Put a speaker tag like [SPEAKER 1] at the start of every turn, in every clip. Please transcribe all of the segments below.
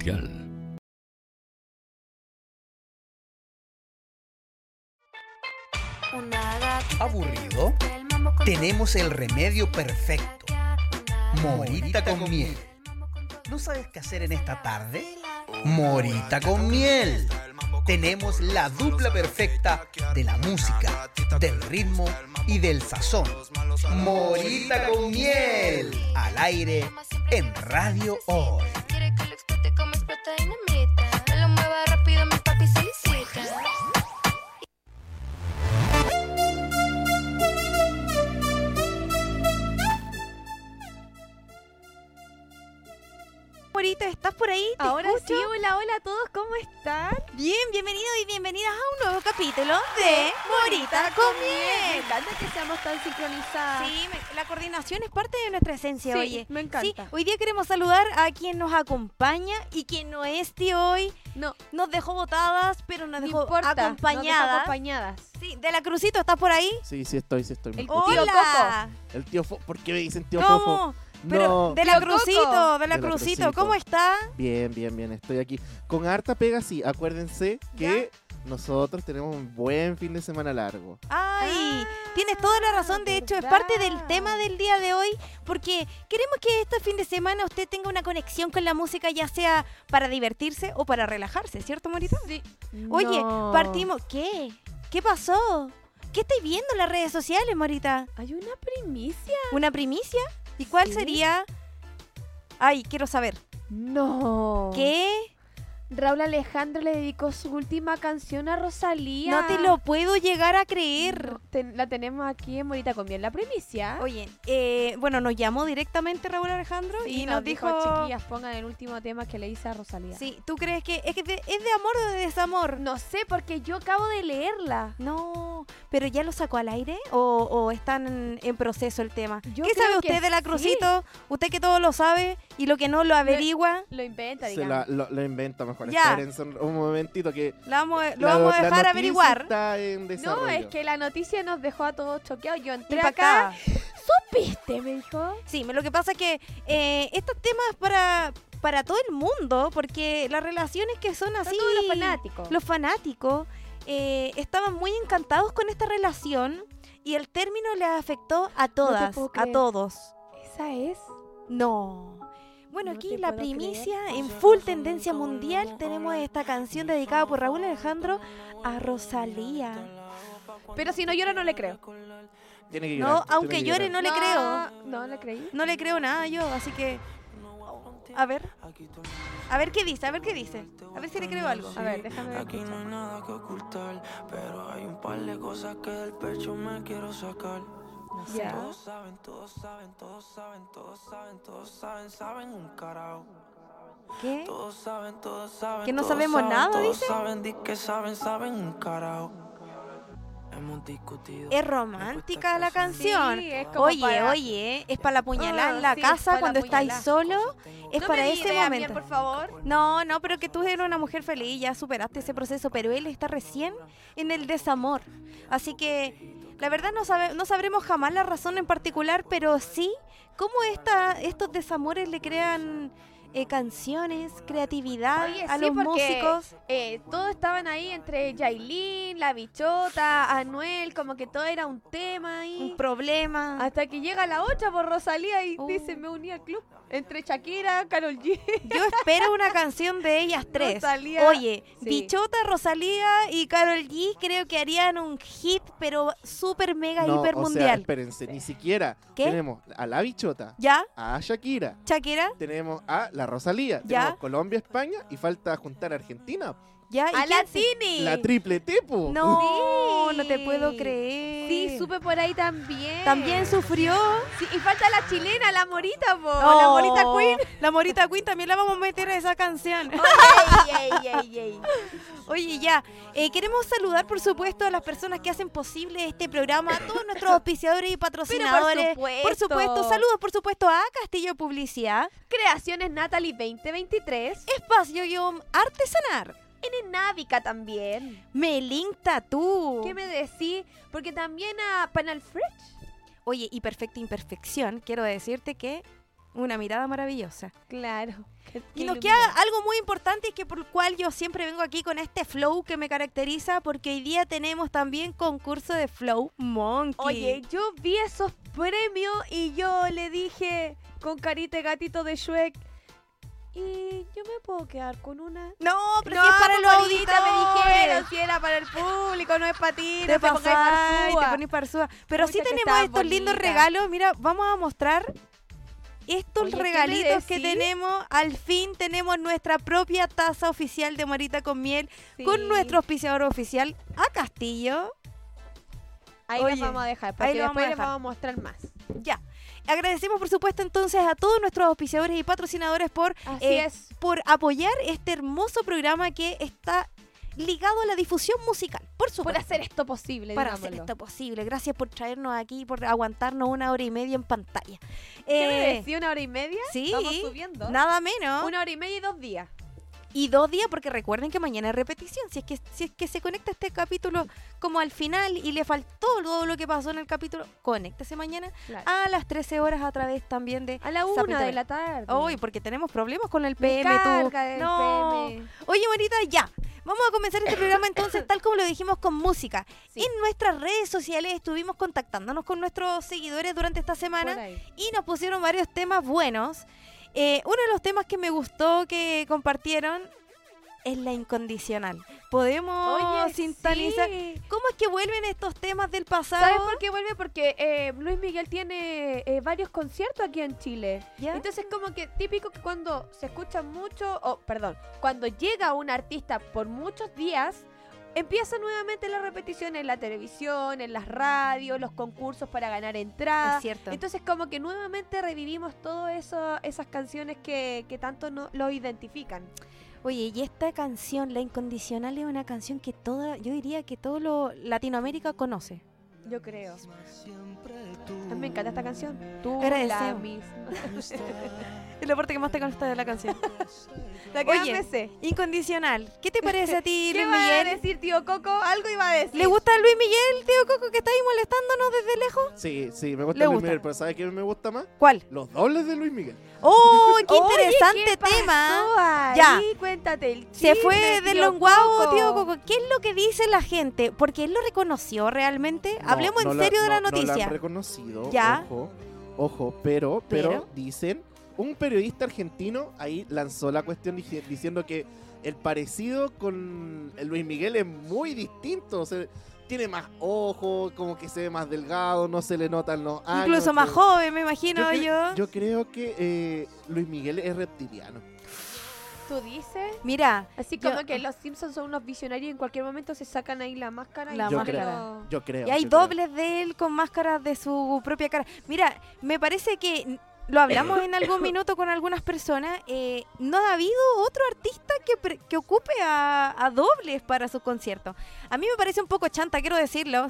[SPEAKER 1] mundial.
[SPEAKER 2] ¿Aburrido? Tenemos el remedio perfecto. Morita con miel. ¿No sabes qué hacer en esta tarde? Morita con miel. Tenemos la dupla perfecta de la música, del ritmo y del sazón. Morita con miel. Al aire en Radio Hoy.
[SPEAKER 3] Quiere que lo explote como explota dinamita. Me lo mueva rápido, mi papi solicita.
[SPEAKER 4] Morita, ¿estás por ahí? ¿Te
[SPEAKER 5] Ahora
[SPEAKER 4] escucho?
[SPEAKER 5] sí, hola, hola a todos, ¿cómo están?
[SPEAKER 4] Bien, bienvenido y bienvenidas a un nuevo capítulo de Morita con
[SPEAKER 5] Me
[SPEAKER 4] Miel.
[SPEAKER 5] encanta que seamos tan sincronizadas.
[SPEAKER 4] Sí, me- la coordinación es parte de nuestra esencia,
[SPEAKER 5] Sí,
[SPEAKER 4] oye.
[SPEAKER 5] me encanta.
[SPEAKER 4] Sí, hoy día queremos saludar a quien nos acompaña y quien no es de hoy.
[SPEAKER 5] No,
[SPEAKER 4] Nos dejó botadas, pero nos
[SPEAKER 5] no
[SPEAKER 4] dejó
[SPEAKER 5] importa. nos dejó
[SPEAKER 4] acompañadas.
[SPEAKER 5] acompañadas.
[SPEAKER 4] sí, de la Crucito, ¿estás por ahí?
[SPEAKER 6] Sí, sí estoy, sí estoy. me
[SPEAKER 5] El
[SPEAKER 6] escucho.
[SPEAKER 5] tío
[SPEAKER 4] Hola.
[SPEAKER 6] El tío Fofo. ¿Por qué me dicen tío Fofo?
[SPEAKER 4] ¿Cómo? Pero
[SPEAKER 6] No.
[SPEAKER 4] de la
[SPEAKER 5] Tío Coco.
[SPEAKER 4] Crucito, de la
[SPEAKER 6] De la
[SPEAKER 4] Crucito,
[SPEAKER 6] Crucito.
[SPEAKER 4] ¿cómo está?
[SPEAKER 6] Bien, bien, bien. Estoy aquí. Con harta pega, sí. Acuérdense que nosotros tenemos un buen fin de semana largo.
[SPEAKER 4] Ay,
[SPEAKER 5] Ah,
[SPEAKER 4] tienes toda la razón. De hecho, es
[SPEAKER 5] ¿verdad?
[SPEAKER 4] parte del tema del día de hoy, porque queremos que este fin de semana usted tenga una conexión con la música, ya sea para divertirse o para relajarse, ¿cierto, Morita?
[SPEAKER 5] Sí.
[SPEAKER 4] Oye,
[SPEAKER 5] No.
[SPEAKER 4] partimos. ¿Qué? ¿Qué pasó? ¿Qué estáis viendo en las redes sociales, Morita?
[SPEAKER 5] Hay una primicia.
[SPEAKER 4] ¿Una primicia? ¿Y cuál
[SPEAKER 5] Sí.
[SPEAKER 4] sería? Ay, quiero saber.
[SPEAKER 5] No.
[SPEAKER 4] ¿Qué?
[SPEAKER 5] Raúl Alejandro le dedicó su última canción a Rosalía.
[SPEAKER 4] No te lo puedo llegar a creer.
[SPEAKER 5] No, ten- la tenemos aquí en Morita con Miel, la primicia.
[SPEAKER 4] Oye, eh, bueno, nos llamó directamente Raúl Alejandro
[SPEAKER 5] Sí,
[SPEAKER 4] y nos, dijo,
[SPEAKER 5] chiquillas, pongan el último tema que le hice a Rosalía.
[SPEAKER 4] Sí, ¿tú crees que es, que de- es de amor o de desamor?
[SPEAKER 5] No sé, porque yo acabo de leerla.
[SPEAKER 4] No, pero ya lo sacó al aire o, o están en, en proceso el tema.
[SPEAKER 5] Yo
[SPEAKER 4] ¿Qué
[SPEAKER 5] creo
[SPEAKER 4] sabe
[SPEAKER 5] que
[SPEAKER 4] usted de la
[SPEAKER 5] sí.
[SPEAKER 4] Crucito? Usted que todo lo sabe y lo que no lo averigua.
[SPEAKER 5] Lo inventa,
[SPEAKER 6] Se
[SPEAKER 5] digamos.
[SPEAKER 6] la, lo, lo inventa mejor.
[SPEAKER 4] Ya.
[SPEAKER 6] Espérense un, un momentito que.
[SPEAKER 4] la vamos a- lo
[SPEAKER 6] la-
[SPEAKER 4] vamos a
[SPEAKER 6] la
[SPEAKER 4] dejar
[SPEAKER 6] noticia
[SPEAKER 4] averiguar.
[SPEAKER 6] Está en
[SPEAKER 5] No,
[SPEAKER 6] desarrollo.
[SPEAKER 5] es que la noticia nos dejó a todos choqueados. Yo entré acá.
[SPEAKER 4] Impactada.
[SPEAKER 5] ¿Supiste? Me dijo.
[SPEAKER 4] Sí, lo que pasa es que eh, estos temas para para todo el mundo, porque las relaciones que son
[SPEAKER 5] Son
[SPEAKER 4] así,
[SPEAKER 5] todos los fanáticos.
[SPEAKER 4] los fanáticos eh, estaban muy encantados con esta relación y el término les afectó a todas,
[SPEAKER 5] puedo
[SPEAKER 4] a
[SPEAKER 5] creer.
[SPEAKER 4] todos.
[SPEAKER 5] Esa es.
[SPEAKER 4] No. Bueno,
[SPEAKER 5] No
[SPEAKER 4] aquí
[SPEAKER 5] te
[SPEAKER 4] la
[SPEAKER 5] puedo creer.
[SPEAKER 4] primicia en full tendencia mundial tenemos esta canción dedicada por Raúl Alejandro a Rosalía.
[SPEAKER 5] Pero si no llora, no le creo.
[SPEAKER 6] Tiene que llorar,
[SPEAKER 4] No,
[SPEAKER 6] tiene
[SPEAKER 4] aunque
[SPEAKER 6] que
[SPEAKER 4] llore
[SPEAKER 6] llorar.
[SPEAKER 4] no le creo.
[SPEAKER 5] No le creí.
[SPEAKER 4] No le creo nada yo, así que a ver. A ver qué dice, a ver qué dice. A ver si le creo algo.
[SPEAKER 5] A ver, déjame ver.
[SPEAKER 7] Aquí no hay nada que ocultar, pero hay un par de cosas que del pecho me quiero sacar.
[SPEAKER 5] Ya.
[SPEAKER 7] Todos saben, todos saben, todos saben, todos saben, todos saben, saben un carajo.
[SPEAKER 4] ¿Qué?
[SPEAKER 7] Todos saben, todos saben.
[SPEAKER 4] Que no
[SPEAKER 7] todos
[SPEAKER 4] sabemos
[SPEAKER 7] saben,
[SPEAKER 4] nada,
[SPEAKER 7] todos
[SPEAKER 4] dice.
[SPEAKER 7] saben, di que saben, saben un carajo. Hemos discutido.
[SPEAKER 4] Es romántica la canción.
[SPEAKER 5] Sí, es como
[SPEAKER 4] Oye,
[SPEAKER 5] para-
[SPEAKER 4] oye, es para apuñalar en
[SPEAKER 5] Ah,
[SPEAKER 4] la
[SPEAKER 5] sí, es
[SPEAKER 4] casa
[SPEAKER 5] para
[SPEAKER 4] cuando estáis
[SPEAKER 5] apuñalar.
[SPEAKER 4] solo. Es
[SPEAKER 5] No
[SPEAKER 4] para
[SPEAKER 5] me
[SPEAKER 4] ese
[SPEAKER 5] digas, Miel,
[SPEAKER 4] momento.
[SPEAKER 5] por favor.
[SPEAKER 4] No, no, pero que tú eres una mujer feliz, ya superaste ese proceso, pero él está recién en el desamor. Así que la verdad no, sabe- no sabremos jamás la razón en particular, pero sí cómo esta, estos desamores le crean eh, canciones, creatividad
[SPEAKER 5] Oye,
[SPEAKER 4] Ah, a
[SPEAKER 5] sí,
[SPEAKER 4] los
[SPEAKER 5] porque-
[SPEAKER 4] músicos.
[SPEAKER 5] Eh, todos estaban ahí entre Yailin, la bichota, Anuel, como que todo era un tema ahí.
[SPEAKER 4] Un problema.
[SPEAKER 5] Hasta que llega la otra por Rosalía y
[SPEAKER 4] Uh.
[SPEAKER 5] dice, me uní al club. Entre Shakira, Carol G.
[SPEAKER 4] Yo espero una canción de ellas tres.
[SPEAKER 5] Rosalía,
[SPEAKER 4] Oye,
[SPEAKER 5] sí.
[SPEAKER 4] Bichota, Rosalía y Carol G creo que harían un hit, pero súper mega
[SPEAKER 6] No,
[SPEAKER 4] hiper
[SPEAKER 6] o sea,
[SPEAKER 4] mundial.
[SPEAKER 6] espérense, ni siquiera.
[SPEAKER 4] ¿Qué?
[SPEAKER 6] Tenemos a la bichota,
[SPEAKER 4] ¿Ya?
[SPEAKER 6] a Shakira,
[SPEAKER 4] Shakira,
[SPEAKER 6] tenemos a la Rosalía,
[SPEAKER 4] Ya.
[SPEAKER 6] tenemos Colombia, España y falta juntar a Argentina.
[SPEAKER 4] ya. ¿Y
[SPEAKER 5] A
[SPEAKER 4] quién sigue?
[SPEAKER 5] Latini.
[SPEAKER 6] La triple tipo.
[SPEAKER 4] No, no te puedo
[SPEAKER 5] Sí.
[SPEAKER 4] creer.
[SPEAKER 5] Sí, supe por ahí también.
[SPEAKER 4] También sufrió.
[SPEAKER 5] Sí, y falta la chilena, la morita, po. La
[SPEAKER 4] Oh,
[SPEAKER 5] morita queen.
[SPEAKER 4] La Morita Queen también la vamos a meter a esa canción. Oye, ya. eh, queremos saludar, por supuesto, a las personas que hacen posible este programa, a todos nuestros auspiciadores y patrocinadores.
[SPEAKER 5] supuesto.
[SPEAKER 4] Por supuesto, saludos, por supuesto, a Castillo Publicidad,
[SPEAKER 5] Creaciones Natalie 2023.
[SPEAKER 4] Espacio Guión Artesanar,
[SPEAKER 5] En Návica también.
[SPEAKER 4] Melink Tattoo.
[SPEAKER 5] ¿Qué me decís? Porque también a Panal Fresh.
[SPEAKER 4] Oye, y Perfecta Imperfección, quiero decirte que Una mirada maravillosa.
[SPEAKER 5] Claro.
[SPEAKER 4] Y nos queda algo muy importante y que por el cual yo siempre vengo aquí con este flow que me caracteriza porque hoy día tenemos también concurso de flow monkey.
[SPEAKER 5] Oye, yo vi esos premios y yo le dije con carita de gatito de Shrek. Y yo me puedo quedar con una.
[SPEAKER 4] no, pues, pero
[SPEAKER 5] No,
[SPEAKER 4] si es para los
[SPEAKER 5] Margarita,
[SPEAKER 4] auditores,
[SPEAKER 5] me dijeron si era para el público, no es para ti.
[SPEAKER 4] te
[SPEAKER 5] no pongas
[SPEAKER 4] pasás, te
[SPEAKER 5] farsúa.
[SPEAKER 4] ponís parsúa. Pero sí
[SPEAKER 5] Pucha, que
[SPEAKER 4] tenemos
[SPEAKER 5] estás
[SPEAKER 4] estos lindos
[SPEAKER 5] bonita.
[SPEAKER 4] regalos. Mira, vamos a mostrar estos
[SPEAKER 5] Oye, ¿qué me
[SPEAKER 4] regalitos que
[SPEAKER 5] decís?
[SPEAKER 4] tenemos. Al fin tenemos nuestra propia taza oficial de Morita con miel
[SPEAKER 5] Sí.
[SPEAKER 4] con nuestro auspiciador oficial a Castillo.
[SPEAKER 5] Ahí
[SPEAKER 4] Oye,
[SPEAKER 5] las vamos a dejar, porque
[SPEAKER 4] ahí lo vamos
[SPEAKER 5] después
[SPEAKER 4] a
[SPEAKER 5] les
[SPEAKER 4] dejar.
[SPEAKER 5] vamos a mostrar más.
[SPEAKER 4] Ya. Agradecemos por supuesto entonces a todos nuestros auspiciadores y patrocinadores por,
[SPEAKER 5] Así
[SPEAKER 4] eh,
[SPEAKER 5] es.
[SPEAKER 4] por apoyar este hermoso programa que está ligado a la difusión musical. Por
[SPEAKER 5] Por
[SPEAKER 4] supuesto.
[SPEAKER 5] hacer esto posible,
[SPEAKER 4] para hacer esto posible. Gracias por traernos aquí, por aguantarnos una hora y media en pantalla.
[SPEAKER 5] ¿Qué me
[SPEAKER 4] Eh,
[SPEAKER 5] decía? ¿Una hora y media?
[SPEAKER 4] sí,
[SPEAKER 5] Vamos subiendo.
[SPEAKER 4] nada menos.
[SPEAKER 5] Una hora y media y dos días.
[SPEAKER 4] Y dos días, porque recuerden que mañana es repetición. Si es que, si es que se conecta este capítulo como al final y le faltó todo lo que pasó en el capítulo, conéctese mañana
[SPEAKER 5] Claro.
[SPEAKER 4] a las 13 horas a través también de...
[SPEAKER 5] A la
[SPEAKER 4] Zapito
[SPEAKER 5] una de
[SPEAKER 4] Verde.
[SPEAKER 5] la tarde.
[SPEAKER 4] Hoy, porque tenemos problemas con el
[SPEAKER 5] Me
[SPEAKER 4] PM. tú.
[SPEAKER 5] carga del
[SPEAKER 4] No.
[SPEAKER 5] PM.
[SPEAKER 4] Oye, Morita, ya. Vamos a comenzar este programa entonces, tal como lo dijimos, con música.
[SPEAKER 5] Sí.
[SPEAKER 4] En nuestras redes sociales estuvimos contactándonos con nuestros seguidores durante esta semana
[SPEAKER 5] Por ahí.
[SPEAKER 4] y nos pusieron varios temas buenos. Eh, uno de los temas que me gustó que compartieron es la incondicional. Podemos
[SPEAKER 5] Oye,
[SPEAKER 4] sintonizar.
[SPEAKER 5] sí.
[SPEAKER 4] ¿Cómo es que vuelven estos temas del
[SPEAKER 5] ¿Sabes
[SPEAKER 4] pasado?
[SPEAKER 5] por qué vuelve? Porque eh, Luis Miguel tiene eh, varios conciertos aquí en Chile.
[SPEAKER 4] ¿Ya?
[SPEAKER 5] Entonces como que típico que cuando se escucha mucho, o perdón, cuando llega un artista por muchos días, empieza nuevamente la repetición en la televisión, en las radios, los concursos para ganar entradas.
[SPEAKER 4] es cierto.
[SPEAKER 5] Entonces como que nuevamente revivimos todas esas canciones que, que tanto no, lo identifican.
[SPEAKER 4] Oye, y esta canción, La Incondicional, es una canción que toda, yo diría que todo lo Latinoamérica conoce.
[SPEAKER 5] Yo creo. A mí me encanta esta canción. Tú
[SPEAKER 4] Agradecemos.
[SPEAKER 5] la misma.
[SPEAKER 4] Es la parte que más te gusta de la canción.
[SPEAKER 5] La que más
[SPEAKER 4] Oye,
[SPEAKER 5] me sé.
[SPEAKER 4] Incondicional. ¿Qué te parece a ti,
[SPEAKER 5] ¿Qué
[SPEAKER 4] Luis
[SPEAKER 5] va a
[SPEAKER 4] Miguel?
[SPEAKER 5] decir, tío Coco? Algo iba a decir.
[SPEAKER 4] ¿Le gusta a Luis Miguel, tío Coco, que está ahí molestándonos desde lejos?
[SPEAKER 6] Sí, sí, me gusta
[SPEAKER 4] Le
[SPEAKER 6] Luis
[SPEAKER 4] gusta.
[SPEAKER 6] Miguel, pero ¿sabes qué me gusta más?
[SPEAKER 4] ¿Cuál?
[SPEAKER 6] Los dobles de Luis Miguel.
[SPEAKER 4] ¡Oh, qué
[SPEAKER 5] Oye,
[SPEAKER 4] interesante
[SPEAKER 5] ¿qué
[SPEAKER 4] tema!
[SPEAKER 5] pasó ahí?
[SPEAKER 4] Ya.
[SPEAKER 5] cuéntate el
[SPEAKER 4] Se
[SPEAKER 5] chisme,
[SPEAKER 4] fue de
[SPEAKER 5] tío
[SPEAKER 4] longuao, tío Coco. ¿Qué es lo que dice la gente? Porque él lo reconoció realmente.
[SPEAKER 6] No,
[SPEAKER 4] Hablemos
[SPEAKER 6] no
[SPEAKER 4] en serio de la
[SPEAKER 6] no- No la
[SPEAKER 4] noticia.
[SPEAKER 6] han reconocido.
[SPEAKER 4] Ya.
[SPEAKER 6] Ojo, ojo, pero, pero,
[SPEAKER 4] Pero.
[SPEAKER 6] dicen, un periodista argentino ahí lanzó la cuestión dije- diciendo que el parecido con el Luis Miguel es muy distinto. o sea, tiene más ojos, como que se ve más delgado, no se le notan los años.
[SPEAKER 4] Incluso más
[SPEAKER 6] que-
[SPEAKER 4] joven, me imagino
[SPEAKER 6] cre-
[SPEAKER 4] yo.
[SPEAKER 6] yo creo que eh, Luis Miguel es reptiliano.
[SPEAKER 5] Tú dices.
[SPEAKER 4] Mira,
[SPEAKER 5] Así
[SPEAKER 4] Yo-
[SPEAKER 5] como que los Simpsons son unos visionarios y en cualquier momento se sacan ahí la máscara. y
[SPEAKER 4] La
[SPEAKER 5] yo
[SPEAKER 4] máscara.
[SPEAKER 5] creo-
[SPEAKER 6] Yo creo.
[SPEAKER 4] Y hay
[SPEAKER 6] yo creo.
[SPEAKER 4] dobles de él con máscaras de su propia cara. Mira, me parece que n- lo hablamos en algún minuto con algunas personas. eh, no ha habido otro artista que, pre- que ocupe a, a dobles para sus conciertos. A mí me parece un poco chanta, quiero decirlo.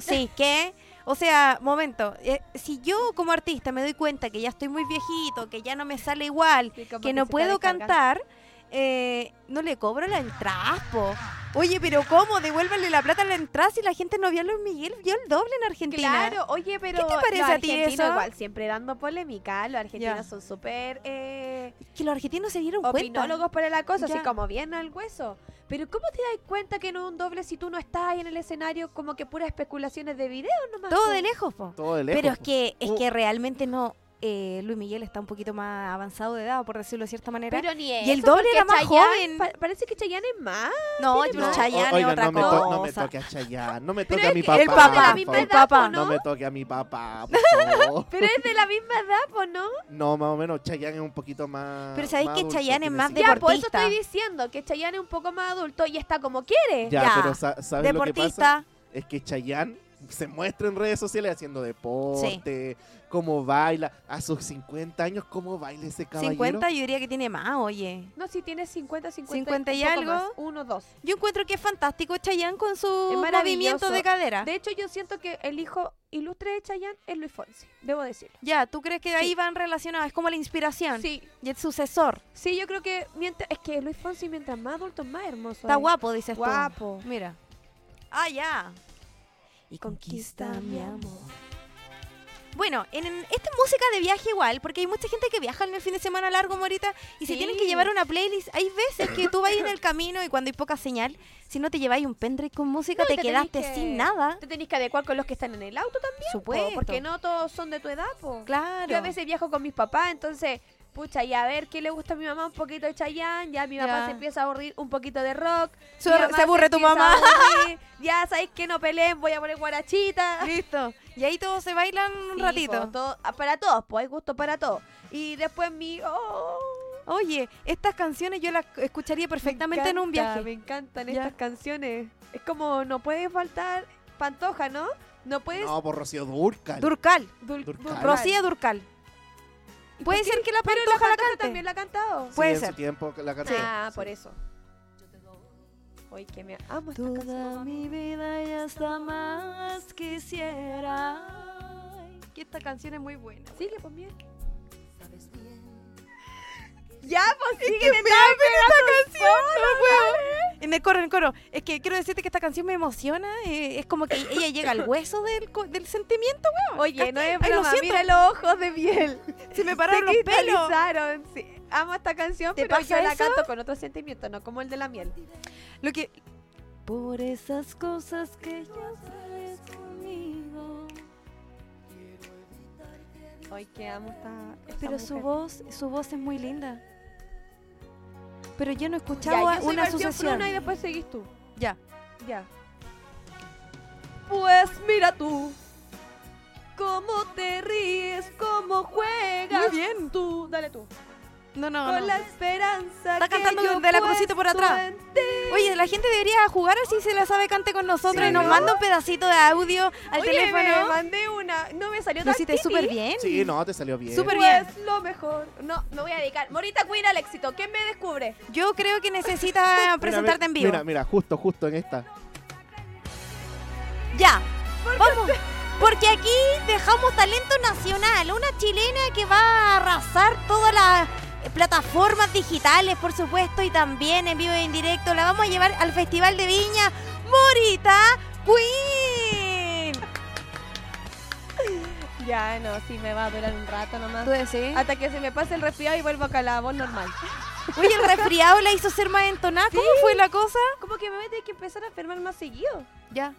[SPEAKER 4] Sí, que. O sea, momento, eh, si yo como artista me doy cuenta que ya estoy muy viejito, que ya no me sale igual,
[SPEAKER 5] Sí, como
[SPEAKER 4] que
[SPEAKER 5] se
[SPEAKER 4] no
[SPEAKER 5] está
[SPEAKER 4] puedo
[SPEAKER 5] descargando.
[SPEAKER 4] cantar, eh, no le cobro la entrada, po. Oye, pero ¿cómo? Devuélvanle la plata a la entrada si la gente no vio a Luis Miguel, vio el doble en Argentina.
[SPEAKER 5] Claro, oye, pero
[SPEAKER 4] ¿Qué te parece
[SPEAKER 5] los
[SPEAKER 4] a ti
[SPEAKER 5] argentinos
[SPEAKER 4] eso?
[SPEAKER 5] igual siempre dando polémica, los argentinos
[SPEAKER 4] Ya.
[SPEAKER 5] son súper eh,
[SPEAKER 4] Que los argentinos se dieron Uh, cuenta.
[SPEAKER 5] opinólogos para la cosa,
[SPEAKER 4] Ya.
[SPEAKER 5] así como bien al hueso. Pero ¿cómo te das cuenta que no es un doble si tú no estás ahí en el escenario como que puras especulaciones de video nomás?
[SPEAKER 4] Todo
[SPEAKER 5] po?
[SPEAKER 4] de lejos, po.
[SPEAKER 6] Todo de lejos.
[SPEAKER 4] Pero es que, es
[SPEAKER 6] Uh.
[SPEAKER 4] que realmente no. eh, Luis Miguel está un poquito más avanzado de edad, por decirlo de cierta manera.
[SPEAKER 5] Pero ni
[SPEAKER 4] Y el
[SPEAKER 5] eso,
[SPEAKER 4] doble
[SPEAKER 5] porque
[SPEAKER 4] era más
[SPEAKER 5] Chayanne-
[SPEAKER 4] joven.
[SPEAKER 5] pa- parece que Chayanne es más.
[SPEAKER 4] no,
[SPEAKER 5] tiene
[SPEAKER 4] pero
[SPEAKER 5] más-
[SPEAKER 4] Chayanne
[SPEAKER 6] O-
[SPEAKER 4] es
[SPEAKER 6] oiga,
[SPEAKER 4] otra
[SPEAKER 6] no me, to- no me
[SPEAKER 4] cosa.
[SPEAKER 6] toque a Chayanne, no me
[SPEAKER 5] Pero
[SPEAKER 6] toque a
[SPEAKER 5] es
[SPEAKER 6] mi
[SPEAKER 5] que-
[SPEAKER 6] papá.
[SPEAKER 4] el papá,
[SPEAKER 6] por
[SPEAKER 5] mi
[SPEAKER 6] favor.
[SPEAKER 4] el
[SPEAKER 5] papá,
[SPEAKER 4] papá.
[SPEAKER 5] ¿no?
[SPEAKER 6] No me toque a mi papá, por favor.
[SPEAKER 5] Pero es de la misma edad, pues, ¿no?
[SPEAKER 6] No, más o menos, Chayanne es un poquito más.
[SPEAKER 4] Pero ¿sabéis
[SPEAKER 6] más
[SPEAKER 4] que
[SPEAKER 6] adulto,
[SPEAKER 4] Chayanne es
[SPEAKER 6] tiene
[SPEAKER 4] más
[SPEAKER 6] cinco-
[SPEAKER 4] de-
[SPEAKER 5] Ya, pues. por eso
[SPEAKER 4] Deportista.
[SPEAKER 5] estoy diciendo que Chayanne es un poco más adulto y está como quiere.
[SPEAKER 6] Ya,
[SPEAKER 4] Ya.
[SPEAKER 6] pero sa- ¿sabes lo que pasa?
[SPEAKER 4] Deportista.
[SPEAKER 6] Es que Chayanne se muestra en redes sociales haciendo deporte, cómo baila. A sus 50 años, cómo baila ese caballero.
[SPEAKER 4] 50 yo diría que tiene más, oye.
[SPEAKER 5] No, si tiene 50, 50,
[SPEAKER 4] 50 y
[SPEAKER 5] un poco
[SPEAKER 4] algo.
[SPEAKER 5] más, uno, dos.
[SPEAKER 4] Yo encuentro que es fantástico Chayanne con su
[SPEAKER 5] maravilloso.
[SPEAKER 4] movimiento de cadera.
[SPEAKER 5] De hecho, yo siento que el hijo ilustre de Chayanne es Luis Fonsi, debo decirlo.
[SPEAKER 4] Ya, ¿tú crees que ahí
[SPEAKER 5] Sí.
[SPEAKER 4] van relacionados? Es como la inspiración.
[SPEAKER 5] Sí,
[SPEAKER 4] Y el sucesor.
[SPEAKER 5] sí, yo creo que mientras, es que Luis Fonsi mientras más adulto más hermoso. ¿eh?
[SPEAKER 4] Está
[SPEAKER 5] es.
[SPEAKER 4] guapo, dices tú.
[SPEAKER 5] Guapo.
[SPEAKER 4] Mira. Ah, ya. Y
[SPEAKER 5] Conquista mi amor.
[SPEAKER 4] Bueno, en, en- esta es música de viaje igual, porque hay mucha gente que viaja en el fin de semana largo, Morita, y se tienen que
[SPEAKER 5] Sí.
[SPEAKER 4] llevar una playlist. Hay veces que tú vas en el camino y cuando hay poca señal, si no te lleváis un pendrive con música,
[SPEAKER 5] No, y
[SPEAKER 4] te,
[SPEAKER 5] te tenés
[SPEAKER 4] quedaste
[SPEAKER 5] que-
[SPEAKER 4] sin nada.
[SPEAKER 5] Te tenés que adecuar con los que están en el auto también, po,
[SPEAKER 4] ¿eh? Supuesto.
[SPEAKER 5] porque no todos son de tu edad, po.
[SPEAKER 4] Claro.
[SPEAKER 5] Yo a veces viajo con mis papás, entonces, pucha, y a ver qué le gusta a mi mamá, un poquito de Chayanne, ya mi papá
[SPEAKER 4] Ya.
[SPEAKER 5] se empieza a aburrir un poquito de rock.
[SPEAKER 4] Su-
[SPEAKER 5] mi mamá
[SPEAKER 4] se aburre tu
[SPEAKER 5] empieza a
[SPEAKER 4] mamá.
[SPEAKER 5] aburrir, ya sabéis que no peleen, voy a poner guarachita.
[SPEAKER 4] Listo. Y ahí todos se bailan un
[SPEAKER 5] Sí,
[SPEAKER 4] ratito.
[SPEAKER 5] po, todo- ah, para todos, pues hay gusto para todos. Y después mi... oh,
[SPEAKER 4] Oye, estas canciones yo las escucharía perfectamente en un
[SPEAKER 5] encanta, Me
[SPEAKER 4] viaje.
[SPEAKER 5] encantan
[SPEAKER 4] Ya.
[SPEAKER 5] estas canciones. Es como, no puede faltar Pantoja, ¿no? No puedes...
[SPEAKER 6] No, por Rocío Durcal.
[SPEAKER 4] Durcal.
[SPEAKER 5] Dul-
[SPEAKER 6] Durcal.
[SPEAKER 5] Durcal.
[SPEAKER 4] Rocía Durcal. Puede
[SPEAKER 5] por qué?
[SPEAKER 4] ser que la
[SPEAKER 5] Pero
[SPEAKER 4] pantoja la,
[SPEAKER 5] Pantoja
[SPEAKER 4] cante.
[SPEAKER 5] también la ha cantado.
[SPEAKER 6] Sí,
[SPEAKER 4] puede
[SPEAKER 6] en
[SPEAKER 4] ser.
[SPEAKER 6] su tiempo la cantó.
[SPEAKER 5] Ah,
[SPEAKER 6] Sí.
[SPEAKER 5] por eso. Oye, que me amo esta
[SPEAKER 4] Toda
[SPEAKER 5] canción.
[SPEAKER 4] mi vida y hasta más quisiera. Ay, Que esta canción es muy buena.
[SPEAKER 5] Sigue, pues bien. Ya, pues sigue. te estaba pegando
[SPEAKER 4] En el coro, en el coro. Es que quiero decirte que esta canción me emociona. eh, es como que ella llega al hueso del, co- del sentimiento,
[SPEAKER 5] sola.
[SPEAKER 4] weón.
[SPEAKER 5] Oye, no es
[SPEAKER 4] Ay, lo
[SPEAKER 5] broma.
[SPEAKER 4] siento.
[SPEAKER 5] Mira los ojos de miel.
[SPEAKER 4] Se me
[SPEAKER 5] Se
[SPEAKER 4] pararon los pelos.
[SPEAKER 5] cristalizaron. Sí. Amo esta canción,
[SPEAKER 4] ¿Te
[SPEAKER 5] pero
[SPEAKER 4] pasa
[SPEAKER 5] yo la
[SPEAKER 4] eso?
[SPEAKER 5] canto con otro sentimiento, no como el de la miel.
[SPEAKER 4] Lo que... Por esas cosas que ya sabes conmigo.
[SPEAKER 5] Ay, que amo esta. esta
[SPEAKER 4] Pero su
[SPEAKER 5] mujer.
[SPEAKER 4] voz, su voz es muy linda. Pero yo no
[SPEAKER 5] Ya,
[SPEAKER 4] escuchaba
[SPEAKER 5] yo soy
[SPEAKER 4] una
[SPEAKER 5] versión
[SPEAKER 4] sucesión.
[SPEAKER 5] Bruno y después seguís tú.
[SPEAKER 4] Ya.
[SPEAKER 5] Ya. Pues mira tú. Cómo te ríes, cómo juegas.
[SPEAKER 4] Muy bien.
[SPEAKER 5] Tú, dale tú.
[SPEAKER 4] No, no,
[SPEAKER 5] Con
[SPEAKER 4] no.
[SPEAKER 5] la esperanza.
[SPEAKER 4] Está
[SPEAKER 5] que
[SPEAKER 4] cantando
[SPEAKER 5] yo
[SPEAKER 4] de la crucito
[SPEAKER 5] puesto
[SPEAKER 4] por atrás.
[SPEAKER 5] en ti.
[SPEAKER 4] Oye, la gente debería jugar así se la sabe cante con nosotros
[SPEAKER 6] Sí.
[SPEAKER 4] y nos manda un pedacito de audio al
[SPEAKER 5] Oye, me
[SPEAKER 4] teléfono.
[SPEAKER 5] mandé una. No me salió
[SPEAKER 4] Lo
[SPEAKER 5] tan
[SPEAKER 4] hiciste súper
[SPEAKER 5] tipi.
[SPEAKER 4] bien.
[SPEAKER 6] Sí, no, te salió bien.
[SPEAKER 4] Súper bien.
[SPEAKER 5] Pues lo mejor. No, me voy a dedicar. Morita Queen al éxito. ¿Quién me descubre?
[SPEAKER 4] Yo creo que necesitas
[SPEAKER 6] Mira,
[SPEAKER 4] presentarte
[SPEAKER 6] mira,
[SPEAKER 4] en vivo.
[SPEAKER 6] Mira, mira, justo, justo en esta.
[SPEAKER 4] Ya. Vamos. Porque aquí dejamos talento nacional, una chilena que va a arrasar todas las eh, plataformas digitales, por supuesto, y también en vivo y en directo. La vamos a llevar al Festival de Viña Morita Queen.
[SPEAKER 5] Ya, no, sí, me va a durar un rato nomás.
[SPEAKER 4] decís?
[SPEAKER 5] Hasta que se me pase el resfriado y vuelvo acá a la voz normal.
[SPEAKER 4] Ah. Oye, el resfriado la hizo ser más entonada. ¿Cómo fue la cosa?
[SPEAKER 5] Como que me voy a tener que empezar a enfermar más seguido.
[SPEAKER 4] Ya.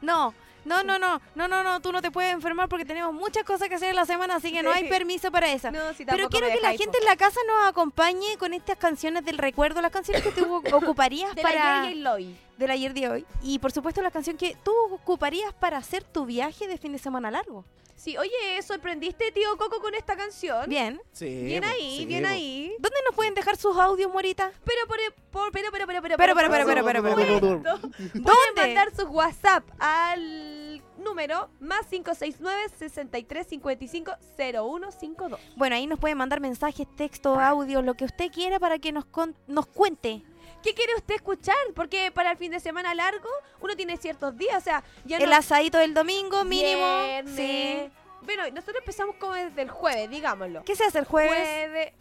[SPEAKER 4] No, no, no, no, no, no, no, tú no te puedes enfermar porque tenemos muchas cosas que hacer en la semana, así que no hay permiso para esa.
[SPEAKER 5] No, sí,
[SPEAKER 4] Pero
[SPEAKER 5] tampoco
[SPEAKER 4] quiero
[SPEAKER 5] me
[SPEAKER 4] que la
[SPEAKER 5] dejáis,
[SPEAKER 4] gente
[SPEAKER 5] po.
[SPEAKER 4] en la casa nos acompañe con estas canciones del recuerdo, las canciones que tú ocuparías
[SPEAKER 5] de
[SPEAKER 4] para
[SPEAKER 5] la Yay Loy.
[SPEAKER 4] del ayer de hoy y por supuesto la canción que tú ocuparías para hacer tu viaje de fin de semana largo.
[SPEAKER 5] Sí, oye, sorprendiste, tío Coco, con esta canción.
[SPEAKER 4] Bien.
[SPEAKER 6] Sí.
[SPEAKER 5] Bien
[SPEAKER 6] bo,
[SPEAKER 5] ahí,
[SPEAKER 6] sí,
[SPEAKER 5] bien
[SPEAKER 6] bo.
[SPEAKER 5] ahí.
[SPEAKER 4] ¿Dónde nos pueden dejar sus audios, Morita?
[SPEAKER 5] Pero, por- eh, por- pero, pero, pero, pero,
[SPEAKER 4] Pero, pero,
[SPEAKER 5] por
[SPEAKER 4] pero, pero, pero, pero, pero.
[SPEAKER 5] supuesto, Pueden
[SPEAKER 4] ¿Dónde?
[SPEAKER 5] mandar sus WhatsApp al número más 569 6355 0152
[SPEAKER 4] Bueno, ahí nos pueden mandar mensajes, texto, audios, lo que usted quiera para que nos con- nos cuente.
[SPEAKER 5] ¿Qué quiere usted escuchar? Porque para el fin de semana largo uno tiene ciertos días, o sea, ya
[SPEAKER 4] El
[SPEAKER 5] no
[SPEAKER 4] asadito del domingo mínimo.
[SPEAKER 5] Viernes.
[SPEAKER 4] Sí.
[SPEAKER 5] Bueno, nosotros empezamos como desde el jueves, digámoslo.
[SPEAKER 4] ¿Qué se hace el jueves?
[SPEAKER 5] Jueves.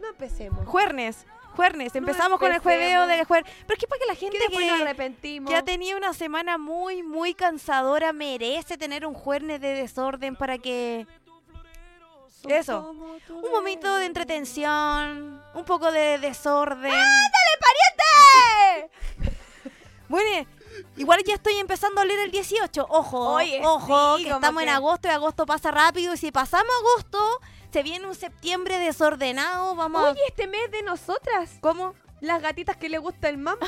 [SPEAKER 5] No empecemos.
[SPEAKER 4] Juernes. Juernes.
[SPEAKER 5] No
[SPEAKER 4] Empezamos con el
[SPEAKER 5] empecemos.
[SPEAKER 4] jueveo del jueves. Pero es que para que la gente
[SPEAKER 5] que después nos
[SPEAKER 4] que,
[SPEAKER 5] arrepentimos.
[SPEAKER 4] que ha tenido una semana muy, muy cansadora merece tener un jueves de desorden para que... Eso. Un momento de entretención, un poco de desorden.
[SPEAKER 5] ¡Eh!
[SPEAKER 4] Bueno, igual ya estoy empezando a leer el 18. Ojo,
[SPEAKER 5] Oye,
[SPEAKER 4] ojo,
[SPEAKER 5] sí,
[SPEAKER 4] que
[SPEAKER 5] como
[SPEAKER 4] estamos en
[SPEAKER 5] que-
[SPEAKER 4] agosto y agosto pasa rápido. Y si pasamos agosto, se viene un septiembre desordenado. Vamos a-
[SPEAKER 5] Oye, este mes de nosotras.
[SPEAKER 4] ¿Cómo?
[SPEAKER 5] Las gatitas que le gusta el mambo.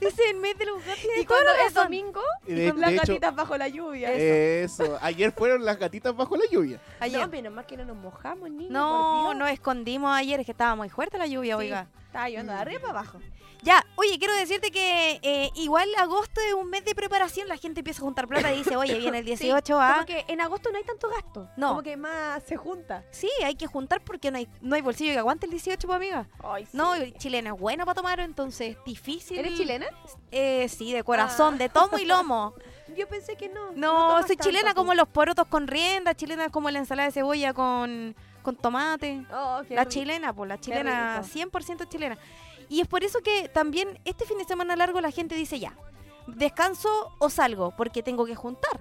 [SPEAKER 4] Es el mes de los gatos.
[SPEAKER 5] y cuando es domingo,
[SPEAKER 6] Y de-
[SPEAKER 5] con las
[SPEAKER 6] de hecho- eh,
[SPEAKER 5] gatitas bajo la lluvia.
[SPEAKER 6] Eso. Ayer fueron las gatitas bajo la lluvia.
[SPEAKER 5] No,
[SPEAKER 4] Ayer.
[SPEAKER 5] menos mal que no nos mojamos, niño.
[SPEAKER 4] No, nos escondimos ayer, es que estaba muy fuerte la lluvia, oiga.
[SPEAKER 5] Estaba lloviendo de arriba para abajo.
[SPEAKER 4] Ya, oye, quiero decirte que eh, igual agosto es un mes de preparación, la gente empieza a juntar plata y dice, oye, viene el 18, ¿ah?
[SPEAKER 5] Como que en agosto no hay tanto gasto.
[SPEAKER 4] No.
[SPEAKER 5] Como que más se junta.
[SPEAKER 4] Sí, hay que juntar porque no hay, no hay bolsillo que aguante el 18, pues, amiga.
[SPEAKER 5] Ay, sí.
[SPEAKER 4] No, y chileno es bueno para tomar, entonces difícil.
[SPEAKER 5] ¿Eres chilena?
[SPEAKER 4] Eh, sí, de corazón, de tomo y lomo.
[SPEAKER 5] Yo pensé que no.
[SPEAKER 4] No,
[SPEAKER 5] tomas
[SPEAKER 4] soy
[SPEAKER 5] tanto,
[SPEAKER 4] chilena
[SPEAKER 5] tú.
[SPEAKER 4] como los porotos con rienda, chilena como la ensalada de cebolla con, con tomate.
[SPEAKER 5] Oh, qué
[SPEAKER 4] La
[SPEAKER 5] rico.
[SPEAKER 4] chilena, pues la chilena,
[SPEAKER 5] rico.
[SPEAKER 4] 100% chilena. Y es por eso que también este fin de semana largo la gente dice ya, descanso o salgo, porque tengo que juntar.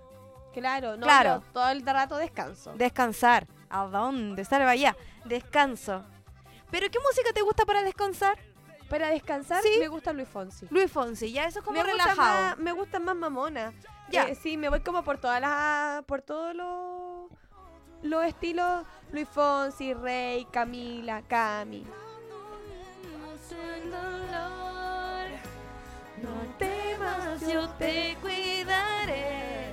[SPEAKER 5] Claro, no,
[SPEAKER 4] Claro.
[SPEAKER 5] yo todo el rato descanso.
[SPEAKER 4] Descansar. ¿A dónde? Salva ya. Descanso. ¿Pero qué música te gusta para descansar?
[SPEAKER 5] Para descansar
[SPEAKER 4] Sí.
[SPEAKER 5] me gusta Luis Fonsi.
[SPEAKER 4] Luis Fonsi, ya eso es como
[SPEAKER 5] me gusta
[SPEAKER 4] relajado.
[SPEAKER 5] más- me gusta más mamona.
[SPEAKER 4] Ya.
[SPEAKER 5] Eh, sí, me voy como por todas las. por todos los. los estilos. Luis Fonsi, Rey, Camila, Cami.
[SPEAKER 3] No temas, yo te cuidaré.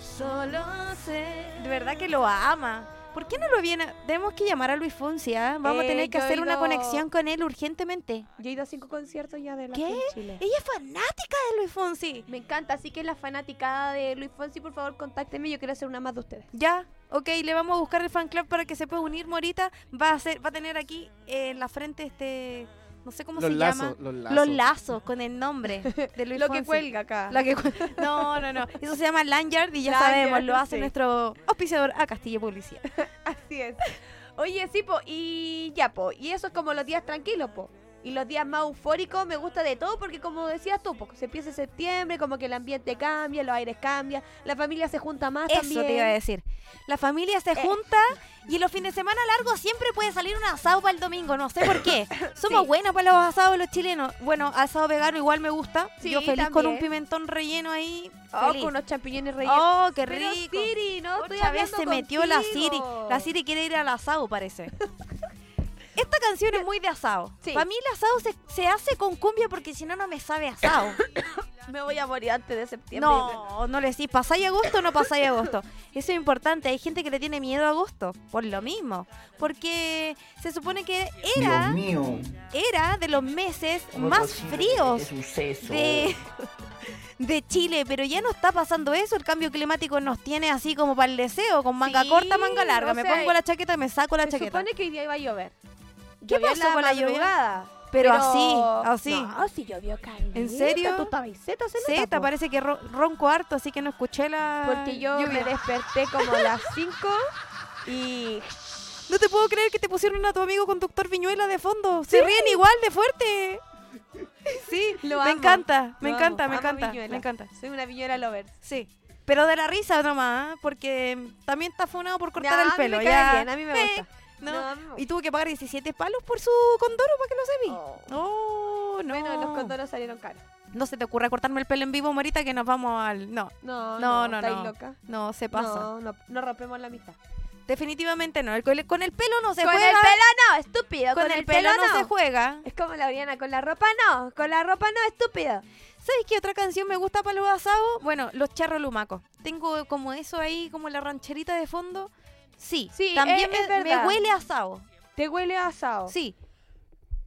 [SPEAKER 3] Solo sé.
[SPEAKER 4] De verdad que lo ama. ¿Por qué no lo viene? Tenemos que llamar a Luis Fonsi, ¿ah? Vamos a
[SPEAKER 5] Eh,
[SPEAKER 4] tener que
[SPEAKER 5] yo he
[SPEAKER 4] hacer una
[SPEAKER 5] ido-
[SPEAKER 4] conexión con él urgentemente.
[SPEAKER 5] Yo he ido a cinco conciertos ya de la
[SPEAKER 4] ¿Qué?
[SPEAKER 5] Queen Chile.
[SPEAKER 4] Ella es fanática de Luis Fonsi.
[SPEAKER 5] Me encanta, así que la fanaticada de Luis Fonsi, por favor, contácteme. Yo quiero hacer una más de ustedes.
[SPEAKER 4] Ya, ok, le vamos a buscar el fan club para que se pueda unir Morita. Va a, ser, va a tener aquí eh, en la frente este, no sé cómo
[SPEAKER 6] Los
[SPEAKER 4] se
[SPEAKER 6] lazos,
[SPEAKER 4] llama.
[SPEAKER 6] los lazos.
[SPEAKER 4] Los lazos con el nombre de Luis
[SPEAKER 5] Lo
[SPEAKER 4] Fonsi.
[SPEAKER 5] que cuelga acá.
[SPEAKER 4] La que cuel- no, no, no. Eso se llama lanyard y ya
[SPEAKER 5] Lanyard,
[SPEAKER 4] sabemos, lo hace
[SPEAKER 5] sí.
[SPEAKER 4] nuestro auspiciador a Castillo Policía.
[SPEAKER 5] Así es. Oye, sí, po, y ya, po. Y eso es como los días tranquilos, po. Y los días más eufóricos me gusta de todo porque como decías tú, po, se empieza septiembre, como que el ambiente cambia, los aires cambian, la familia se junta más
[SPEAKER 4] Eso
[SPEAKER 5] también.
[SPEAKER 4] te iba a decir. La familia se junta y los fines de semana largos siempre puede salir un asado para el domingo. No sé por qué. Somos
[SPEAKER 5] Sí.
[SPEAKER 4] buenas para los asados los chilenos. Bueno, asado vegano igual me gusta.
[SPEAKER 5] Sí,
[SPEAKER 4] Yo feliz con un
[SPEAKER 5] también.
[SPEAKER 4] pimentón relleno ahí.
[SPEAKER 5] Oh,
[SPEAKER 4] feliz.
[SPEAKER 5] con unos champiñones rellenos.
[SPEAKER 4] Oh, qué
[SPEAKER 5] Pero,
[SPEAKER 4] rico.
[SPEAKER 5] Siri, no estoy
[SPEAKER 4] Otra vez
[SPEAKER 5] hablando
[SPEAKER 4] se metió la
[SPEAKER 5] contigo.
[SPEAKER 4] Siri. La Siri quiere ir al asado, parece. Esta canción es muy de asado.
[SPEAKER 5] Sí.
[SPEAKER 4] Para mí el asado se, se hace con cumbia porque si no, no me sabe asado.
[SPEAKER 5] Me voy a morir antes de septiembre.
[SPEAKER 4] No, no le decís, ¿pasáis agosto o no pasáis agosto? Eso es importante. Hay gente que le tiene miedo a agosto, por lo mismo. Porque se supone que era,
[SPEAKER 1] mío,
[SPEAKER 4] era de los meses más fríos
[SPEAKER 1] suceso.
[SPEAKER 4] de, de Chile, pero ya no está pasando eso. El cambio climático nos tiene así como para el deseo, con manga
[SPEAKER 5] Sí,
[SPEAKER 4] corta, manga larga.
[SPEAKER 5] o
[SPEAKER 4] me
[SPEAKER 5] sea,
[SPEAKER 4] pongo la chaqueta y me saco la
[SPEAKER 5] Se
[SPEAKER 4] chaqueta.
[SPEAKER 5] supone que hoy día iba a llover.
[SPEAKER 4] ¿Qué
[SPEAKER 5] Llovió en
[SPEAKER 4] pasó con la lluvia?
[SPEAKER 5] madrugada,
[SPEAKER 4] Pero así, así.
[SPEAKER 5] No, oh, sí llovió caleta.
[SPEAKER 4] ¿En serio?
[SPEAKER 5] ¿Tú estabas en zeta, se nota,
[SPEAKER 4] Z,
[SPEAKER 5] po.
[SPEAKER 4] parece que ro- ronco harto, así que no escuché la.
[SPEAKER 5] Porque yo me
[SPEAKER 4] lluvia.
[SPEAKER 5] desperté como a las 5 y
[SPEAKER 4] No te puedo creer que te pusieron a tu amigo conductor Viñuela de fondo. Se ríen igual de fuerte. Sí,
[SPEAKER 5] Lo
[SPEAKER 4] me
[SPEAKER 5] amo.
[SPEAKER 4] encanta, me
[SPEAKER 5] Lo
[SPEAKER 4] encanta,
[SPEAKER 5] amo,
[SPEAKER 4] me
[SPEAKER 5] amo
[SPEAKER 4] encanta,
[SPEAKER 5] Viñuela.
[SPEAKER 4] me encanta.
[SPEAKER 5] soy una viñera lover.
[SPEAKER 4] Sí. Pero de la risa nomás, ¿ah? porque también está funado por cortar
[SPEAKER 5] Ya,
[SPEAKER 4] el
[SPEAKER 5] a mí
[SPEAKER 4] pelo.
[SPEAKER 5] me cae
[SPEAKER 4] ya.
[SPEAKER 5] bien, a mí me
[SPEAKER 4] Eh,
[SPEAKER 5] gusta.
[SPEAKER 4] no.
[SPEAKER 5] No, me gusta.
[SPEAKER 4] Y tuvo que pagar 17 palos por su condoro para que no se vi. Oh, no.
[SPEAKER 5] Bueno, los condoros salieron caros.
[SPEAKER 4] No se te ocurra cortarme el pelo en vivo, Morita, que nos vamos al. No,
[SPEAKER 5] No, no,
[SPEAKER 4] No, no,
[SPEAKER 5] estáis
[SPEAKER 4] no.
[SPEAKER 5] loca.
[SPEAKER 4] no se pasa.
[SPEAKER 5] No, no, no rompemos la amistad.
[SPEAKER 4] Definitivamente no. El, cole- con el pelo no se
[SPEAKER 5] con
[SPEAKER 4] juega.
[SPEAKER 5] el pelo no, estúpido.
[SPEAKER 4] con el pelo no se juega.
[SPEAKER 5] Es como la Oriana, con la ropa no, con la ropa no, estúpido.
[SPEAKER 4] ¿Sabes qué otra canción me gusta para los asados? Bueno, los charros lumacos. Tengo como eso ahí, como la rancherita de fondo. Sí,
[SPEAKER 5] Sí,
[SPEAKER 4] también
[SPEAKER 5] es- es
[SPEAKER 4] me, me
[SPEAKER 5] verdad.
[SPEAKER 4] huele a asado.
[SPEAKER 5] Te huele a asado.
[SPEAKER 4] Sí.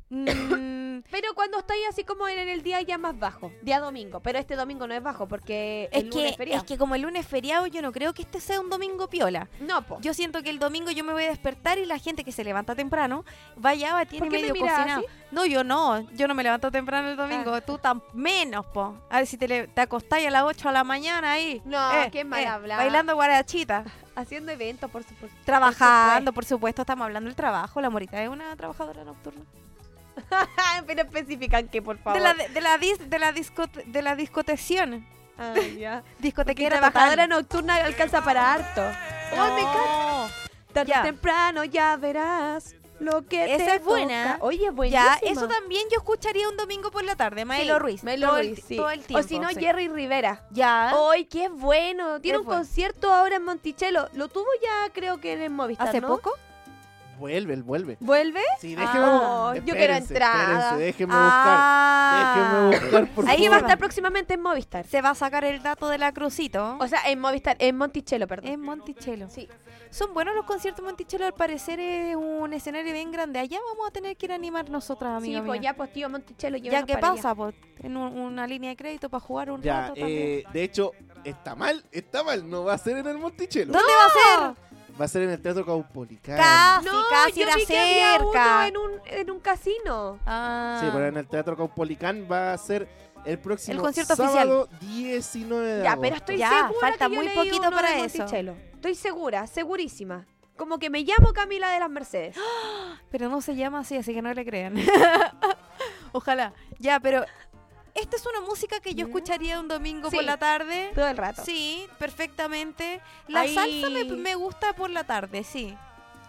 [SPEAKER 4] Mm,
[SPEAKER 5] Pero cuando estáis así como en el día ya más bajo, día domingo, pero este domingo no es bajo porque
[SPEAKER 4] es,
[SPEAKER 5] el
[SPEAKER 4] que,
[SPEAKER 5] lunes feriado.
[SPEAKER 4] es que como el lunes es feriado, yo no creo que este sea un domingo piola.
[SPEAKER 5] no, po.
[SPEAKER 4] Yo siento que el domingo yo me voy a despertar y la gente que se levanta temprano, vaya, va, tiene
[SPEAKER 5] ¿Por qué me
[SPEAKER 4] medio
[SPEAKER 5] miras
[SPEAKER 4] cocinado.
[SPEAKER 5] así? Ah.
[SPEAKER 4] No, yo no. Yo no me levanto temprano el domingo. Tú tan menos, po. A ver si te, le- te acostáis a las 8 de la mañana ahí. Eh,
[SPEAKER 5] No, qué mal hablar.
[SPEAKER 4] Bailando guarachita.
[SPEAKER 5] Haciendo eventos, por supuesto.
[SPEAKER 4] Trabajando, por supuesto, estamos hablando del trabajo. La Morita es una trabajadora nocturna.
[SPEAKER 5] pero especifican que, por favor.
[SPEAKER 4] De la, de, la dis- de, la discote- de la discoteción.
[SPEAKER 5] Ah, ya. Porque
[SPEAKER 4] Discotequera
[SPEAKER 5] trabajadora
[SPEAKER 4] total.
[SPEAKER 5] nocturna alcanza para harto. ¡Oh, me encanta!
[SPEAKER 4] No.
[SPEAKER 5] Tarde
[SPEAKER 4] Ya.
[SPEAKER 5] o temprano ya verás lo que
[SPEAKER 4] Esa
[SPEAKER 5] te
[SPEAKER 4] es buena.
[SPEAKER 5] toca. Oye, buenísima.
[SPEAKER 4] Ya, eso también yo escucharía un domingo por la tarde. Maelo
[SPEAKER 5] Sí,
[SPEAKER 4] Ruiz.
[SPEAKER 5] Maelo
[SPEAKER 4] todo
[SPEAKER 5] Ruiz,
[SPEAKER 4] el,
[SPEAKER 5] sí.
[SPEAKER 4] todo el tiempo.
[SPEAKER 5] O si no,
[SPEAKER 4] sí.
[SPEAKER 5] Jerry Rivera.
[SPEAKER 4] Ya.
[SPEAKER 5] ¡Ay, qué bueno! Tiene
[SPEAKER 4] Es
[SPEAKER 5] un
[SPEAKER 4] bueno.
[SPEAKER 5] concierto ahora en Monticello. Lo tuvo ya, creo que en Movistar,
[SPEAKER 4] ¿Hace
[SPEAKER 5] ¿no?
[SPEAKER 4] poco?
[SPEAKER 6] Vuelve, él vuelve.
[SPEAKER 5] ¿Vuelve?
[SPEAKER 6] Sí,
[SPEAKER 4] Ah,
[SPEAKER 6] déjeme
[SPEAKER 5] yo
[SPEAKER 6] buscar.
[SPEAKER 5] quiero
[SPEAKER 6] Espérense,
[SPEAKER 5] entrada. Ah.
[SPEAKER 6] espérense, déjeme
[SPEAKER 4] Ah.
[SPEAKER 6] buscar. Déjeme buscar, por
[SPEAKER 5] Ahí va a
[SPEAKER 6] favor.
[SPEAKER 5] estar próximamente en Movistar.
[SPEAKER 4] Se va a sacar el dato de la crucito.
[SPEAKER 5] O sea, en Movistar, en Monticello, perdón.
[SPEAKER 4] En Monticello.
[SPEAKER 5] Sí.
[SPEAKER 4] Son buenos los conciertos en Monticello, al parecer es un escenario bien grande. Allá vamos a tener que ir a animar nosotras, amigas.
[SPEAKER 5] sí, pues ya, pues tío, Monticello,
[SPEAKER 4] ya
[SPEAKER 5] llévanos
[SPEAKER 4] que
[SPEAKER 5] para allá.
[SPEAKER 4] pasa, pues, en un- una línea de crédito para jugar un
[SPEAKER 6] Ya,
[SPEAKER 4] rato también.
[SPEAKER 6] eh, de hecho, está mal, está mal. No va a ser en el Monticello.
[SPEAKER 4] ¿Dónde va a ser?
[SPEAKER 6] Va a ser en el Teatro Caupolicán.
[SPEAKER 4] Casi,
[SPEAKER 5] no,
[SPEAKER 4] casi
[SPEAKER 5] yo
[SPEAKER 4] era
[SPEAKER 5] vi que había uno
[SPEAKER 4] cerca.
[SPEAKER 5] en un, en un casino.
[SPEAKER 4] Ah.
[SPEAKER 6] Sí, pero en el Teatro Caupolicán va a ser el próximo
[SPEAKER 4] El concierto
[SPEAKER 6] sábado 19 de
[SPEAKER 5] Ya,
[SPEAKER 6] agosto.
[SPEAKER 5] pero estoy
[SPEAKER 4] Ya,
[SPEAKER 5] segura
[SPEAKER 4] falta
[SPEAKER 5] que yo
[SPEAKER 4] muy
[SPEAKER 5] leí
[SPEAKER 4] poquito
[SPEAKER 5] uno
[SPEAKER 4] para
[SPEAKER 5] de
[SPEAKER 4] eso.
[SPEAKER 5] Monticello. Estoy segura, segurísima. Como que me llamo Camila de las Mercedes.
[SPEAKER 4] Pero no se llama así, así que no le crean. Ojalá. Ya, pero Esta es una música que yo
[SPEAKER 5] ¿Mm?
[SPEAKER 4] escucharía un domingo
[SPEAKER 5] Sí.
[SPEAKER 4] por la tarde.
[SPEAKER 5] Todo el rato.
[SPEAKER 4] Sí, perfectamente. La
[SPEAKER 5] Ahí-
[SPEAKER 4] salsa me, me gusta por la tarde, sí.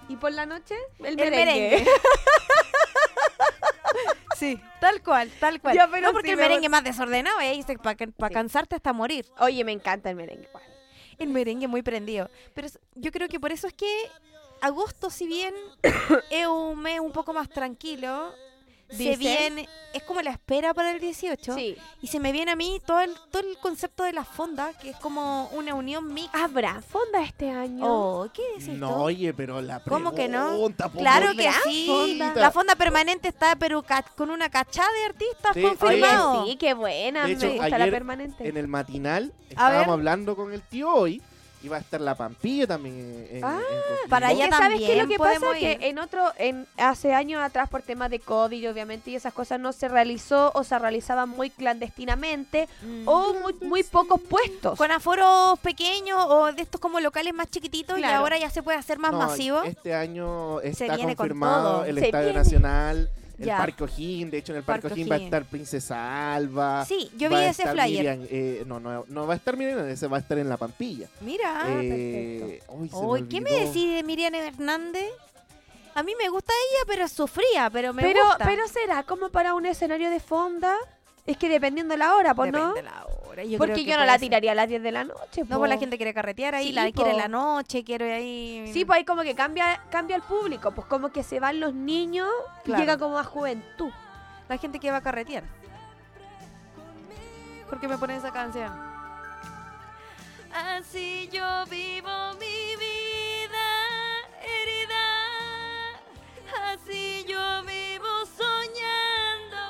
[SPEAKER 5] Y por la noche, el
[SPEAKER 4] El
[SPEAKER 5] merengue.
[SPEAKER 4] merengue. Sí, tal cual, tal cual.
[SPEAKER 5] Ya, pero
[SPEAKER 4] no, porque
[SPEAKER 5] sí
[SPEAKER 4] el
[SPEAKER 5] me
[SPEAKER 4] merengue es más desordenado, ¿eh? Para
[SPEAKER 5] Sí.
[SPEAKER 4] cansarte hasta morir.
[SPEAKER 5] Oye, me encanta el merengue. igual.
[SPEAKER 4] El merengue muy prendido. Pero es- yo creo que por eso es que agosto, si bien es un mes un poco más tranquilo, se
[SPEAKER 5] Dicen.
[SPEAKER 4] viene, es como la espera para el 18.
[SPEAKER 5] Sí.
[SPEAKER 4] Y se me viene a mí todo el, todo el concepto de la fonda, que es como una unión mixta.
[SPEAKER 5] ¿Habrá fonda este año?
[SPEAKER 4] Oh, ¿qué decís
[SPEAKER 6] No,
[SPEAKER 4] tú?
[SPEAKER 6] oye, pero la
[SPEAKER 4] ¿Cómo que no?
[SPEAKER 6] pregunta, pues, po,
[SPEAKER 4] Claro que
[SPEAKER 6] Morita.
[SPEAKER 4] sí.
[SPEAKER 6] fonda.
[SPEAKER 4] La fonda permanente está pero ca- con una cachada de artistas
[SPEAKER 6] Sí,
[SPEAKER 5] Oye,
[SPEAKER 4] confirmados.
[SPEAKER 5] sí, qué buena.
[SPEAKER 6] De hecho,
[SPEAKER 5] me gusta la
[SPEAKER 6] ayer
[SPEAKER 5] permanente.
[SPEAKER 6] En el matinal estábamos hablando con el tío hoy y va a estar la Pampilla también. en- en-
[SPEAKER 5] Ah,
[SPEAKER 6] en
[SPEAKER 4] para
[SPEAKER 6] Coquimbo.
[SPEAKER 4] allá
[SPEAKER 5] Es que ¿Sabes qué?
[SPEAKER 4] también
[SPEAKER 5] Lo que
[SPEAKER 4] podemos
[SPEAKER 5] pasa es
[SPEAKER 4] ir.
[SPEAKER 5] que en otro, en, hace años atrás, por temas de COVID, obviamente, y esas cosas, no se realizó o se realizaba muy clandestinamente
[SPEAKER 4] Mm.
[SPEAKER 5] o muy, muy pocos puestos.
[SPEAKER 4] Con aforos pequeños o de estos como locales más chiquititos y
[SPEAKER 5] Claro.
[SPEAKER 4] ahora ya se puede hacer más
[SPEAKER 6] No,
[SPEAKER 4] masivo.
[SPEAKER 6] Este año está
[SPEAKER 4] viene con
[SPEAKER 6] confirmado
[SPEAKER 4] todo.
[SPEAKER 6] el
[SPEAKER 5] Se
[SPEAKER 6] Estadio
[SPEAKER 5] viene.
[SPEAKER 6] Nacional, el
[SPEAKER 4] Ya.
[SPEAKER 6] Parque O'Higgins. De hecho, en el Parque
[SPEAKER 4] Parque
[SPEAKER 6] O'Higgins va a
[SPEAKER 4] O'Higgins.
[SPEAKER 6] estar Princesa Alba.
[SPEAKER 4] Sí, yo vi
[SPEAKER 6] va a
[SPEAKER 4] ese
[SPEAKER 6] estar
[SPEAKER 4] flyer.
[SPEAKER 6] Miriam, eh, no, no, no va a estar Miriam, ese va a estar en la Pampilla.
[SPEAKER 4] Mira.
[SPEAKER 6] Eh, uy, se me
[SPEAKER 4] Oy, Ah, ¿Qué me
[SPEAKER 6] olvidó.
[SPEAKER 4] decís de Miriam Hernández? A mí me gusta ella, pero sufría, pero me
[SPEAKER 5] pero,
[SPEAKER 4] gusta.
[SPEAKER 5] pero será como para un escenario de fonda. Es que dependiendo la hora, pues
[SPEAKER 4] Depende
[SPEAKER 5] no.
[SPEAKER 4] de la hora. Yo creo
[SPEAKER 5] Porque
[SPEAKER 4] que
[SPEAKER 5] yo no
[SPEAKER 4] puede
[SPEAKER 5] la
[SPEAKER 4] ser.
[SPEAKER 5] tiraría a las 10 de la noche.
[SPEAKER 4] No,
[SPEAKER 5] po.
[SPEAKER 4] pues la gente quiere carretear ahí,
[SPEAKER 5] Sí,
[SPEAKER 4] la quiere
[SPEAKER 5] po.
[SPEAKER 4] en la noche, quiere ahí.
[SPEAKER 5] Sí, pues ahí como que cambia, cambia el público, pues como que se van los niños y
[SPEAKER 4] Claro.
[SPEAKER 5] llega como a juventud.
[SPEAKER 4] La gente que va a carretear. ¿Por qué me ponen esa canción? Así yo vivo mi vida herida. Así yo vivo soñando,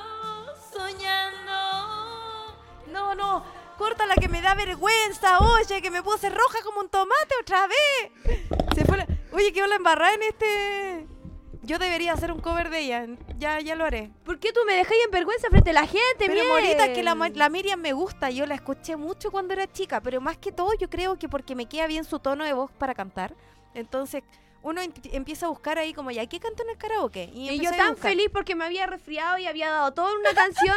[SPEAKER 4] soñando. No, no, corta la que me da vergüenza. Oye, que me puse roja como un tomate otra vez. Se fue la- Oye, quedó la embarrada en este. Yo debería hacer un cover de ella. Ya, ya lo haré.
[SPEAKER 5] ¿Por qué tú me dejáis en vergüenza frente a la gente,
[SPEAKER 4] Pero
[SPEAKER 5] Miel?
[SPEAKER 4] Morita, es que la, Ma- la Miriam me gusta, yo la escuché mucho cuando era chica, pero más que todo yo creo que porque me queda bien su tono de voz para cantar. Entonces uno ent- empieza a buscar ahí como ya, ¿qué canta en el karaoke?
[SPEAKER 5] Y yo
[SPEAKER 4] empezáis a
[SPEAKER 5] tan
[SPEAKER 4] buscar.
[SPEAKER 5] feliz porque me había resfriado y había dado toda una canción.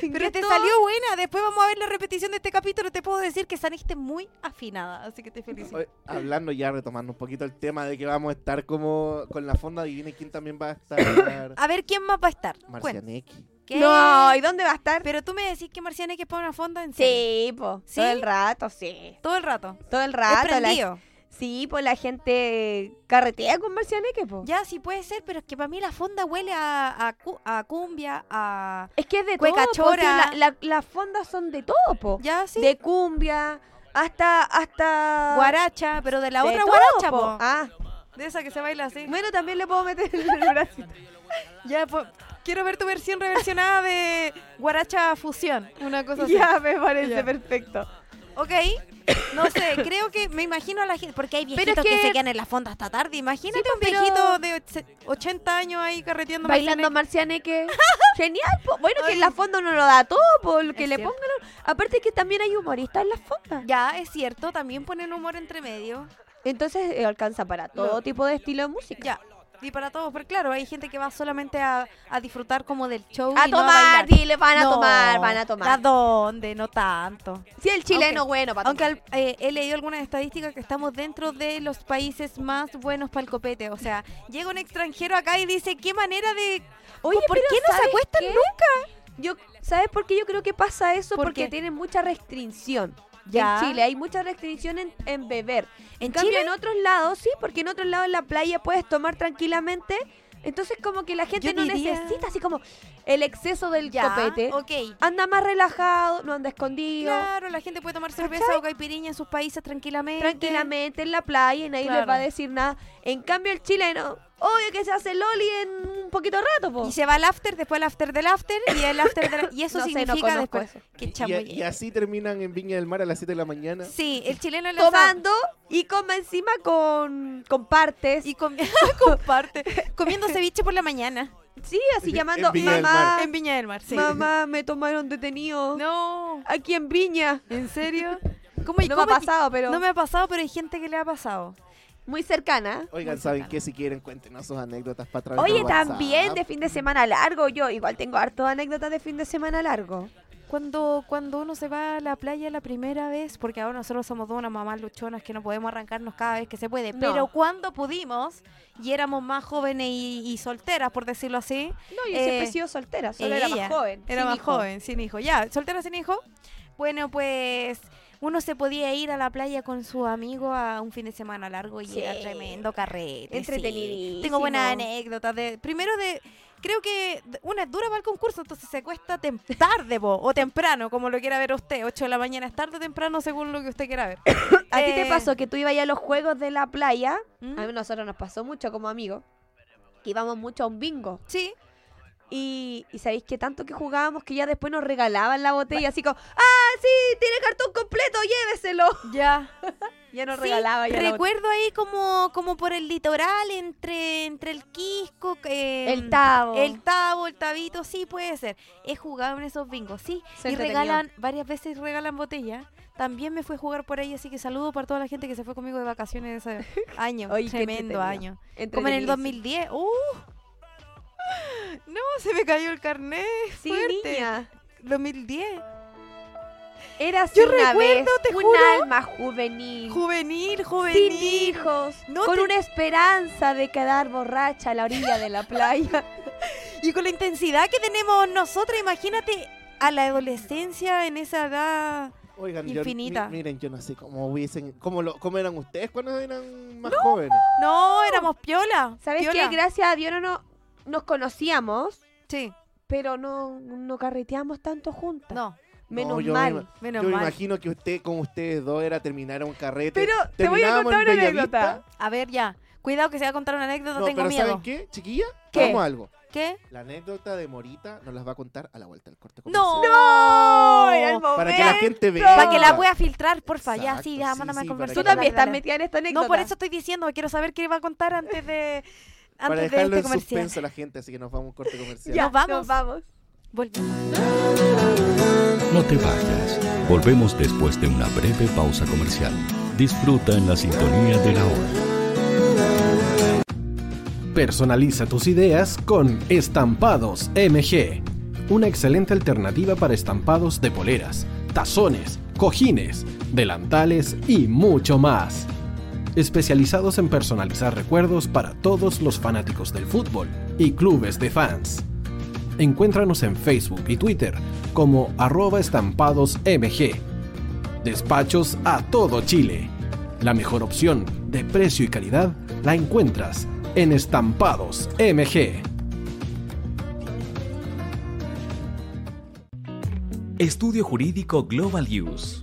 [SPEAKER 4] Pero te
[SPEAKER 5] Todo-
[SPEAKER 4] salió buena, después vamos a ver la repetición de este capítulo, te puedo decir que saliste muy afinada, así que te felicito.
[SPEAKER 6] Oye, hablando ya, retomando un poquito el tema de que vamos a estar como con la fonda, adivinen quién también va a estar.
[SPEAKER 4] A ver quién más va a estar. Cuenta.
[SPEAKER 6] Marcianeque.
[SPEAKER 4] ¿Qué?
[SPEAKER 5] No, ¿y dónde va a estar?
[SPEAKER 4] Pero tú me decís que Marciana que pone una fonda en serio?
[SPEAKER 5] Sí, po.
[SPEAKER 4] ¿Sí?
[SPEAKER 5] Todo el rato, sí.
[SPEAKER 4] Todo el rato.
[SPEAKER 5] Todo el
[SPEAKER 4] Es
[SPEAKER 5] rato. La,
[SPEAKER 4] prendido.
[SPEAKER 5] sí, pues la gente carretea con Marcianeque, po.
[SPEAKER 4] Ya, sí puede ser, pero es que para mí la fonda huele a, a cu- a cumbia, a...
[SPEAKER 5] Es que es de
[SPEAKER 4] Cueca
[SPEAKER 5] todo, po,
[SPEAKER 4] chora.
[SPEAKER 5] si la- la- las fondas son de todo, po.
[SPEAKER 4] Ya, sí.
[SPEAKER 5] De cumbia hasta... hasta
[SPEAKER 4] guaracha, pero de la
[SPEAKER 5] de
[SPEAKER 4] otra
[SPEAKER 5] todo,
[SPEAKER 4] guaracha,
[SPEAKER 5] po.
[SPEAKER 4] po.
[SPEAKER 5] Ah,
[SPEAKER 4] De esa que se baila así.
[SPEAKER 5] bueno, también le puedo meter el bracito.
[SPEAKER 4] Ya, po- quiero ver tu versión reversionada de guaracha fusión, una cosa así.
[SPEAKER 5] Ya, me parece
[SPEAKER 4] Ya.
[SPEAKER 5] perfecto.
[SPEAKER 4] Ok, no sé, creo que me imagino a la gente, porque hay viejitos
[SPEAKER 5] es
[SPEAKER 4] que...
[SPEAKER 5] que-
[SPEAKER 4] se quedan en la fonda hasta tarde. Imagínate
[SPEAKER 5] Sí, po,
[SPEAKER 4] un
[SPEAKER 5] pero-
[SPEAKER 4] viejito de och- 80 años ahí carreteando.
[SPEAKER 5] Bailando
[SPEAKER 4] Marcianeque.
[SPEAKER 5] marcianeque. Genial, po. bueno, que
[SPEAKER 4] Ay.
[SPEAKER 5] en la fonda uno lo da todo, po, lo que
[SPEAKER 4] Es
[SPEAKER 5] le
[SPEAKER 4] cierto.
[SPEAKER 5] pongan. Aparte que también hay humoristas en la fonda.
[SPEAKER 4] Ya, es cierto, también ponen humor entre medio.
[SPEAKER 5] Entonces eh, alcanza para todo
[SPEAKER 4] No.
[SPEAKER 5] tipo de estilo de música.
[SPEAKER 4] Ya. Y para todos, pero claro, hay gente que va solamente a, a disfrutar como del show.
[SPEAKER 5] A
[SPEAKER 4] y no bailar.
[SPEAKER 5] tomar, dile, van a
[SPEAKER 4] No,
[SPEAKER 5] tomar, van a tomar.
[SPEAKER 4] ¿A dónde? No tanto.
[SPEAKER 5] Si el chileno
[SPEAKER 4] Aunque-
[SPEAKER 5] bueno para
[SPEAKER 4] Aunque
[SPEAKER 5] tomar.
[SPEAKER 4] al- eh, he leído algunas estadísticas que estamos dentro de los países más buenos para el copete. O sea, llega un extranjero acá y dice, ¿qué manera de...? Oye, ¿por
[SPEAKER 5] pero
[SPEAKER 4] qué no se
[SPEAKER 5] ¿sabes
[SPEAKER 4] acuestan
[SPEAKER 5] qué?
[SPEAKER 4] nunca?
[SPEAKER 5] Yo, ¿Sabes por qué yo creo que pasa eso?
[SPEAKER 4] ¿Por
[SPEAKER 5] Porque
[SPEAKER 4] qué?
[SPEAKER 5] tienen mucha restricción.
[SPEAKER 4] Ya.
[SPEAKER 5] En Chile hay mucha restricción en, en beber.
[SPEAKER 4] ¿En
[SPEAKER 5] cambio,
[SPEAKER 4] Chile?
[SPEAKER 5] en otros lados, sí, porque en otros lados en la playa puedes tomar tranquilamente. Entonces, como que la gente
[SPEAKER 4] Yo
[SPEAKER 5] no
[SPEAKER 4] diría-
[SPEAKER 5] necesita así como el exceso del
[SPEAKER 4] Ya,
[SPEAKER 5] copete.
[SPEAKER 4] ok.
[SPEAKER 5] Anda más relajado, no anda escondido.
[SPEAKER 4] Claro, la gente puede tomar cerveza
[SPEAKER 5] ¿Cachai?
[SPEAKER 4] o caipirinha en sus países tranquilamente.
[SPEAKER 5] Tranquilamente en la playa y nadie
[SPEAKER 4] Claro.
[SPEAKER 5] les va a decir nada. En cambio, el chileno, obvio que se hace loli en un poquito rato, po.
[SPEAKER 4] Y se va al after, después al after del after y el after del... Y eso
[SPEAKER 5] No sé, no
[SPEAKER 4] significa
[SPEAKER 5] conozco
[SPEAKER 4] después...
[SPEAKER 5] eso.
[SPEAKER 4] Qué
[SPEAKER 6] Y- y,
[SPEAKER 4] chamullero.
[SPEAKER 6] y así terminan en Viña del Mar a las 7 de la mañana.
[SPEAKER 4] Sí, el chileno en la
[SPEAKER 5] tomando y come encima con, con partes.
[SPEAKER 4] Y comi- comparte. Comiendo ceviche por la mañana.
[SPEAKER 5] sí, así
[SPEAKER 6] En
[SPEAKER 5] llamando
[SPEAKER 6] Viña del
[SPEAKER 5] mamá.
[SPEAKER 6] Mar.
[SPEAKER 4] En Viña del Mar, sí.
[SPEAKER 5] Ah. Mamá, me tomaron detenido.
[SPEAKER 4] No.
[SPEAKER 5] Aquí en Viña.
[SPEAKER 4] ¿En serio?
[SPEAKER 5] No
[SPEAKER 4] ¿Cómo,
[SPEAKER 5] me ha
[SPEAKER 4] cómo-
[SPEAKER 5] pasado, pero
[SPEAKER 4] No me ha pasado, pero hay gente que le ha pasado.
[SPEAKER 5] muy cercana.
[SPEAKER 6] Oigan, ¿saben qué? Si quieren, cuéntenos sus anécdotas para través
[SPEAKER 5] Oye,
[SPEAKER 6] del WhatsApp.
[SPEAKER 5] también de fin de semana largo. Yo igual tengo harto anécdotas de fin de semana largo.
[SPEAKER 4] cuando, cuando uno se va a la playa la primera vez, porque ahora nosotros somos dos unas mamás luchonas que no podemos arrancarnos cada vez que se puede,
[SPEAKER 8] No.
[SPEAKER 4] pero cuando pudimos y éramos más jóvenes y, y solteras, por decirlo así,
[SPEAKER 8] No, yo siempre he
[SPEAKER 4] Eh,
[SPEAKER 8] sido soltera, solo era
[SPEAKER 4] ella
[SPEAKER 8] más joven.
[SPEAKER 4] era
[SPEAKER 8] sin
[SPEAKER 4] más
[SPEAKER 8] hijo.
[SPEAKER 4] joven, sin hijo, ya, soltera sin hijo, bueno, pues uno se podía ir a la playa con su amigo a un fin de semana largo y
[SPEAKER 8] Sí.
[SPEAKER 4] era tremendo carrete. sí.
[SPEAKER 8] Entretenidísimo.
[SPEAKER 4] Tengo buenas anécdotas. De, primero de... Creo que d- una es dura para el concurso, entonces se cuesta tem- tarde po, o temprano, como lo quiera ver usted. 8 de la mañana es tarde o temprano, según lo que usted quiera ver.
[SPEAKER 8] ¿A ti
[SPEAKER 4] Eh,
[SPEAKER 8] te pasó que tú ibas ya a los juegos de la playa?
[SPEAKER 4] ¿Mm?
[SPEAKER 8] A mí nosotros nos pasó mucho como amigos. Que íbamos mucho a un bingo.
[SPEAKER 4] Sí,
[SPEAKER 8] Y, y sabéis que tanto que jugábamos que ya después nos regalaban la botella así como, ¡ah, sí! Tiene cartón completo, lléveselo.
[SPEAKER 4] ya.
[SPEAKER 8] Ya nos
[SPEAKER 4] Sí,
[SPEAKER 8] regalaba ya la botella.
[SPEAKER 4] Recuerdo ahí como, como por el litoral, entre, entre el Quisco, eh,
[SPEAKER 8] El tabo.
[SPEAKER 4] El tabo, el tabito, sí puede ser. He jugado en esos bingos, sí.
[SPEAKER 8] Se
[SPEAKER 4] y
[SPEAKER 8] entretenido.
[SPEAKER 4] regalan, varias veces regalan botella. También me fue a jugar por ahí, así que saludo para toda la gente que se fue conmigo de vacaciones ese año.
[SPEAKER 8] Oye, qué
[SPEAKER 4] tremendo
[SPEAKER 8] entretenido.
[SPEAKER 4] año. Como en el 2010. ¡Uh! No, se me cayó el carnet.
[SPEAKER 8] Sí,
[SPEAKER 4] fuerte.
[SPEAKER 8] niña.
[SPEAKER 4] 2010.
[SPEAKER 8] Era así
[SPEAKER 4] Yo
[SPEAKER 8] una
[SPEAKER 4] recuerdo,
[SPEAKER 8] vez,
[SPEAKER 4] te
[SPEAKER 8] un
[SPEAKER 4] juro.
[SPEAKER 8] alma juvenil.
[SPEAKER 4] Juvenil,
[SPEAKER 8] sin
[SPEAKER 4] juvenil.
[SPEAKER 8] hijos,
[SPEAKER 4] No
[SPEAKER 8] con
[SPEAKER 4] te-
[SPEAKER 8] una esperanza de quedar borracha a la orilla de la playa.
[SPEAKER 4] Y con la intensidad que tenemos nosotras, imagínate a la adolescencia en esa edad.
[SPEAKER 6] Oigan, yo- mi-
[SPEAKER 4] Infinita.
[SPEAKER 6] miren, yo no sé cómo hubiesen, cómo, lo, cómo eran ustedes cuando eran más jóvenes.
[SPEAKER 4] No, éramos piola.
[SPEAKER 8] ¿Sabes
[SPEAKER 4] piola.
[SPEAKER 8] qué? Gracias a Dios no, no- nos conocíamos,
[SPEAKER 4] Sí,
[SPEAKER 8] pero no, no carreteamos tanto juntas.
[SPEAKER 4] no,
[SPEAKER 6] No,
[SPEAKER 8] Menos
[SPEAKER 6] yo me
[SPEAKER 8] mal.
[SPEAKER 6] ima-
[SPEAKER 4] menos
[SPEAKER 6] yo me
[SPEAKER 4] mal.
[SPEAKER 6] imagino que usted con ustedes dos era terminar un carrete.
[SPEAKER 8] Pero te voy a
[SPEAKER 6] Terminábamos
[SPEAKER 8] contar
[SPEAKER 6] en
[SPEAKER 8] una
[SPEAKER 6] Bellavista.
[SPEAKER 8] anécdota.
[SPEAKER 4] A ver, ya. Cuidado que se va a contar una anécdota,
[SPEAKER 6] No,
[SPEAKER 4] tengo
[SPEAKER 6] pero
[SPEAKER 4] miedo.
[SPEAKER 6] ¿saben qué, chiquilla?
[SPEAKER 8] ¿Qué?
[SPEAKER 6] Hagamos algo.
[SPEAKER 4] ¿Qué?
[SPEAKER 6] La anécdota de Morita nos las va a contar a la vuelta del corte
[SPEAKER 4] ¡No!
[SPEAKER 6] comercial. Para que la gente vea.
[SPEAKER 4] Para que la pueda filtrar, porfa, ya,
[SPEAKER 6] Exacto,
[SPEAKER 4] sí, ya,
[SPEAKER 6] sí, sí,
[SPEAKER 4] mándame a
[SPEAKER 6] para
[SPEAKER 4] conversar.
[SPEAKER 8] Tú
[SPEAKER 6] que la-
[SPEAKER 8] también estás
[SPEAKER 4] Dale, dale.
[SPEAKER 8] metida en esta anécdota.
[SPEAKER 4] No, por eso estoy diciendo, quiero saber qué va a contar antes de,
[SPEAKER 6] Para
[SPEAKER 4] antes de
[SPEAKER 6] dejarlo
[SPEAKER 4] este
[SPEAKER 6] en
[SPEAKER 4] comercial.
[SPEAKER 6] suspenso a la gente, así que nos vamos a un corte comercial.
[SPEAKER 8] Ya,
[SPEAKER 4] Nos vamos.
[SPEAKER 8] Nos vamos.
[SPEAKER 4] Volvemos.
[SPEAKER 1] No te vayas. Volvemos después de una breve pausa comercial. Disfruta en la sintonía de la hora.
[SPEAKER 9] Personaliza tus ideas con Estampados MG, una excelente alternativa para estampados de poleras, tazones, cojines, delantales y mucho más. Especializados en personalizar recuerdos para todos los fanáticos del fútbol y clubes de fans. Encuéntranos en Facebook y Twitter como arroba estampados MG. Despachos a todo Chile. La mejor opción de precio y calidad la encuentras en Estampados MG.
[SPEAKER 3] Estudio Jurídico Global Use.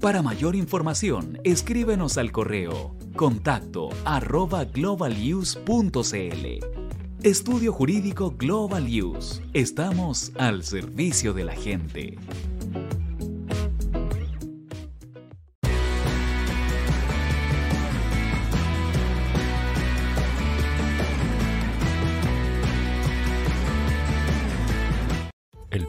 [SPEAKER 3] Para mayor información, escríbenos al correo contacto arroba globaluse.cl. Estudio Jurídico Global Use. Estamos al servicio de la gente.
[SPEAKER 1] El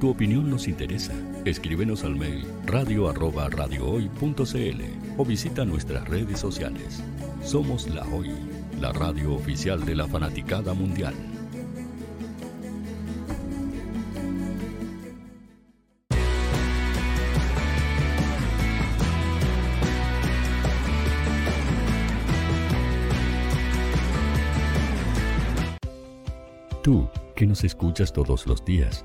[SPEAKER 1] Tu opinión nos interesa. Escríbenos al mail radio arroba radiohoy.cl o visita nuestras redes sociales. Somos La Hoy, la radio oficial de la fanaticada mundial. Tú, que nos escuchas todos los días,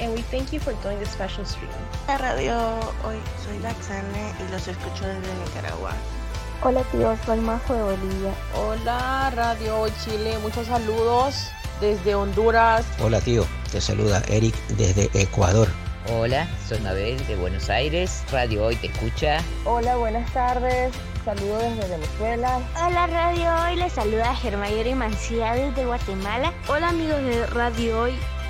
[SPEAKER 10] And we thank you for doing this special stream.
[SPEAKER 11] La radio hoy soy Laxane y los escucho desde Nicaragua.
[SPEAKER 12] Hola tío, soy Majo de Bolivia.
[SPEAKER 13] Hola Radio Chile, muchos saludos desde Honduras.
[SPEAKER 14] Hola tío, te saluda Eric desde Ecuador.
[SPEAKER 15] Hola, soy Mabel de Buenos Aires, Radio Hoy te escucha.
[SPEAKER 16] Hola, buenas tardes, saludos desde Venezuela.
[SPEAKER 17] Hola Radio Hoy, les saluda Germayori Mancía desde Guatemala.
[SPEAKER 18] Hola amigos de Radio Hoy.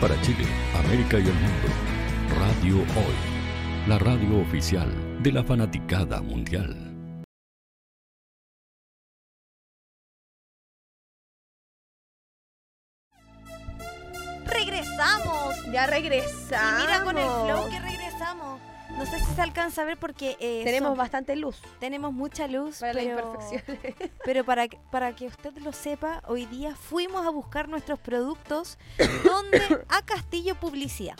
[SPEAKER 1] Para Chile, América y el mundo, Radio Hoy, la radio oficial de la fanaticada mundial.
[SPEAKER 4] regresamos.
[SPEAKER 5] Ya regresamos.
[SPEAKER 4] Y mira con el flow que regresamos. No sé si se alcanza a ver porque eh,
[SPEAKER 5] tenemos
[SPEAKER 4] son-
[SPEAKER 5] bastante luz
[SPEAKER 4] tenemos mucha luz.
[SPEAKER 5] para
[SPEAKER 4] pero,
[SPEAKER 5] las imperfecciones.
[SPEAKER 4] Pero para, que- para que usted lo sepa, hoy día fuimos a buscar nuestros productos donde a Castillo Publicidad.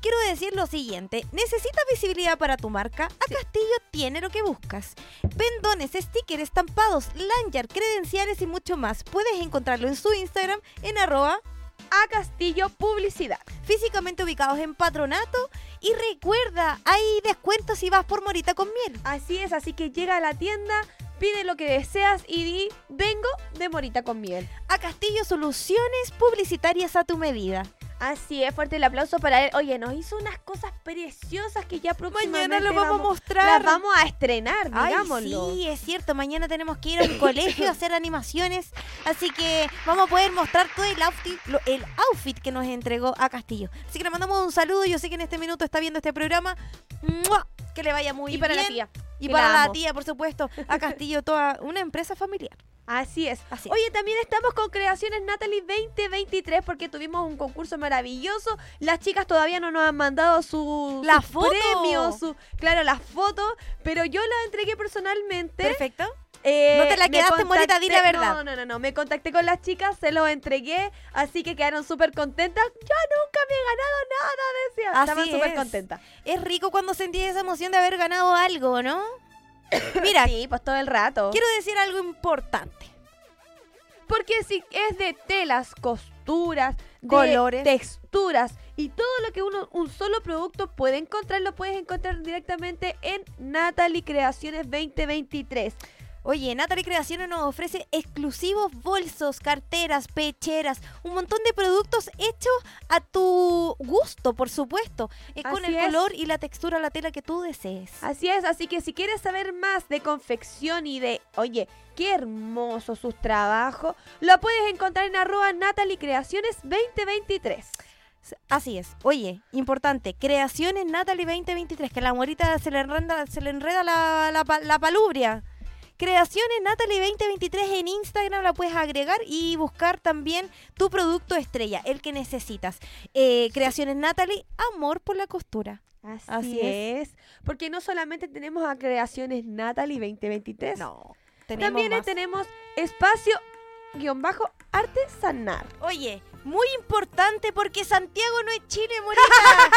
[SPEAKER 4] Quiero decir lo siguiente, necesitas visibilidad para tu marca, a Castillo tiene lo que buscas. Pendones, stickers, estampados, lanyard, credenciales y mucho más. Puedes encontrarlo en su Instagram en arroba
[SPEAKER 5] A Castillo Publicidad.
[SPEAKER 4] físicamente ubicados en Patronato. Y recuerda, hay descuentos si vas por Morita con miel.
[SPEAKER 5] Así es, así que llega a la tienda, pide lo que deseas y di, vengo de Morita con miel.
[SPEAKER 4] A Castillo Soluciones Publicitarias a tu medida.
[SPEAKER 5] Así es, fuerte el aplauso para él. Oye, nos hizo unas cosas preciosas que ya próximamente
[SPEAKER 4] Mañana lo vamos a
[SPEAKER 5] las
[SPEAKER 4] mostrar.
[SPEAKER 5] vamos a estrenar,
[SPEAKER 4] Ay,
[SPEAKER 5] digámoslo.
[SPEAKER 4] sí, es cierto. Mañana tenemos que ir a un colegio a hacer animaciones. Así que vamos a poder mostrar todo el outfit, lo- el outfit que nos entregó a Castillo. Así que le mandamos un saludo. Yo sé que en este minuto está viendo este programa. ¡Mua! Que le vaya muy
[SPEAKER 5] y para la
[SPEAKER 4] bien.
[SPEAKER 5] tía.
[SPEAKER 4] Y
[SPEAKER 5] que
[SPEAKER 4] para la
[SPEAKER 5] amo.
[SPEAKER 4] tía, por supuesto. A Castillo, toda una empresa familiar.
[SPEAKER 5] Así es.
[SPEAKER 4] Así es.
[SPEAKER 5] Oye, también estamos con Creaciones Natalie 2023 porque tuvimos un concurso maravilloso. Las chicas todavía no nos han mandado su,
[SPEAKER 4] La
[SPEAKER 5] sus
[SPEAKER 4] foto.
[SPEAKER 5] premios, su- claro, las fotos, pero yo la entregué personalmente.
[SPEAKER 4] Perfecto.
[SPEAKER 5] Eh,
[SPEAKER 4] No te la
[SPEAKER 5] me
[SPEAKER 4] quedaste, Morita, di la
[SPEAKER 5] contacté-
[SPEAKER 4] verdad.
[SPEAKER 5] No, no, no, no, me contacté con las chicas, se los entregué, así que quedaron súper contentas. Yo nunca me he ganado nada, decía.
[SPEAKER 4] Así
[SPEAKER 5] Estaban súper
[SPEAKER 4] es.
[SPEAKER 5] contentas.
[SPEAKER 4] Es rico cuando sentís esa emoción de haber ganado algo, ¿no? Mira,
[SPEAKER 5] Sí, pues todo el rato.
[SPEAKER 4] quiero decir algo importante.
[SPEAKER 5] Porque si es de telas, costuras, de
[SPEAKER 4] Colores.
[SPEAKER 5] texturas y todo lo que uno un solo producto puede encontrar lo puedes encontrar directamente en Natalie Creaciones 2023.
[SPEAKER 4] Oye, Natalie Creaciones nos ofrece exclusivos bolsos, carteras, pecheras, un montón de productos hechos a tu gusto, por supuesto, eh, con
[SPEAKER 5] Así
[SPEAKER 4] el
[SPEAKER 5] es.
[SPEAKER 4] color y la textura, la tela que tú desees.
[SPEAKER 5] Así es, así que si quieres saber más de confección y de, oye, qué hermosos sus trabajos, lo puedes encontrar en arroba Natalie Creaciones 2023.
[SPEAKER 4] Así es. Oye, importante, creaciones Natalie 2023, que la morita se le enreda, se le enreda la, la, pa- la palubria. Creaciones Natalie 2023 en Instagram la puedes agregar y buscar también tu producto estrella, el que necesitas. Eh, creaciones Natalie, amor por la costura.
[SPEAKER 5] Así,
[SPEAKER 4] Así
[SPEAKER 5] es. Porque no solamente tenemos a Creaciones Natalie 2023. No.
[SPEAKER 4] tenemos
[SPEAKER 5] También
[SPEAKER 4] más.
[SPEAKER 5] tenemos espacio guión bajo artesanar.
[SPEAKER 4] Oye, muy importante porque Santiago no es Chile, Morita.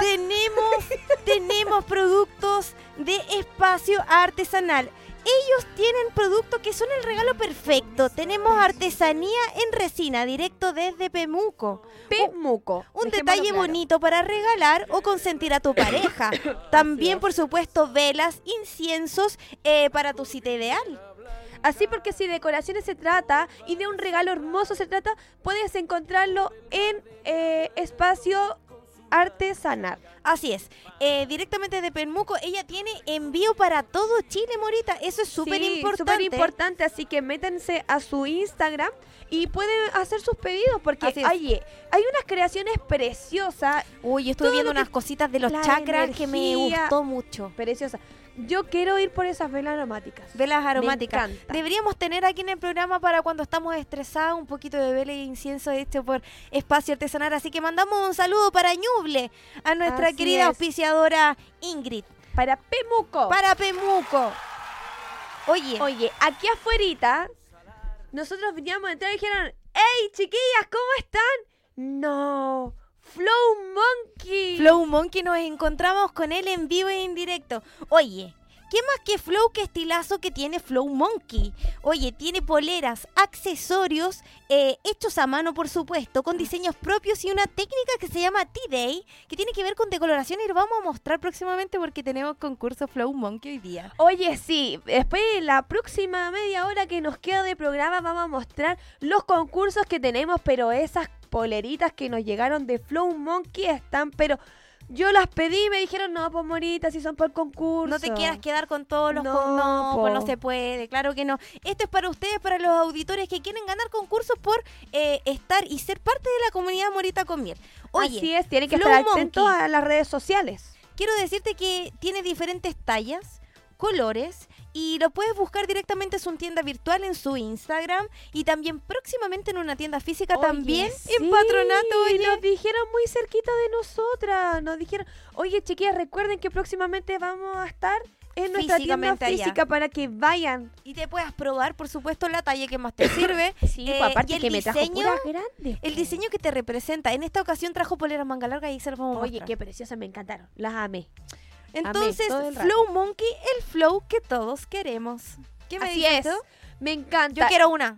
[SPEAKER 4] tenemos, tenemos productos de espacio artesanal. Ellos tienen productos que son el regalo perfecto. Tenemos artesanía en resina, directo desde Pemuco.
[SPEAKER 5] Pemuco.
[SPEAKER 4] Un
[SPEAKER 5] dejémoslo
[SPEAKER 4] detalle
[SPEAKER 5] claro.
[SPEAKER 4] bonito para regalar o consentir a tu pareja. También, por supuesto, velas, inciensos eh, para tu cita ideal.
[SPEAKER 5] Así porque si de decoraciones se trata y de un regalo hermoso se trata, puedes encontrarlo en eh, espacio artesanal.
[SPEAKER 4] Así es. Eh, directamente de Penmuco, ella tiene envío para todo Chile, Morita. Eso es súper importante.
[SPEAKER 5] importante, así que métanse a su Instagram y pueden hacer sus pedidos porque
[SPEAKER 4] Así es.
[SPEAKER 5] oye, hay unas creaciones preciosas.
[SPEAKER 4] Uy, estuve
[SPEAKER 5] Todo
[SPEAKER 4] viendo
[SPEAKER 5] lo que-
[SPEAKER 4] unas cositas de los
[SPEAKER 5] la
[SPEAKER 4] chakras que me
[SPEAKER 5] energía.
[SPEAKER 4] gustó mucho.
[SPEAKER 5] Preciosa. Yo quiero ir por esas velas aromáticas.
[SPEAKER 4] Velas
[SPEAKER 5] Me
[SPEAKER 4] aromáticas.
[SPEAKER 5] encanta.
[SPEAKER 4] Deberíamos tener aquí en el programa para cuando estamos estresados un poquito de vela e incienso hecho por Espacio Artesanal. Así que mandamos un saludo para Ñuble, a nuestra
[SPEAKER 5] Así
[SPEAKER 4] querida
[SPEAKER 5] es.
[SPEAKER 4] auspiciadora Ingrid.
[SPEAKER 5] Para Pemuco.
[SPEAKER 4] Para Pemuco. Oh. Oye.
[SPEAKER 5] Oye, aquí afuerita, nosotros veníamos a entrar y dijeron, ¡Hey, chiquillas, ¿cómo están? No, Flow Monkey.
[SPEAKER 4] Flow Monkey nos encontramos con él en vivo y en directo. Oye, ¿qué más que Flow que estilazo que tiene Flow Monkey? Oye, tiene poleras, accesorios eh, hechos a mano, por supuesto, con diseños propios y una técnica que se llama T-Day, que tiene que ver con decoloración y lo vamos a mostrar próximamente porque tenemos concurso Flow Monkey hoy día.
[SPEAKER 5] Oye, sí, después de la próxima media hora que nos queda de programa vamos a mostrar los concursos que tenemos, pero esas poleritas que nos llegaron de Flow Monkey están, pero yo las pedí y me dijeron, no, pues morita, si son por concurso.
[SPEAKER 4] No te quieras quedar con todos los
[SPEAKER 5] No,
[SPEAKER 4] con- no, pues no
[SPEAKER 5] po.
[SPEAKER 4] se puede, claro que no. Esto es para ustedes, para los auditores que quieren ganar concursos por eh, estar y ser parte de la comunidad Morita con Miel. Oye,
[SPEAKER 5] Así es, tienen que
[SPEAKER 4] Flow
[SPEAKER 5] estar atentos
[SPEAKER 4] Monkey,
[SPEAKER 5] a las redes sociales.
[SPEAKER 4] Quiero decirte que tiene diferentes tallas, colores y lo puedes buscar directamente en su tienda virtual en su Instagram y también próximamente en una tienda física también en Patronato.
[SPEAKER 5] y
[SPEAKER 4] oye.
[SPEAKER 5] nos dijeron muy cerquita de nosotras. Nos dijeron, oye, chiquillas, recuerden que próximamente vamos a estar en nuestra tienda
[SPEAKER 4] Físicamente allá.
[SPEAKER 5] física para que vayan.
[SPEAKER 4] Y te puedas probar, por supuesto, la talla que más te sirve.
[SPEAKER 5] Sí, pues, aparte
[SPEAKER 4] y el
[SPEAKER 5] que me trajo puras grandes,
[SPEAKER 4] El diseño que te representa. En esta ocasión trajo poleras manga larga y se las vamos a
[SPEAKER 5] Oye,
[SPEAKER 4] mostrar.
[SPEAKER 5] qué preciosas, me encantaron. Las amé.
[SPEAKER 4] Entonces,
[SPEAKER 5] todo el rato.
[SPEAKER 4] Flow Monkey, el flow que todos queremos. ¿Qué me
[SPEAKER 5] Así
[SPEAKER 4] dices
[SPEAKER 5] es.
[SPEAKER 4] tú?
[SPEAKER 5] Me encanta.
[SPEAKER 4] Yo quiero una.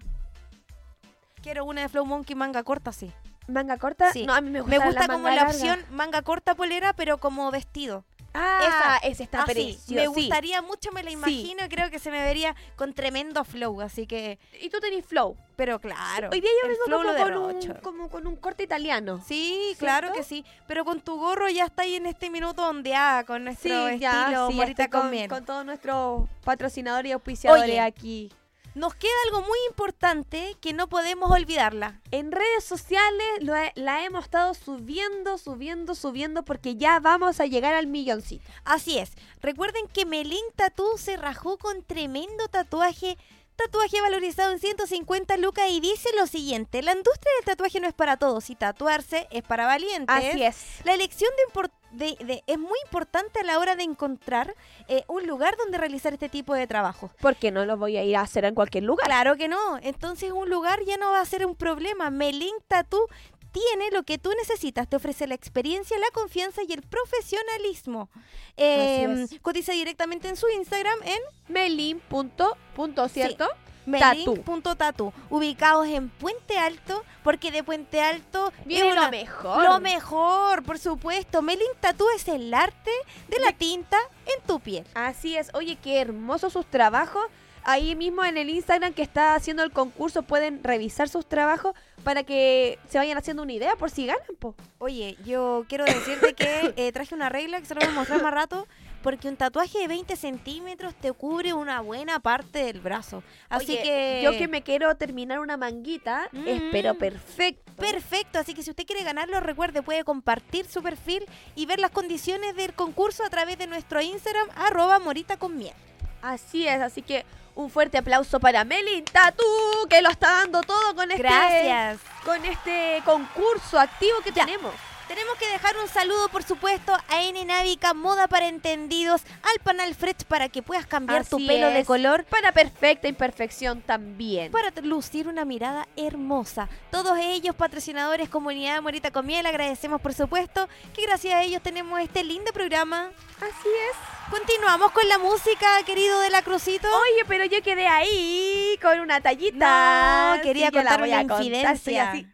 [SPEAKER 4] Quiero una de Flow Monkey manga corta, sí.
[SPEAKER 5] ¿Manga corta?
[SPEAKER 4] Sí.
[SPEAKER 5] No, a mí me gusta
[SPEAKER 4] Me gusta como la opción
[SPEAKER 5] larga.
[SPEAKER 4] manga corta polera, pero como vestido.
[SPEAKER 5] Ah, esa, está
[SPEAKER 4] Así,
[SPEAKER 5] preciosa.
[SPEAKER 4] Me
[SPEAKER 5] sí.
[SPEAKER 4] gustaría mucho, me la
[SPEAKER 5] Sí.
[SPEAKER 4] imagino. Creo que se me vería con tremendo flow, así que.
[SPEAKER 5] Y tú tenés flow.
[SPEAKER 4] Pero claro.
[SPEAKER 5] Hoy día yo
[SPEAKER 4] el
[SPEAKER 5] vengo
[SPEAKER 4] flow lo
[SPEAKER 5] como con, un,
[SPEAKER 4] derrocho.
[SPEAKER 5] como con un corte italiano.
[SPEAKER 4] Sí, claro que sí. Pero con tu gorro ya está ahí en este minuto ondeada con
[SPEAKER 5] Sí,
[SPEAKER 4] nuestro
[SPEAKER 5] ya,
[SPEAKER 4] estilo
[SPEAKER 5] sí,
[SPEAKER 4] Morita
[SPEAKER 5] estoy
[SPEAKER 4] con,
[SPEAKER 5] con,
[SPEAKER 4] miel.
[SPEAKER 5] con todos nuestros patrocinadores y auspiciadores
[SPEAKER 4] Oye.
[SPEAKER 5] aquí.
[SPEAKER 4] Nos queda algo muy importante que no podemos olvidarla.
[SPEAKER 5] En redes sociales lo he- la hemos estado subiendo, subiendo, subiendo porque ya vamos a llegar al milloncito.
[SPEAKER 4] Así es. Recuerden que Melin Tatú se rajó con tremendo tatuaje. Tatuaje valorizado en 150 lucas y dice lo siguiente, la industria del tatuaje no es para todos y tatuarse es para valientes.
[SPEAKER 5] Así es.
[SPEAKER 4] La elección de impor- de- de- es muy importante a la hora de encontrar eh, un lugar donde realizar este tipo de trabajo.
[SPEAKER 5] Porque no los voy a ir a hacer en cualquier lugar.
[SPEAKER 4] Claro que no. Entonces un lugar ya no va a ser un problema. Melink Tattoo tiene lo que tú necesitas. Te ofrece la experiencia, la confianza y el profesionalismo. Eh,
[SPEAKER 5] Así
[SPEAKER 4] cotiza directamente en su Instagram en
[SPEAKER 5] Melin. Punto, punto, ¿cierto? Tatú.
[SPEAKER 4] Melin.tatu, ubicados en Puente Alto, porque de Puente Alto
[SPEAKER 5] Viene
[SPEAKER 4] es
[SPEAKER 5] lo
[SPEAKER 4] una-
[SPEAKER 5] mejor.
[SPEAKER 4] Lo mejor, por supuesto. Melink Tattoo es el arte de la tinta en tu piel.
[SPEAKER 5] Así es. Oye, qué hermosos sus trabajos. ahí mismo en el Instagram que está haciendo el concurso pueden revisar sus trabajos para que se vayan haciendo una idea por si ganan. Po.
[SPEAKER 4] Oye, yo quiero decirte que eh, traje una regla que se la voy a mostrar más rato. Porque un tatuaje de 20 centímetros te cubre una buena parte del brazo. Así
[SPEAKER 5] Oye,
[SPEAKER 4] que.
[SPEAKER 5] Yo que me quiero terminar una manguita,
[SPEAKER 4] Mm.
[SPEAKER 5] espero perfecto.
[SPEAKER 4] Perfecto, así que si usted quiere ganarlo, recuerde, puede compartir su perfil y ver las condiciones del concurso a través de nuestro Instagram, arroba morita con miel.
[SPEAKER 5] Así es, así que un fuerte aplauso para Melin Tatu, que lo está dando todo con este,
[SPEAKER 4] Gracias.
[SPEAKER 5] con este concurso activo que tenemos.
[SPEAKER 4] Tenemos que dejar un saludo, por supuesto, a N Návica, Moda para Entendidos, al panel Fred para que puedas cambiar tu
[SPEAKER 5] Así
[SPEAKER 4] pelo de
[SPEAKER 5] es,
[SPEAKER 4] color.
[SPEAKER 5] Para perfecta imperfección también.
[SPEAKER 4] Para t- lucir una mirada hermosa. Todos ellos, patrocinadores, comunidad Morita con Miel, agradecemos por supuesto que gracias a ellos tenemos este lindo programa.
[SPEAKER 5] Así es.
[SPEAKER 4] Continuamos con la música, querido de la Crucito.
[SPEAKER 5] Oye, pero yo quedé ahí con una tallita.
[SPEAKER 4] No, quería
[SPEAKER 5] Sí, yo la
[SPEAKER 4] contar
[SPEAKER 5] voy
[SPEAKER 4] una
[SPEAKER 5] a contar, estoy
[SPEAKER 4] infidencia.
[SPEAKER 5] así.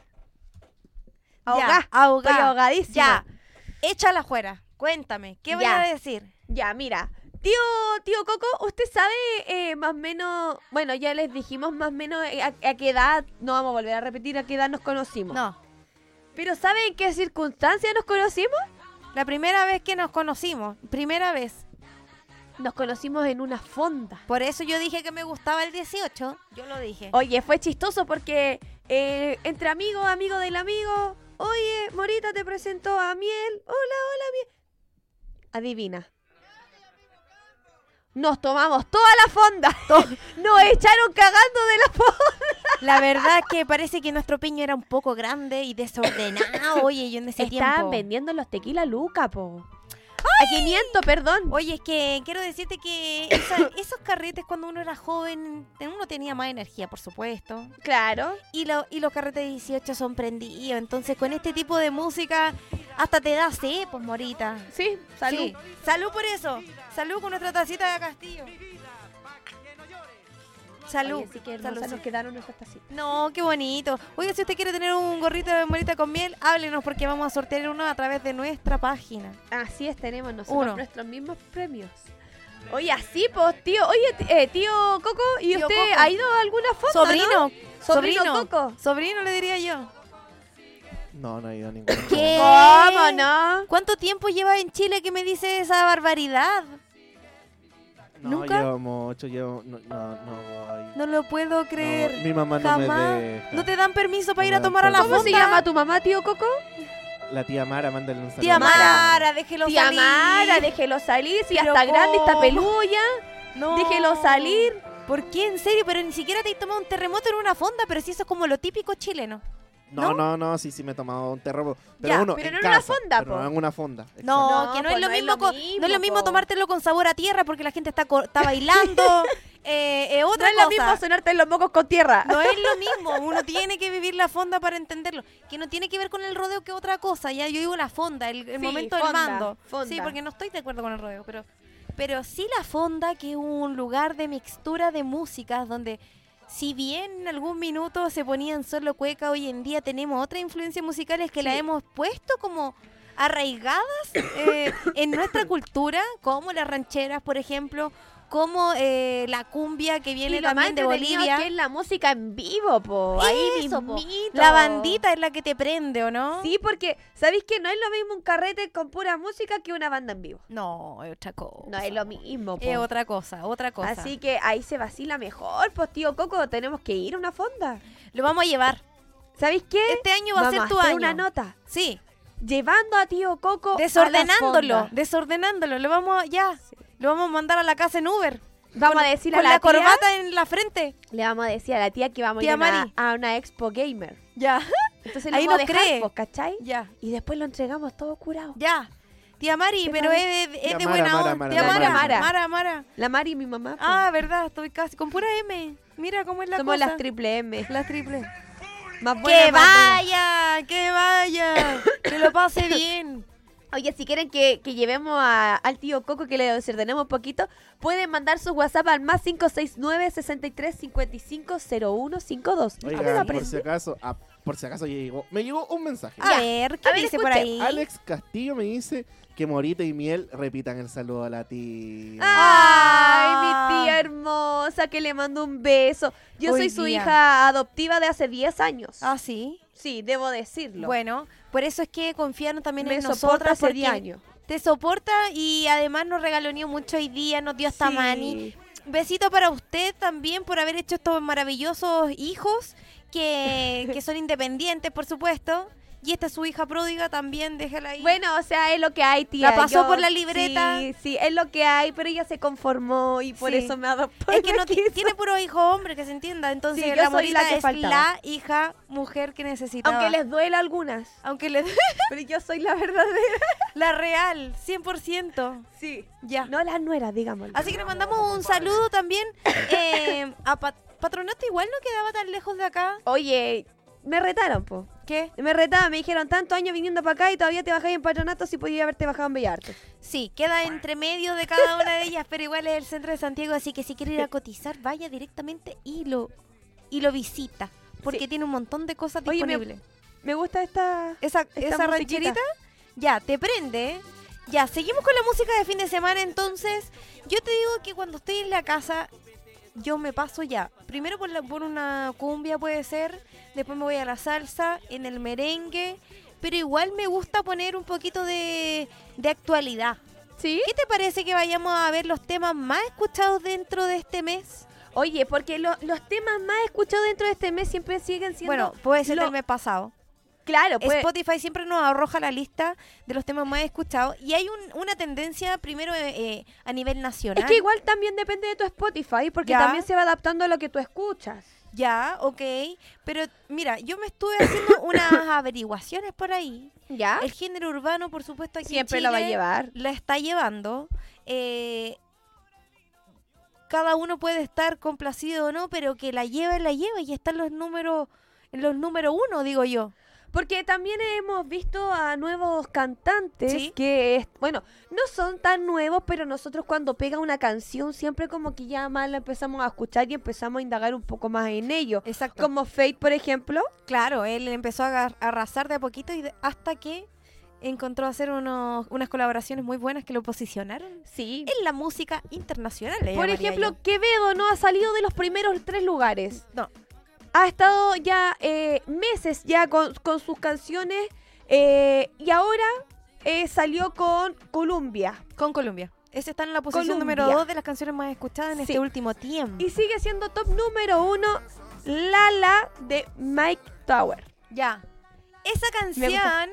[SPEAKER 4] Ya,
[SPEAKER 5] Ahogá,
[SPEAKER 4] ahogá.
[SPEAKER 5] estoy ahogadísima.
[SPEAKER 4] Ya, échala afuera. Cuéntame, ¿qué voy
[SPEAKER 5] Ya.
[SPEAKER 4] a decir?
[SPEAKER 5] Ya, mira. Tío, tío Coco, ¿usted sabe eh, más o menos, bueno, ya les dijimos más o menos eh, a, a qué edad, no vamos a volver a repetir a qué edad nos conocimos?
[SPEAKER 4] No.
[SPEAKER 5] Pero ¿sabe en qué circunstancia nos conocimos?
[SPEAKER 4] La primera vez que nos conocimos, primera vez.
[SPEAKER 5] Nos conocimos en una fonda.
[SPEAKER 4] Por eso yo dije que me gustaba el 18. Yo lo dije.
[SPEAKER 5] Oye, fue chistoso porque eh, entre amigos, amigo del amigo, oye, Morita te presentó a Miel, hola, hola, Miel. Adivina. Nos tomamos toda la fonda. Nos echaron cagando de la fonda.
[SPEAKER 4] La verdad que parece que nuestro piño era un poco grande y desordenado. Oye, yo en ese
[SPEAKER 5] Estaban
[SPEAKER 4] tiempo.
[SPEAKER 5] vendiendo los tequila Luca, po. A 500, perdón.
[SPEAKER 4] Oye, es que quiero decirte que esa- esos carretes cuando uno era joven, uno tenía más energía, por supuesto.
[SPEAKER 5] Claro.
[SPEAKER 4] Y, lo- y los carretes de 18 son prendidos. Entonces, con este tipo de música, hasta te da sed, pues, morita.
[SPEAKER 5] Sí, salud.
[SPEAKER 4] Sí. Salud por eso. Salud con nuestra tacita de Castillo. Salud.
[SPEAKER 5] Oye, sí que hermosa
[SPEAKER 4] Salud,
[SPEAKER 5] nos
[SPEAKER 4] sí.
[SPEAKER 5] quedaron nuestras tacitas.
[SPEAKER 4] No, qué bonito. Oiga, si usted quiere tener un gorrito de morita con miel, háblenos porque vamos a sortear uno a través de nuestra página.
[SPEAKER 5] Así es, tenemos nosotros
[SPEAKER 4] Uno.
[SPEAKER 5] nuestros mismos premios. Oye, así, pues, tío. Oye, t- eh, tío Coco, ¿y
[SPEAKER 4] Tío
[SPEAKER 5] usted
[SPEAKER 4] Coco.
[SPEAKER 5] ha ido a alguna foto?
[SPEAKER 4] Sobrino,
[SPEAKER 5] no? Sobrino,
[SPEAKER 4] sobrino.
[SPEAKER 5] Coco.
[SPEAKER 4] Sobrino le diría yo.
[SPEAKER 2] No, no ha ido a ningún.
[SPEAKER 5] Eh.
[SPEAKER 4] ¿Qué?
[SPEAKER 5] ¿Cómo no?
[SPEAKER 4] ¿Cuánto tiempo lleva en Chile que me dice esa barbaridad?
[SPEAKER 2] No,
[SPEAKER 4] ¿Nunca?
[SPEAKER 2] llevo mucho, llevo. No, no, no voy.
[SPEAKER 4] No lo puedo creer.
[SPEAKER 2] mi mamá no me
[SPEAKER 4] Jamás.
[SPEAKER 2] deja.
[SPEAKER 4] No te dan permiso para
[SPEAKER 2] No
[SPEAKER 4] ir
[SPEAKER 2] me
[SPEAKER 4] a
[SPEAKER 2] dan
[SPEAKER 4] tomar a la
[SPEAKER 2] permiso.
[SPEAKER 5] ¿Cómo se
[SPEAKER 4] fonda?
[SPEAKER 5] llama tu mamá, tío Coco?
[SPEAKER 2] La tía Mara, mándale un saludo.
[SPEAKER 4] Tía Mara, déjelo
[SPEAKER 5] Tía
[SPEAKER 4] salir.
[SPEAKER 5] Mara, déjelo salir. Si ya
[SPEAKER 4] Pero
[SPEAKER 5] está grande, está
[SPEAKER 4] ¿cómo?
[SPEAKER 5] peluya.
[SPEAKER 4] No.
[SPEAKER 5] Déjelo salir.
[SPEAKER 4] ¿Por qué? En serio, pero ni siquiera te he tomado un terremoto en una fonda, pero sí eso es como lo típico chileno.
[SPEAKER 2] No, no, no, sí, sí me he tomado un terror. Pero
[SPEAKER 4] Ya,
[SPEAKER 2] uno,
[SPEAKER 4] pero
[SPEAKER 2] en
[SPEAKER 4] no en
[SPEAKER 5] una
[SPEAKER 2] casa,
[SPEAKER 5] fonda,
[SPEAKER 2] pero
[SPEAKER 5] po.
[SPEAKER 2] no en una fonda.
[SPEAKER 4] No,
[SPEAKER 5] No,
[SPEAKER 4] que no
[SPEAKER 5] pues,
[SPEAKER 4] es lo
[SPEAKER 5] no es
[SPEAKER 4] mismo,
[SPEAKER 5] lo
[SPEAKER 4] co- no es lo
[SPEAKER 5] mismo,
[SPEAKER 4] mismo
[SPEAKER 5] po.
[SPEAKER 4] tomártelo con sabor a tierra porque la gente está, co- está bailando. eh, eh,
[SPEAKER 5] No
[SPEAKER 4] otra
[SPEAKER 5] es lo
[SPEAKER 4] cosa.
[SPEAKER 5] mismo sonarte en los mocos con tierra.
[SPEAKER 4] No es lo mismo, uno tiene que vivir la fonda para entenderlo, que no tiene que ver con el rodeo que otra cosa, ya yo digo la fonda, el, el
[SPEAKER 5] Sí,
[SPEAKER 4] momento del
[SPEAKER 5] fonda,
[SPEAKER 4] mando.
[SPEAKER 5] fonda.
[SPEAKER 4] Sí, porque no estoy de acuerdo con el rodeo, pero pero sí la fonda que es un lugar de mixtura de músicas donde si bien en algún minuto se ponían solo cueca, hoy en día tenemos otras influencias musicales que la hemos puesto como arraigadas eh, en nuestra cultura, como las rancheras, por ejemplo, como eh, la cumbia que viene
[SPEAKER 5] Y lo más
[SPEAKER 4] también de
[SPEAKER 5] entretenido
[SPEAKER 4] Bolivia.
[SPEAKER 5] que es la música en vivo, po. Ahí
[SPEAKER 4] Eso, po.
[SPEAKER 5] mismito.
[SPEAKER 4] La bandita es la que te prende, ¿o no?
[SPEAKER 5] Sí, porque ¿sabéis que no es lo mismo un carrete con pura música que una banda en vivo?
[SPEAKER 4] No, es otra cosa.
[SPEAKER 5] No es lo mismo, po.
[SPEAKER 4] Oh, Es otra cosa, otra cosa.
[SPEAKER 5] Así que ahí se vacila mejor, pues tío Coco, tenemos que ir a una fonda.
[SPEAKER 4] lo vamos a llevar.
[SPEAKER 5] ¿Sabéis qué?
[SPEAKER 4] Este año va a
[SPEAKER 5] Vamos
[SPEAKER 4] ser tu
[SPEAKER 5] hacer
[SPEAKER 4] año.
[SPEAKER 5] una nota.
[SPEAKER 4] Sí.
[SPEAKER 5] Llevando a tío Coco a la
[SPEAKER 4] Desordenándolo,
[SPEAKER 5] fonda.
[SPEAKER 4] desordenándolo. Lo vamos ya. Lo vamos a mandar a la casa en Uber.
[SPEAKER 5] Vamos
[SPEAKER 4] Con-
[SPEAKER 5] a decir a
[SPEAKER 4] con
[SPEAKER 5] la,
[SPEAKER 4] la,
[SPEAKER 5] tía-
[SPEAKER 4] corbata en la frente.
[SPEAKER 5] Le vamos a decir a la tía que vamos
[SPEAKER 4] Tía
[SPEAKER 5] a ir a una-
[SPEAKER 4] Mari.
[SPEAKER 5] a una expo gamer.
[SPEAKER 4] Ya.
[SPEAKER 5] Entonces
[SPEAKER 4] Ahí
[SPEAKER 5] lo vamos
[SPEAKER 4] nos
[SPEAKER 5] a dejar,
[SPEAKER 4] cree.
[SPEAKER 5] pues, ¿cachai?
[SPEAKER 4] Ya.
[SPEAKER 5] Y después lo entregamos todo curado.
[SPEAKER 4] Ya. Tía Mari,
[SPEAKER 5] Tía
[SPEAKER 4] pero
[SPEAKER 5] Mari.
[SPEAKER 4] es de, es
[SPEAKER 2] Tía
[SPEAKER 4] de
[SPEAKER 2] Mara,
[SPEAKER 4] buena
[SPEAKER 2] Mara,
[SPEAKER 4] onda.
[SPEAKER 2] Mara,
[SPEAKER 4] Tía
[SPEAKER 5] Mara,
[SPEAKER 4] Mara,
[SPEAKER 5] Mara.
[SPEAKER 4] Mara, Mara, Mara.
[SPEAKER 5] La Mari y mi mamá. pues.
[SPEAKER 4] Ah, verdad, estoy casi con pura M. Mira cómo es la
[SPEAKER 5] Somos
[SPEAKER 4] cosa.
[SPEAKER 5] las triple M.
[SPEAKER 4] Las triple.
[SPEAKER 5] Más buenas,
[SPEAKER 4] Que
[SPEAKER 5] más malas.
[SPEAKER 4] vaya, que vaya, que lo pase bien.
[SPEAKER 5] Oye, si quieren que, que llevemos a- al tío Coco, que le desordenemos poquito, pueden mandar sus WhatsApp al más 569 63 55 0152
[SPEAKER 2] Oiga, por si acaso, ah, por si acaso llegó, me llegó un mensaje.
[SPEAKER 4] A ver, ¿qué
[SPEAKER 5] A ver,
[SPEAKER 4] dice Ah, por
[SPEAKER 5] escuche.
[SPEAKER 4] ahí?
[SPEAKER 2] Alex Castillo me dice que Morita y Miel repitan el saludo a la tía.
[SPEAKER 4] Ah.
[SPEAKER 5] Ay, mi tía hermosa, que le mando un beso. Yo
[SPEAKER 4] Hoy
[SPEAKER 5] soy su
[SPEAKER 4] día.
[SPEAKER 5] hija adoptiva de hace 10 años.
[SPEAKER 4] Ah, sí.
[SPEAKER 5] Sí, debo decirlo.
[SPEAKER 4] Bueno, por eso es que confiaron también
[SPEAKER 5] Me
[SPEAKER 4] en
[SPEAKER 5] soporta este
[SPEAKER 4] nosotras
[SPEAKER 5] hace
[SPEAKER 4] porque
[SPEAKER 5] 10 años.
[SPEAKER 4] Te soporta y además nos regaloneó mucho hoy día, nos dio hasta
[SPEAKER 5] Sí.
[SPEAKER 4] mani. Besito para usted también por haber hecho estos maravillosos hijos que, que son independientes, por supuesto. Y esta es su hija pródiga también, déjala ahí.
[SPEAKER 5] Bueno, o sea, es lo que hay, tía.
[SPEAKER 4] La pasó
[SPEAKER 5] Yo-
[SPEAKER 4] por la libreta.
[SPEAKER 5] Sí, sí, es lo que hay, pero ella se conformó y por
[SPEAKER 4] Sí.
[SPEAKER 5] eso me adoptó.
[SPEAKER 4] Es que no ti- tiene puro hijo hombre, que se entienda. Entonces,
[SPEAKER 5] Sí, yo
[SPEAKER 4] la
[SPEAKER 5] soy
[SPEAKER 4] Morita
[SPEAKER 5] la que
[SPEAKER 4] es
[SPEAKER 5] faltaba.
[SPEAKER 4] la hija mujer que necesitaba.
[SPEAKER 5] Aunque les duela a algunas.
[SPEAKER 4] Aunque les...
[SPEAKER 5] Pero yo soy la verdadera.
[SPEAKER 4] la real, 100%.
[SPEAKER 5] Sí.
[SPEAKER 4] Ya.
[SPEAKER 5] No las nueras, digámoslo.
[SPEAKER 4] Así que le mandamos un saludo también eh, a Pat- Patronato. Igual no quedaba tan lejos de acá.
[SPEAKER 5] Oye, me retaron, po.
[SPEAKER 4] ¿Qué?
[SPEAKER 5] Me retaron, me dijeron tantos años viniendo para acá y todavía te bajáis en patronato si podía haberte bajado en Bellarte.
[SPEAKER 4] Sí, queda entre medio de cada una de ellas, pero igual es el centro de Santiago, así que si quiere ir a cotizar, vaya directamente y lo, y lo visita, porque tiene un montón de cosas
[SPEAKER 5] Oye, me-
[SPEAKER 4] disponibles.
[SPEAKER 5] Me gusta esta.
[SPEAKER 4] Esa,
[SPEAKER 5] esta musiquita.
[SPEAKER 4] esa rancherita ya te prende. ¿eh? Ya, seguimos con la música de fin de semana entonces. Yo te digo que cuando estoy en la casa, yo me paso ya. Primero por, la- por una cumbia puede ser, después me voy a la salsa, en el merengue, pero igual me gusta poner un poquito de, de actualidad.
[SPEAKER 5] ¿Sí?
[SPEAKER 4] ¿Qué te parece que vayamos a ver los temas más escuchados dentro de este mes?
[SPEAKER 5] Oye, porque lo- los temas más escuchados dentro de este mes siempre siguen siendo.
[SPEAKER 4] Bueno, puede ser
[SPEAKER 5] lo-
[SPEAKER 4] del mes pasado.
[SPEAKER 5] Claro, pues.
[SPEAKER 4] Spotify siempre nos arroja la lista de los temas más escuchados y hay un- una tendencia primero eh, eh, a nivel nacional.
[SPEAKER 5] Es que igual también depende de tu Spotify, porque
[SPEAKER 4] Ya.
[SPEAKER 5] también se va adaptando a lo que tú escuchas.
[SPEAKER 4] Ya, ok. Pero mira, yo me estuve haciendo unas averiguaciones por ahí.
[SPEAKER 5] ¿Ya?
[SPEAKER 4] El género urbano, por supuesto, aquí en
[SPEAKER 5] Ah. Siempre la va a
[SPEAKER 4] Chile,
[SPEAKER 5] llevar.
[SPEAKER 4] La está llevando. Eh, cada uno puede estar complacido o no, pero que la lleva, la lleva y están los números, en los número uno, digo yo.
[SPEAKER 5] Porque también hemos visto a nuevos cantantes
[SPEAKER 4] Sí.
[SPEAKER 5] que, es- bueno, no son tan nuevos, pero nosotros cuando pega una canción siempre como que ya más la empezamos a escuchar y empezamos a indagar un poco más en ello.
[SPEAKER 4] Exacto.
[SPEAKER 5] Como Fate, por ejemplo.
[SPEAKER 4] Claro, él empezó a agar- a arrasar de a poquito y de- hasta que encontró hacer unos, unas colaboraciones muy buenas que lo posicionaron
[SPEAKER 5] Sí.
[SPEAKER 4] en la música internacional. le
[SPEAKER 5] Por
[SPEAKER 4] llamaría
[SPEAKER 5] ejemplo,
[SPEAKER 4] yo.
[SPEAKER 5] Quevedo no ha salido de los primeros tres lugares.
[SPEAKER 4] No.
[SPEAKER 5] Ha estado ya eh, meses ya con, con sus canciones eh, y ahora eh, salió con Colombia.
[SPEAKER 4] con Colombia. Ese está en la posición
[SPEAKER 5] Colombia.
[SPEAKER 4] número 2 de las canciones más escuchadas en
[SPEAKER 5] Sí.
[SPEAKER 4] este último tiempo.
[SPEAKER 5] Y sigue siendo top número uno Lala de Mike Tower.
[SPEAKER 4] Ya. Esa
[SPEAKER 5] Me gusta.
[SPEAKER 4] canción,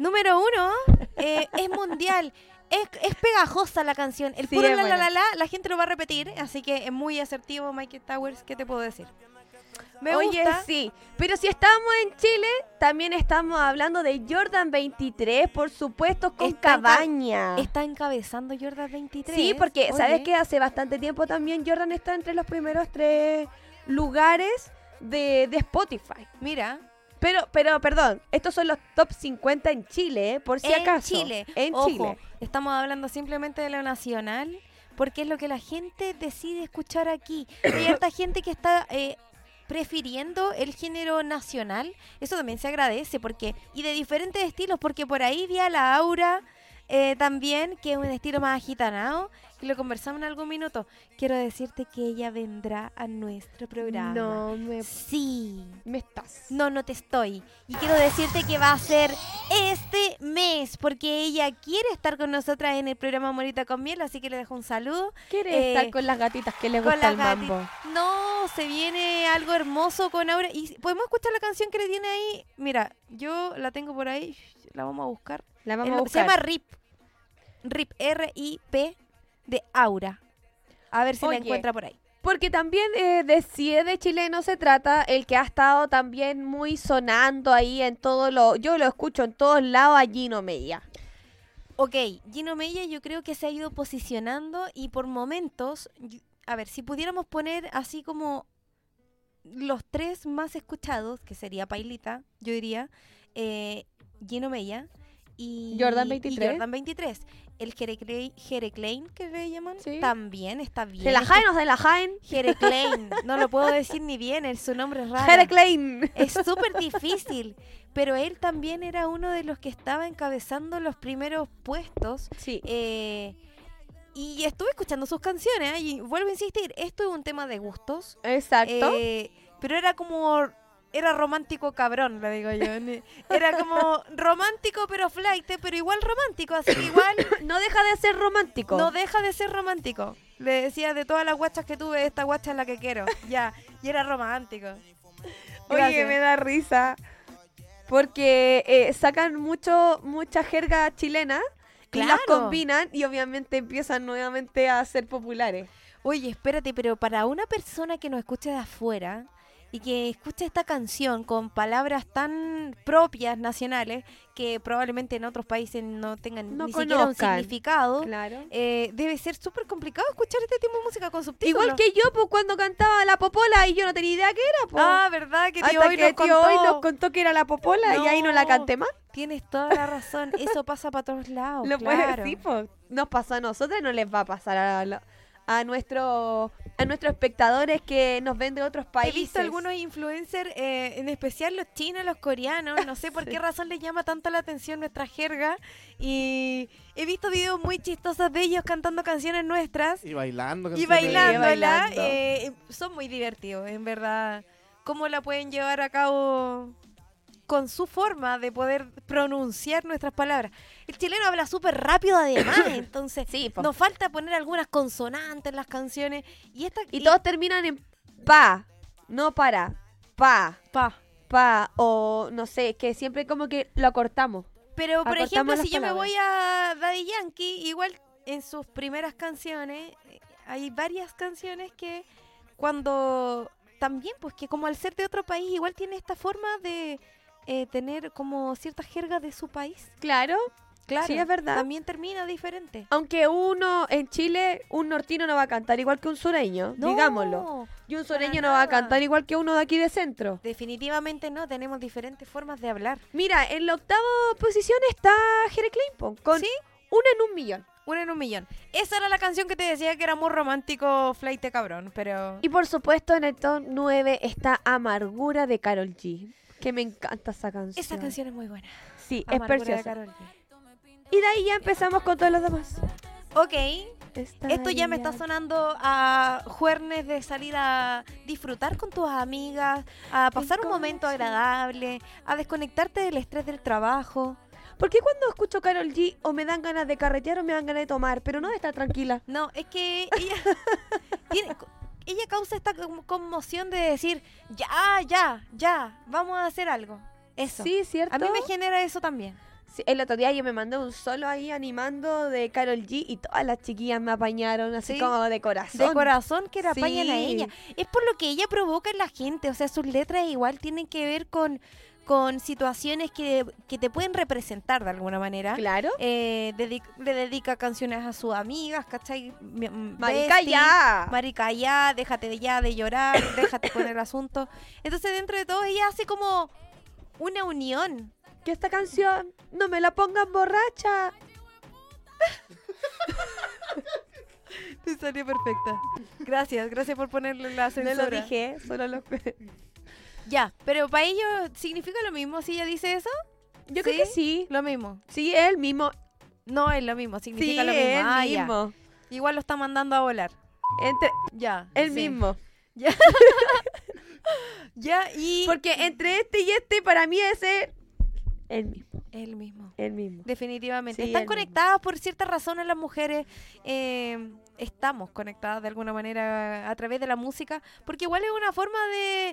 [SPEAKER 4] número uno, eh, es mundial. Es, es pegajosa la canción. El
[SPEAKER 5] Sí,
[SPEAKER 4] puro
[SPEAKER 5] es
[SPEAKER 4] la, la
[SPEAKER 5] buena.
[SPEAKER 4] la la la gente lo va a repetir. Así que es muy asertivo, Mikey Towers. ¿Qué te puedo decir? Me
[SPEAKER 5] Oye,
[SPEAKER 4] gusta.
[SPEAKER 5] sí. Pero si estamos en Chile, también estamos hablando de Jordan 23, por supuesto, con
[SPEAKER 4] Está enca-
[SPEAKER 5] Cabaña.
[SPEAKER 4] Está encabezando Jordan 23.
[SPEAKER 5] Sí, porque sabes
[SPEAKER 4] Oye,
[SPEAKER 5] que hace bastante tiempo también Jordan está entre los primeros tres lugares de, de Spotify.
[SPEAKER 4] Mira,
[SPEAKER 5] Pero, pero, perdón, estos son los top 50 en Chile, eh, por si
[SPEAKER 4] en
[SPEAKER 5] acaso.
[SPEAKER 4] Chile.
[SPEAKER 5] En
[SPEAKER 4] Ojo,
[SPEAKER 5] Chile.
[SPEAKER 4] Estamos hablando simplemente de lo nacional, porque es lo que la gente decide escuchar aquí. Hay harta gente que está eh, prefiriendo el género nacional. Eso también se agradece, porque y de diferentes estilos, porque por ahí vi a la Aura eh, también, que es un estilo más agitanado, que lo conversamos en algún minuto. Quiero decirte que ella vendrá a nuestro programa.
[SPEAKER 5] No me,
[SPEAKER 4] Sí.
[SPEAKER 5] me estás.
[SPEAKER 4] No, no te estoy. Y quiero decirte que va a ser este mes, porque ella quiere estar con nosotras en el programa Morita con Miel, así que le dejo un saludo.
[SPEAKER 5] ¿Quieres
[SPEAKER 4] Eh,
[SPEAKER 5] estar con las gatitas que les
[SPEAKER 4] con
[SPEAKER 5] gusta
[SPEAKER 4] las
[SPEAKER 5] el mambo?
[SPEAKER 4] gati- No, se viene algo hermoso con Aura. ¿Y podemos escuchar la canción que le tiene ahí? Mira, yo la tengo por ahí, la vamos a buscar.
[SPEAKER 5] La vamos
[SPEAKER 4] El
[SPEAKER 5] a
[SPEAKER 4] no-
[SPEAKER 5] buscar.
[SPEAKER 4] Se llama RIP. RIP, R-I-P de Aura. A ver si la
[SPEAKER 5] Oye.
[SPEAKER 4] encuentra por ahí.
[SPEAKER 5] Porque también eh, de si es de chileno se trata, el que ha estado también muy sonando ahí en todo lo... Yo lo escucho en todos lados allí no media.
[SPEAKER 4] Ok, Gino Mella yo creo que se ha ido posicionando y por momentos, y- a ver, si pudiéramos poner así como los tres más escuchados, que sería Pailita, yo diría, eh, Gino Mella, y
[SPEAKER 5] Jordan
[SPEAKER 4] y
[SPEAKER 5] 23.
[SPEAKER 4] Jordan 23. El Jereclein, Jereclein que le llaman,
[SPEAKER 5] Sí.
[SPEAKER 4] también está bien.
[SPEAKER 5] ¿De la Jaén o de la Jaén?
[SPEAKER 4] Jereclein, no lo puedo decir ni bien, el- su nombre es raro.
[SPEAKER 5] Jereclein.
[SPEAKER 4] Es súper difícil, pero él también era uno de los que estaba encabezando los primeros puestos.
[SPEAKER 5] Sí.
[SPEAKER 4] Eh, y estuve escuchando sus canciones, ¿eh? y vuelvo a insistir, esto es un tema de gustos.
[SPEAKER 5] Exacto.
[SPEAKER 4] Eh, pero era como. Era romántico cabrón, lo digo yo. ni- Era como romántico pero flight, pero igual romántico, así que igual.
[SPEAKER 5] No deja de ser romántico.
[SPEAKER 4] No deja de ser romántico. Le decía de todas las guachas que tuve, esta guacha es la que quiero. Ya. Y era romántico.
[SPEAKER 5] Oye,
[SPEAKER 4] Gracias.
[SPEAKER 5] me da risa. Porque eh, sacan mucho, mucha jerga chilena y las
[SPEAKER 4] Claro.
[SPEAKER 5] combinan y obviamente empiezan nuevamente a ser populares.
[SPEAKER 4] Oye, espérate, pero para una persona que nos escuche de afuera y que escucha esta canción con palabras tan propias nacionales que probablemente en otros países no tengan
[SPEAKER 5] No
[SPEAKER 4] ni siquiera un
[SPEAKER 5] conozcan.
[SPEAKER 4] significado,
[SPEAKER 5] Claro.
[SPEAKER 4] eh, debe ser súper complicado escuchar este tipo de música con subtítulos.
[SPEAKER 5] Igual que yo, pues cuando cantaba la popola y yo no tenía idea que era, pues.
[SPEAKER 4] Ah, ¿verdad? Que tío
[SPEAKER 5] Hasta
[SPEAKER 4] hoy
[SPEAKER 5] que
[SPEAKER 4] nos
[SPEAKER 5] tío
[SPEAKER 4] contó.
[SPEAKER 5] hoy nos contó que era la popola y ahí no la
[SPEAKER 4] No.
[SPEAKER 5] canté más.
[SPEAKER 4] Tienes toda la razón, eso pasa para todos lados.
[SPEAKER 5] Lo
[SPEAKER 4] claro.
[SPEAKER 5] puedes decir, pues, nos pasó a nosotros, no les va a pasar a, la- a, nuestro, a nuestros espectadores que nos ven de otros
[SPEAKER 4] He
[SPEAKER 5] países.
[SPEAKER 4] visto algunos influencers, eh, en especial los chinos, los coreanos, no sé por qué razón les llama tanto la atención nuestra jerga. Y he visto videos muy chistosos de ellos cantando canciones nuestras
[SPEAKER 2] Y bailando.
[SPEAKER 4] y
[SPEAKER 2] canciones.
[SPEAKER 4] bailándola. eh, son muy divertidos, en verdad. ¿Cómo la pueden llevar a cabo con su forma de poder pronunciar nuestras palabras? El chileno habla súper rápido además, entonces
[SPEAKER 5] po.
[SPEAKER 4] nos falta poner algunas consonantes en las canciones. Y esta
[SPEAKER 5] Y todos terminan en pa, no para, pa,
[SPEAKER 4] pa,
[SPEAKER 5] pa, o no sé, que siempre como que lo acortamos.
[SPEAKER 4] Pero, por
[SPEAKER 5] Acortamos
[SPEAKER 4] ejemplo,
[SPEAKER 5] las
[SPEAKER 4] si yo me
[SPEAKER 5] palabras.
[SPEAKER 4] voy a Daddy Yankee, igual en sus primeras canciones, eh, hay varias canciones que cuando también, pues que como al ser de otro país, igual tiene esta forma de eh, tener como cierta jerga de su país.
[SPEAKER 5] Claro,
[SPEAKER 4] Claro,
[SPEAKER 5] sí, es verdad.
[SPEAKER 4] También termina diferente.
[SPEAKER 5] Aunque uno en Chile, un nortino no va a cantar igual que un sureño,
[SPEAKER 4] No,
[SPEAKER 5] digámoslo. Y un
[SPEAKER 4] para
[SPEAKER 5] sureño no va a
[SPEAKER 4] nada.
[SPEAKER 5] cantar igual que uno de aquí de centro.
[SPEAKER 4] Definitivamente no, tenemos diferentes formas de hablar.
[SPEAKER 5] Mira, en la octava posición está Jere Kleinpong con
[SPEAKER 4] ¿Sí?
[SPEAKER 5] una en un millón.
[SPEAKER 4] Una en un millón. Esa era la canción que te decía que era muy romántico, flight de cabrón, pero...
[SPEAKER 5] Y por supuesto, en el top 9 está Amargura de Carol G. Que me encanta esa canción.
[SPEAKER 4] Esa canción es muy buena.
[SPEAKER 5] Sí,
[SPEAKER 4] Amargura
[SPEAKER 5] es
[SPEAKER 4] de
[SPEAKER 5] preciosa.
[SPEAKER 4] Karol G.
[SPEAKER 5] Y de ahí ya empezamos con todos los demás.
[SPEAKER 4] Ok, Esto ya
[SPEAKER 5] Estaría-
[SPEAKER 4] me está sonando a juernes de salir a disfrutar con tus amigas, a pasar un momento agradable, a desconectarte del estrés del trabajo.
[SPEAKER 5] ¿Por qué cuando escucho Carol G o me dan ganas de carretear o me dan ganas de tomar, pero no de estar tranquila?
[SPEAKER 4] No, es que ella, tiene- ella causa esta como conmoción de decir, ya, ya, ya, vamos a hacer algo. Eso.
[SPEAKER 5] Sí, ¿cierto?
[SPEAKER 4] A mí me genera eso también.
[SPEAKER 5] Sí, el otro día yo me mandé un solo ahí animando de Carol G y todas las chiquillas me apañaron así
[SPEAKER 4] Sí.
[SPEAKER 5] como de corazón.
[SPEAKER 4] De corazón que la apañan a
[SPEAKER 5] Sí.
[SPEAKER 4] ella. Es por lo que ella provoca en la gente. O sea, sus letras igual tienen que ver con, con situaciones que, que te pueden representar de alguna manera.
[SPEAKER 5] Claro.
[SPEAKER 4] Eh, dedic- le dedica canciones a sus amigas, ¿cachai? Mi- mm,
[SPEAKER 5] Marica,
[SPEAKER 4] Bestie,
[SPEAKER 5] ya.
[SPEAKER 4] Marica ya, déjate de ya de llorar, déjate con el asunto. Entonces, dentro de todo, ella hace como una unión.
[SPEAKER 5] Que esta canción no me la pongan borracha.
[SPEAKER 4] Te salió perfecta. Gracias, gracias por ponerle la
[SPEAKER 5] No
[SPEAKER 4] censura.
[SPEAKER 5] lo dije, solo lo...
[SPEAKER 4] Ya, pero para ellos significa lo mismo si ella dice eso.
[SPEAKER 5] Yo creo que sí.
[SPEAKER 4] Lo mismo.
[SPEAKER 5] Sí, él mismo.
[SPEAKER 4] No es lo mismo, significa
[SPEAKER 5] sí,
[SPEAKER 4] lo mismo.
[SPEAKER 5] él
[SPEAKER 4] Ah, ya.
[SPEAKER 5] mismo.
[SPEAKER 4] Igual lo está mandando a volar.
[SPEAKER 5] Entre...
[SPEAKER 4] Ya.
[SPEAKER 5] Él
[SPEAKER 4] sí.
[SPEAKER 5] mismo.
[SPEAKER 4] Ya. ya, y.
[SPEAKER 5] Porque entre este y este, para mí ese... Él mismo,
[SPEAKER 4] Él mismo.
[SPEAKER 5] él mismo.
[SPEAKER 4] Definitivamente.
[SPEAKER 5] Sí,
[SPEAKER 4] Están
[SPEAKER 5] él mismo.
[SPEAKER 4] conectadas por ciertas razones las mujeres. eh, estamos conectadas de alguna manera a través de la música. Porque igual es una forma de.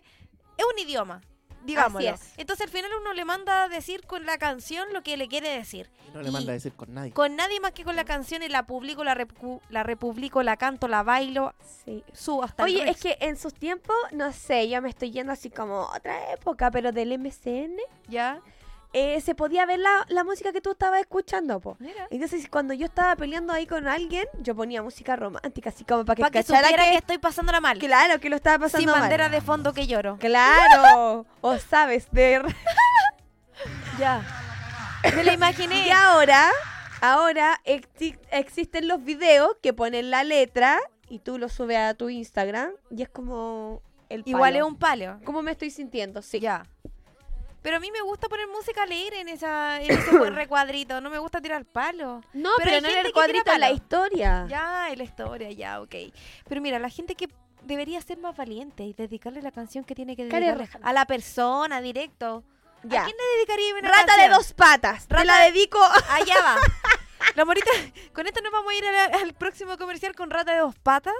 [SPEAKER 4] Es un idioma. Digámoslo.
[SPEAKER 5] Así es.
[SPEAKER 4] Entonces al final uno le manda a decir con la canción lo que le quiere decir.
[SPEAKER 2] No le
[SPEAKER 4] Y-
[SPEAKER 2] manda a decir con nadie.
[SPEAKER 4] Con nadie más que con la canción y la publico, la, repu- la republico, la canto, la bailo,
[SPEAKER 5] Sí.
[SPEAKER 4] subo hasta el
[SPEAKER 5] Oye, es
[SPEAKER 4] rex.
[SPEAKER 5] que en sus tiempos, no sé, ya me estoy yendo así como a otra época, pero del MCN
[SPEAKER 4] Ya,
[SPEAKER 5] eh, se podía ver la, la música que tú estabas escuchando, po.
[SPEAKER 4] mira.
[SPEAKER 5] Entonces, cuando yo estaba peleando ahí con alguien, yo ponía música romántica, así como para que
[SPEAKER 4] Para que
[SPEAKER 5] cachara
[SPEAKER 4] supiera que...
[SPEAKER 5] que-
[SPEAKER 4] estoy pasándola mal.
[SPEAKER 5] Claro, que lo estaba
[SPEAKER 4] Sin
[SPEAKER 5] pasando mal.
[SPEAKER 4] bandera de fondo que lloro.
[SPEAKER 5] Claro. o sabes, de...
[SPEAKER 4] Ya.
[SPEAKER 5] Me la imaginé. Y ahora, ahora exi- existen los videos que ponen la letra y tú lo subes a tu Instagram y es como el
[SPEAKER 4] Igual
[SPEAKER 5] palo.
[SPEAKER 4] es un palio.
[SPEAKER 5] ¿Cómo me estoy sintiendo? Sí.
[SPEAKER 4] Ya. Pero a mí me gusta poner música alegre en, esa, en ese buen recuadrito. No me gusta tirar palos.
[SPEAKER 5] No,
[SPEAKER 4] hay
[SPEAKER 5] pero, no
[SPEAKER 4] gente
[SPEAKER 5] en el
[SPEAKER 4] que tira
[SPEAKER 5] cuadrito de la
[SPEAKER 4] palos.
[SPEAKER 5] historia.
[SPEAKER 4] Ya, en la historia, ya, ok. Pero mira, la gente que debería ser más valiente y dedicarle la canción que tiene que
[SPEAKER 5] Cara de
[SPEAKER 4] dedicarle
[SPEAKER 5] raja.
[SPEAKER 4] a la persona, directo.
[SPEAKER 5] Ya.
[SPEAKER 4] ¿A quién le dedicaría una
[SPEAKER 5] Rata de
[SPEAKER 4] canción?
[SPEAKER 5] dos patas. Te
[SPEAKER 4] Rata
[SPEAKER 5] la
[SPEAKER 4] de-
[SPEAKER 5] dedico.
[SPEAKER 4] Allá va. La morita, con esto nos vamos a ir a la- al próximo comercial con Rata de dos patas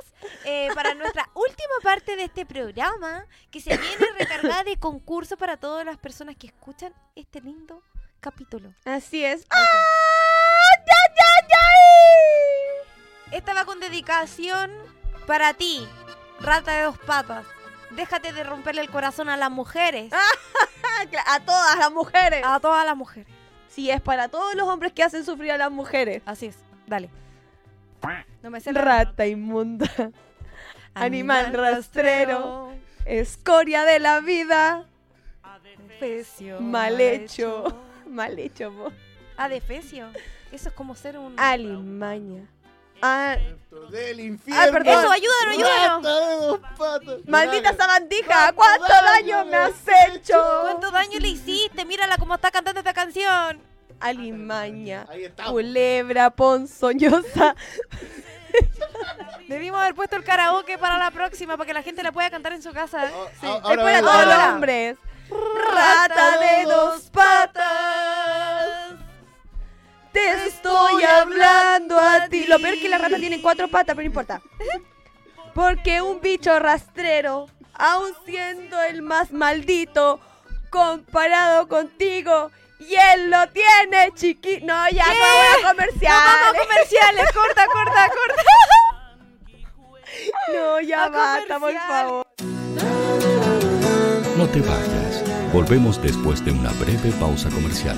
[SPEAKER 4] eh, para nuestra última parte de este programa que se viene recargada de concurso para todas las personas que escuchan este lindo capítulo.
[SPEAKER 5] Así es.
[SPEAKER 4] Esta va con dedicación para ti, Rata de dos patas. Déjate de romperle el corazón a las mujeres.
[SPEAKER 5] Ah, A todas las mujeres.
[SPEAKER 4] A todas las mujeres.
[SPEAKER 5] Si es para todos los hombres que hacen sufrir a las mujeres.
[SPEAKER 4] Así es. Dale. No me sé la-
[SPEAKER 5] Rata inmunda. Animal,
[SPEAKER 4] Animal
[SPEAKER 5] rastrero. Escoria de la vida.
[SPEAKER 4] Adefesio.
[SPEAKER 5] Mal hecho. Mal hecho, po.
[SPEAKER 4] Adefesio. Ah, Eso es como ser un.
[SPEAKER 5] Alimaña. Ah,
[SPEAKER 2] Del infierno.
[SPEAKER 5] perdón. Eso, ayúdanos, ayúdanos.
[SPEAKER 2] Rata de dos patas.
[SPEAKER 5] maldita
[SPEAKER 2] Dale.
[SPEAKER 5] sabandija,
[SPEAKER 2] ¿Cuánto
[SPEAKER 5] ¿cuánto
[SPEAKER 2] daño
[SPEAKER 5] daño me
[SPEAKER 2] le
[SPEAKER 5] has
[SPEAKER 2] has
[SPEAKER 5] hecho?
[SPEAKER 4] ¿Cuánto daño le hiciste? Mírala cómo está cantando esta canción.
[SPEAKER 5] Alimaña,
[SPEAKER 2] Ahí está.
[SPEAKER 5] culebra ponzoñosa.
[SPEAKER 4] Debimos haber puesto el karaoke para la próxima, para que la gente la pueda cantar en su casa. Sí.
[SPEAKER 2] a-
[SPEAKER 5] Es
[SPEAKER 2] ahora
[SPEAKER 5] para
[SPEAKER 2] vengo,
[SPEAKER 5] todos
[SPEAKER 2] ahora
[SPEAKER 5] los
[SPEAKER 2] vengo.
[SPEAKER 5] hombres. Rata de dos patas. Te estoy hablando a ti. Lo peor es que la rata tiene cuatro patas, pero no importa. Porque un bicho rastrero, aun siendo el más maldito, comparado contigo, y él lo tiene chiquito. No, ya,
[SPEAKER 4] ¿Qué?
[SPEAKER 5] vamos a
[SPEAKER 4] ¡No, vamos a
[SPEAKER 5] comerciales.
[SPEAKER 4] comerciales! ¡Corta, corta, corta!
[SPEAKER 5] No, ya
[SPEAKER 4] A
[SPEAKER 5] basta, por favor.
[SPEAKER 1] No te vayas. Volvemos después de una breve pausa comercial.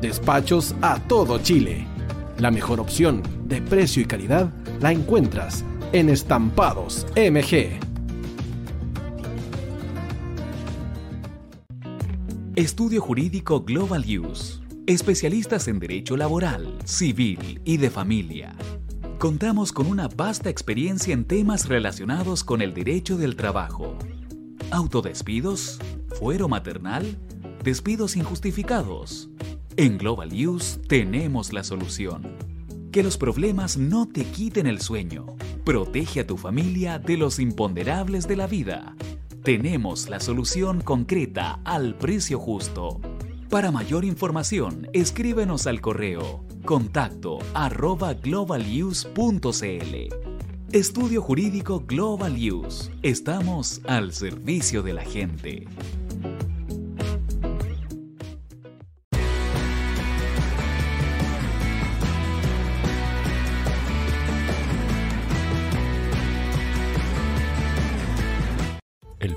[SPEAKER 9] Despachos a todo Chile. La mejor opción de precio y calidad la encuentras en Estampados MG.
[SPEAKER 3] Estudio Jurídico Global Use. Especialistas en derecho laboral, civil y de familia. Contamos con una vasta experiencia en temas relacionados con el derecho del trabajo. Autodespidos, fuero maternal, despidos injustificados. En Global Use tenemos la solución. Que los problemas no te quiten el sueño. Protege a tu familia de los imponderables de la vida. Tenemos la solución concreta al precio justo. Para mayor información, escríbenos al correo contacto arroba globaluse.cl. Estudio Jurídico Global Use. Estamos al servicio de la gente.
[SPEAKER 1] El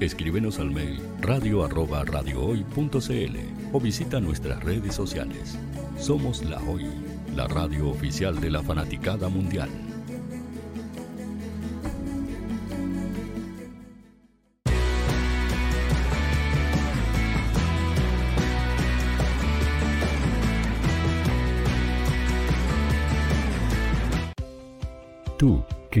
[SPEAKER 1] Escríbenos al mail radio arroba radiohoy.cl o visita nuestras redes sociales. Somos La Hoy, la radio oficial de la fanaticada mundial. Tú, que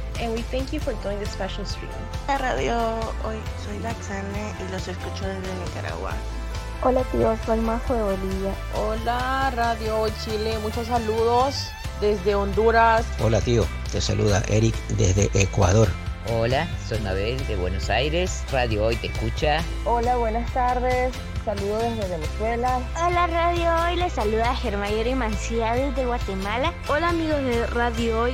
[SPEAKER 13] Eh,
[SPEAKER 10] And we thank you for doing this special stream.
[SPEAKER 11] La radio hoy soy Laxane y los escucho desde Nicaragua.
[SPEAKER 12] Hola tío, soy Majo de Bolivia.
[SPEAKER 13] Hola Radio Hoy Chile, muchos saludos desde Honduras.
[SPEAKER 14] Hola tío, te saluda Eric desde Ecuador.
[SPEAKER 15] Hola, soy Mabel de Buenos Aires. Radio Hoy te escucha.
[SPEAKER 19] Hola, buenas tardes. Saludos desde Venezuela.
[SPEAKER 6] Hola Radio Hoy, les saluda Germayori Mancía desde Guatemala.
[SPEAKER 19] Hola amigos de Radio Hoy.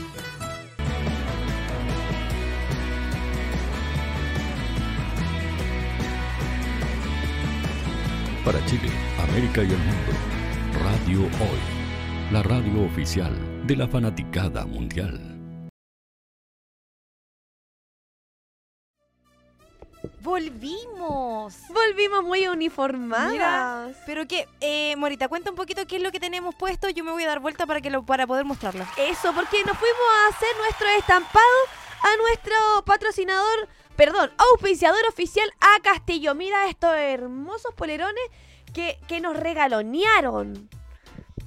[SPEAKER 1] para Chile, América y el mundo. Radio Hoy, la radio oficial de la fanaticada mundial.
[SPEAKER 4] Volvimos.
[SPEAKER 5] Volvimos muy uniformadas.
[SPEAKER 4] Mira, pero que, eh, Morita, cuenta un poquito qué es lo que tenemos puesto. Yo me voy a dar vuelta para que lo, para poder mostrarlo.
[SPEAKER 5] Eso, porque nos fuimos a hacer nuestro estampado a nuestro patrocinador perdón, auspiciador oficial a Castillo. Mira estos hermosos polerones que, que, nos regalonearon.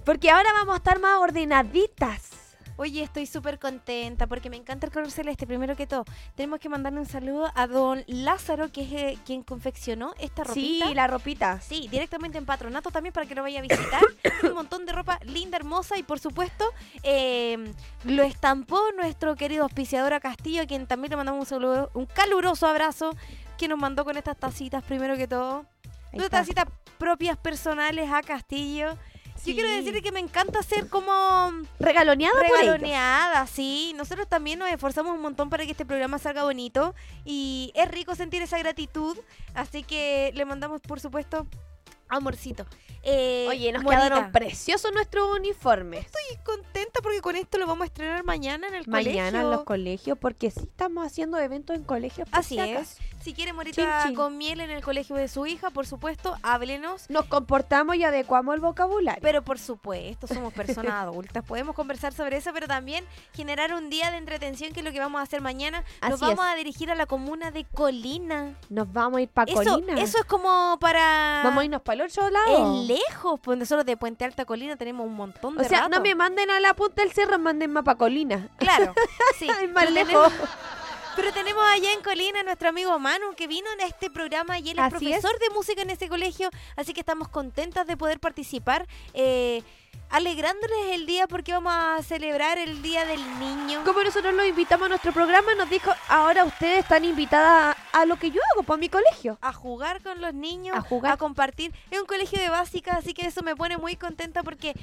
[SPEAKER 5] Porque ahora vamos a estar más ordenaditas.
[SPEAKER 4] Oye, estoy súper contenta porque me encanta el color celeste. Primero que todo, tenemos que mandarle un saludo a don Lázaro, que es eh, quien confeccionó esta ropita.
[SPEAKER 5] Sí, la ropita.
[SPEAKER 4] Sí, directamente en Patronato también para que lo vaya a visitar. un montón de ropa linda, hermosa y por supuesto eh, lo estampó nuestro querido auspiciador a Castillo, a quien también le mandamos un saludo, un caluroso abrazo que nos mandó con estas tacitas primero que todo. Unas tacitas propias personales a Castillo. Sí. Yo quiero decirle que me encanta ser como
[SPEAKER 5] regaloneada,
[SPEAKER 4] regaloneada, por sí. Nosotros también nos esforzamos un montón para que este programa salga bonito y es rico sentir esa gratitud, así que le mandamos por supuesto amorcito.
[SPEAKER 5] Eh, Oye, nos Morita. quedaron preciosos nuestros uniformes.
[SPEAKER 4] Estoy contenta porque con esto lo vamos a estrenar mañana en el
[SPEAKER 5] mañana
[SPEAKER 4] colegio.
[SPEAKER 5] Mañana en los colegios, porque sí estamos haciendo eventos en colegios.
[SPEAKER 4] Así es. Si quiere Morita chin, chin. con miel en el colegio de su hija, por supuesto, háblenos.
[SPEAKER 5] Nos comportamos y adecuamos el vocabulario.
[SPEAKER 4] Pero por supuesto, somos personas adultas. Podemos conversar sobre eso, pero también generar un día de entretención, que es lo que vamos a hacer mañana. Así nos vamos es. a dirigir a la comuna de Colina.
[SPEAKER 5] Nos vamos a ir para Colina.
[SPEAKER 4] Eso es como para.
[SPEAKER 5] Vamos a irnos para el otro lado.
[SPEAKER 4] Es lejos, pues nosotros de Puente Alta Colina tenemos un montón
[SPEAKER 5] O
[SPEAKER 4] de
[SPEAKER 5] sea,
[SPEAKER 4] rato.
[SPEAKER 5] no me manden a la punta del cerro, mándenme para Colina.
[SPEAKER 4] Claro, sí.
[SPEAKER 5] es más lejos.
[SPEAKER 4] Pero tenemos allá en Colina a nuestro amigo Manu que vino en este programa y él es
[SPEAKER 5] Así
[SPEAKER 4] profesor
[SPEAKER 5] es.
[SPEAKER 4] de música en ese colegio, así que estamos contentas de poder participar. Eh, alegrándoles el día porque vamos a celebrar el Día del Niño.
[SPEAKER 5] Como nosotros lo invitamos a nuestro programa, nos dijo, ahora ustedes están invitadas a, a lo que yo hago para mi colegio.
[SPEAKER 4] A jugar con los niños,
[SPEAKER 5] a, jugar.
[SPEAKER 4] a compartir. Es un colegio de básica, así que eso me pone muy contenta porque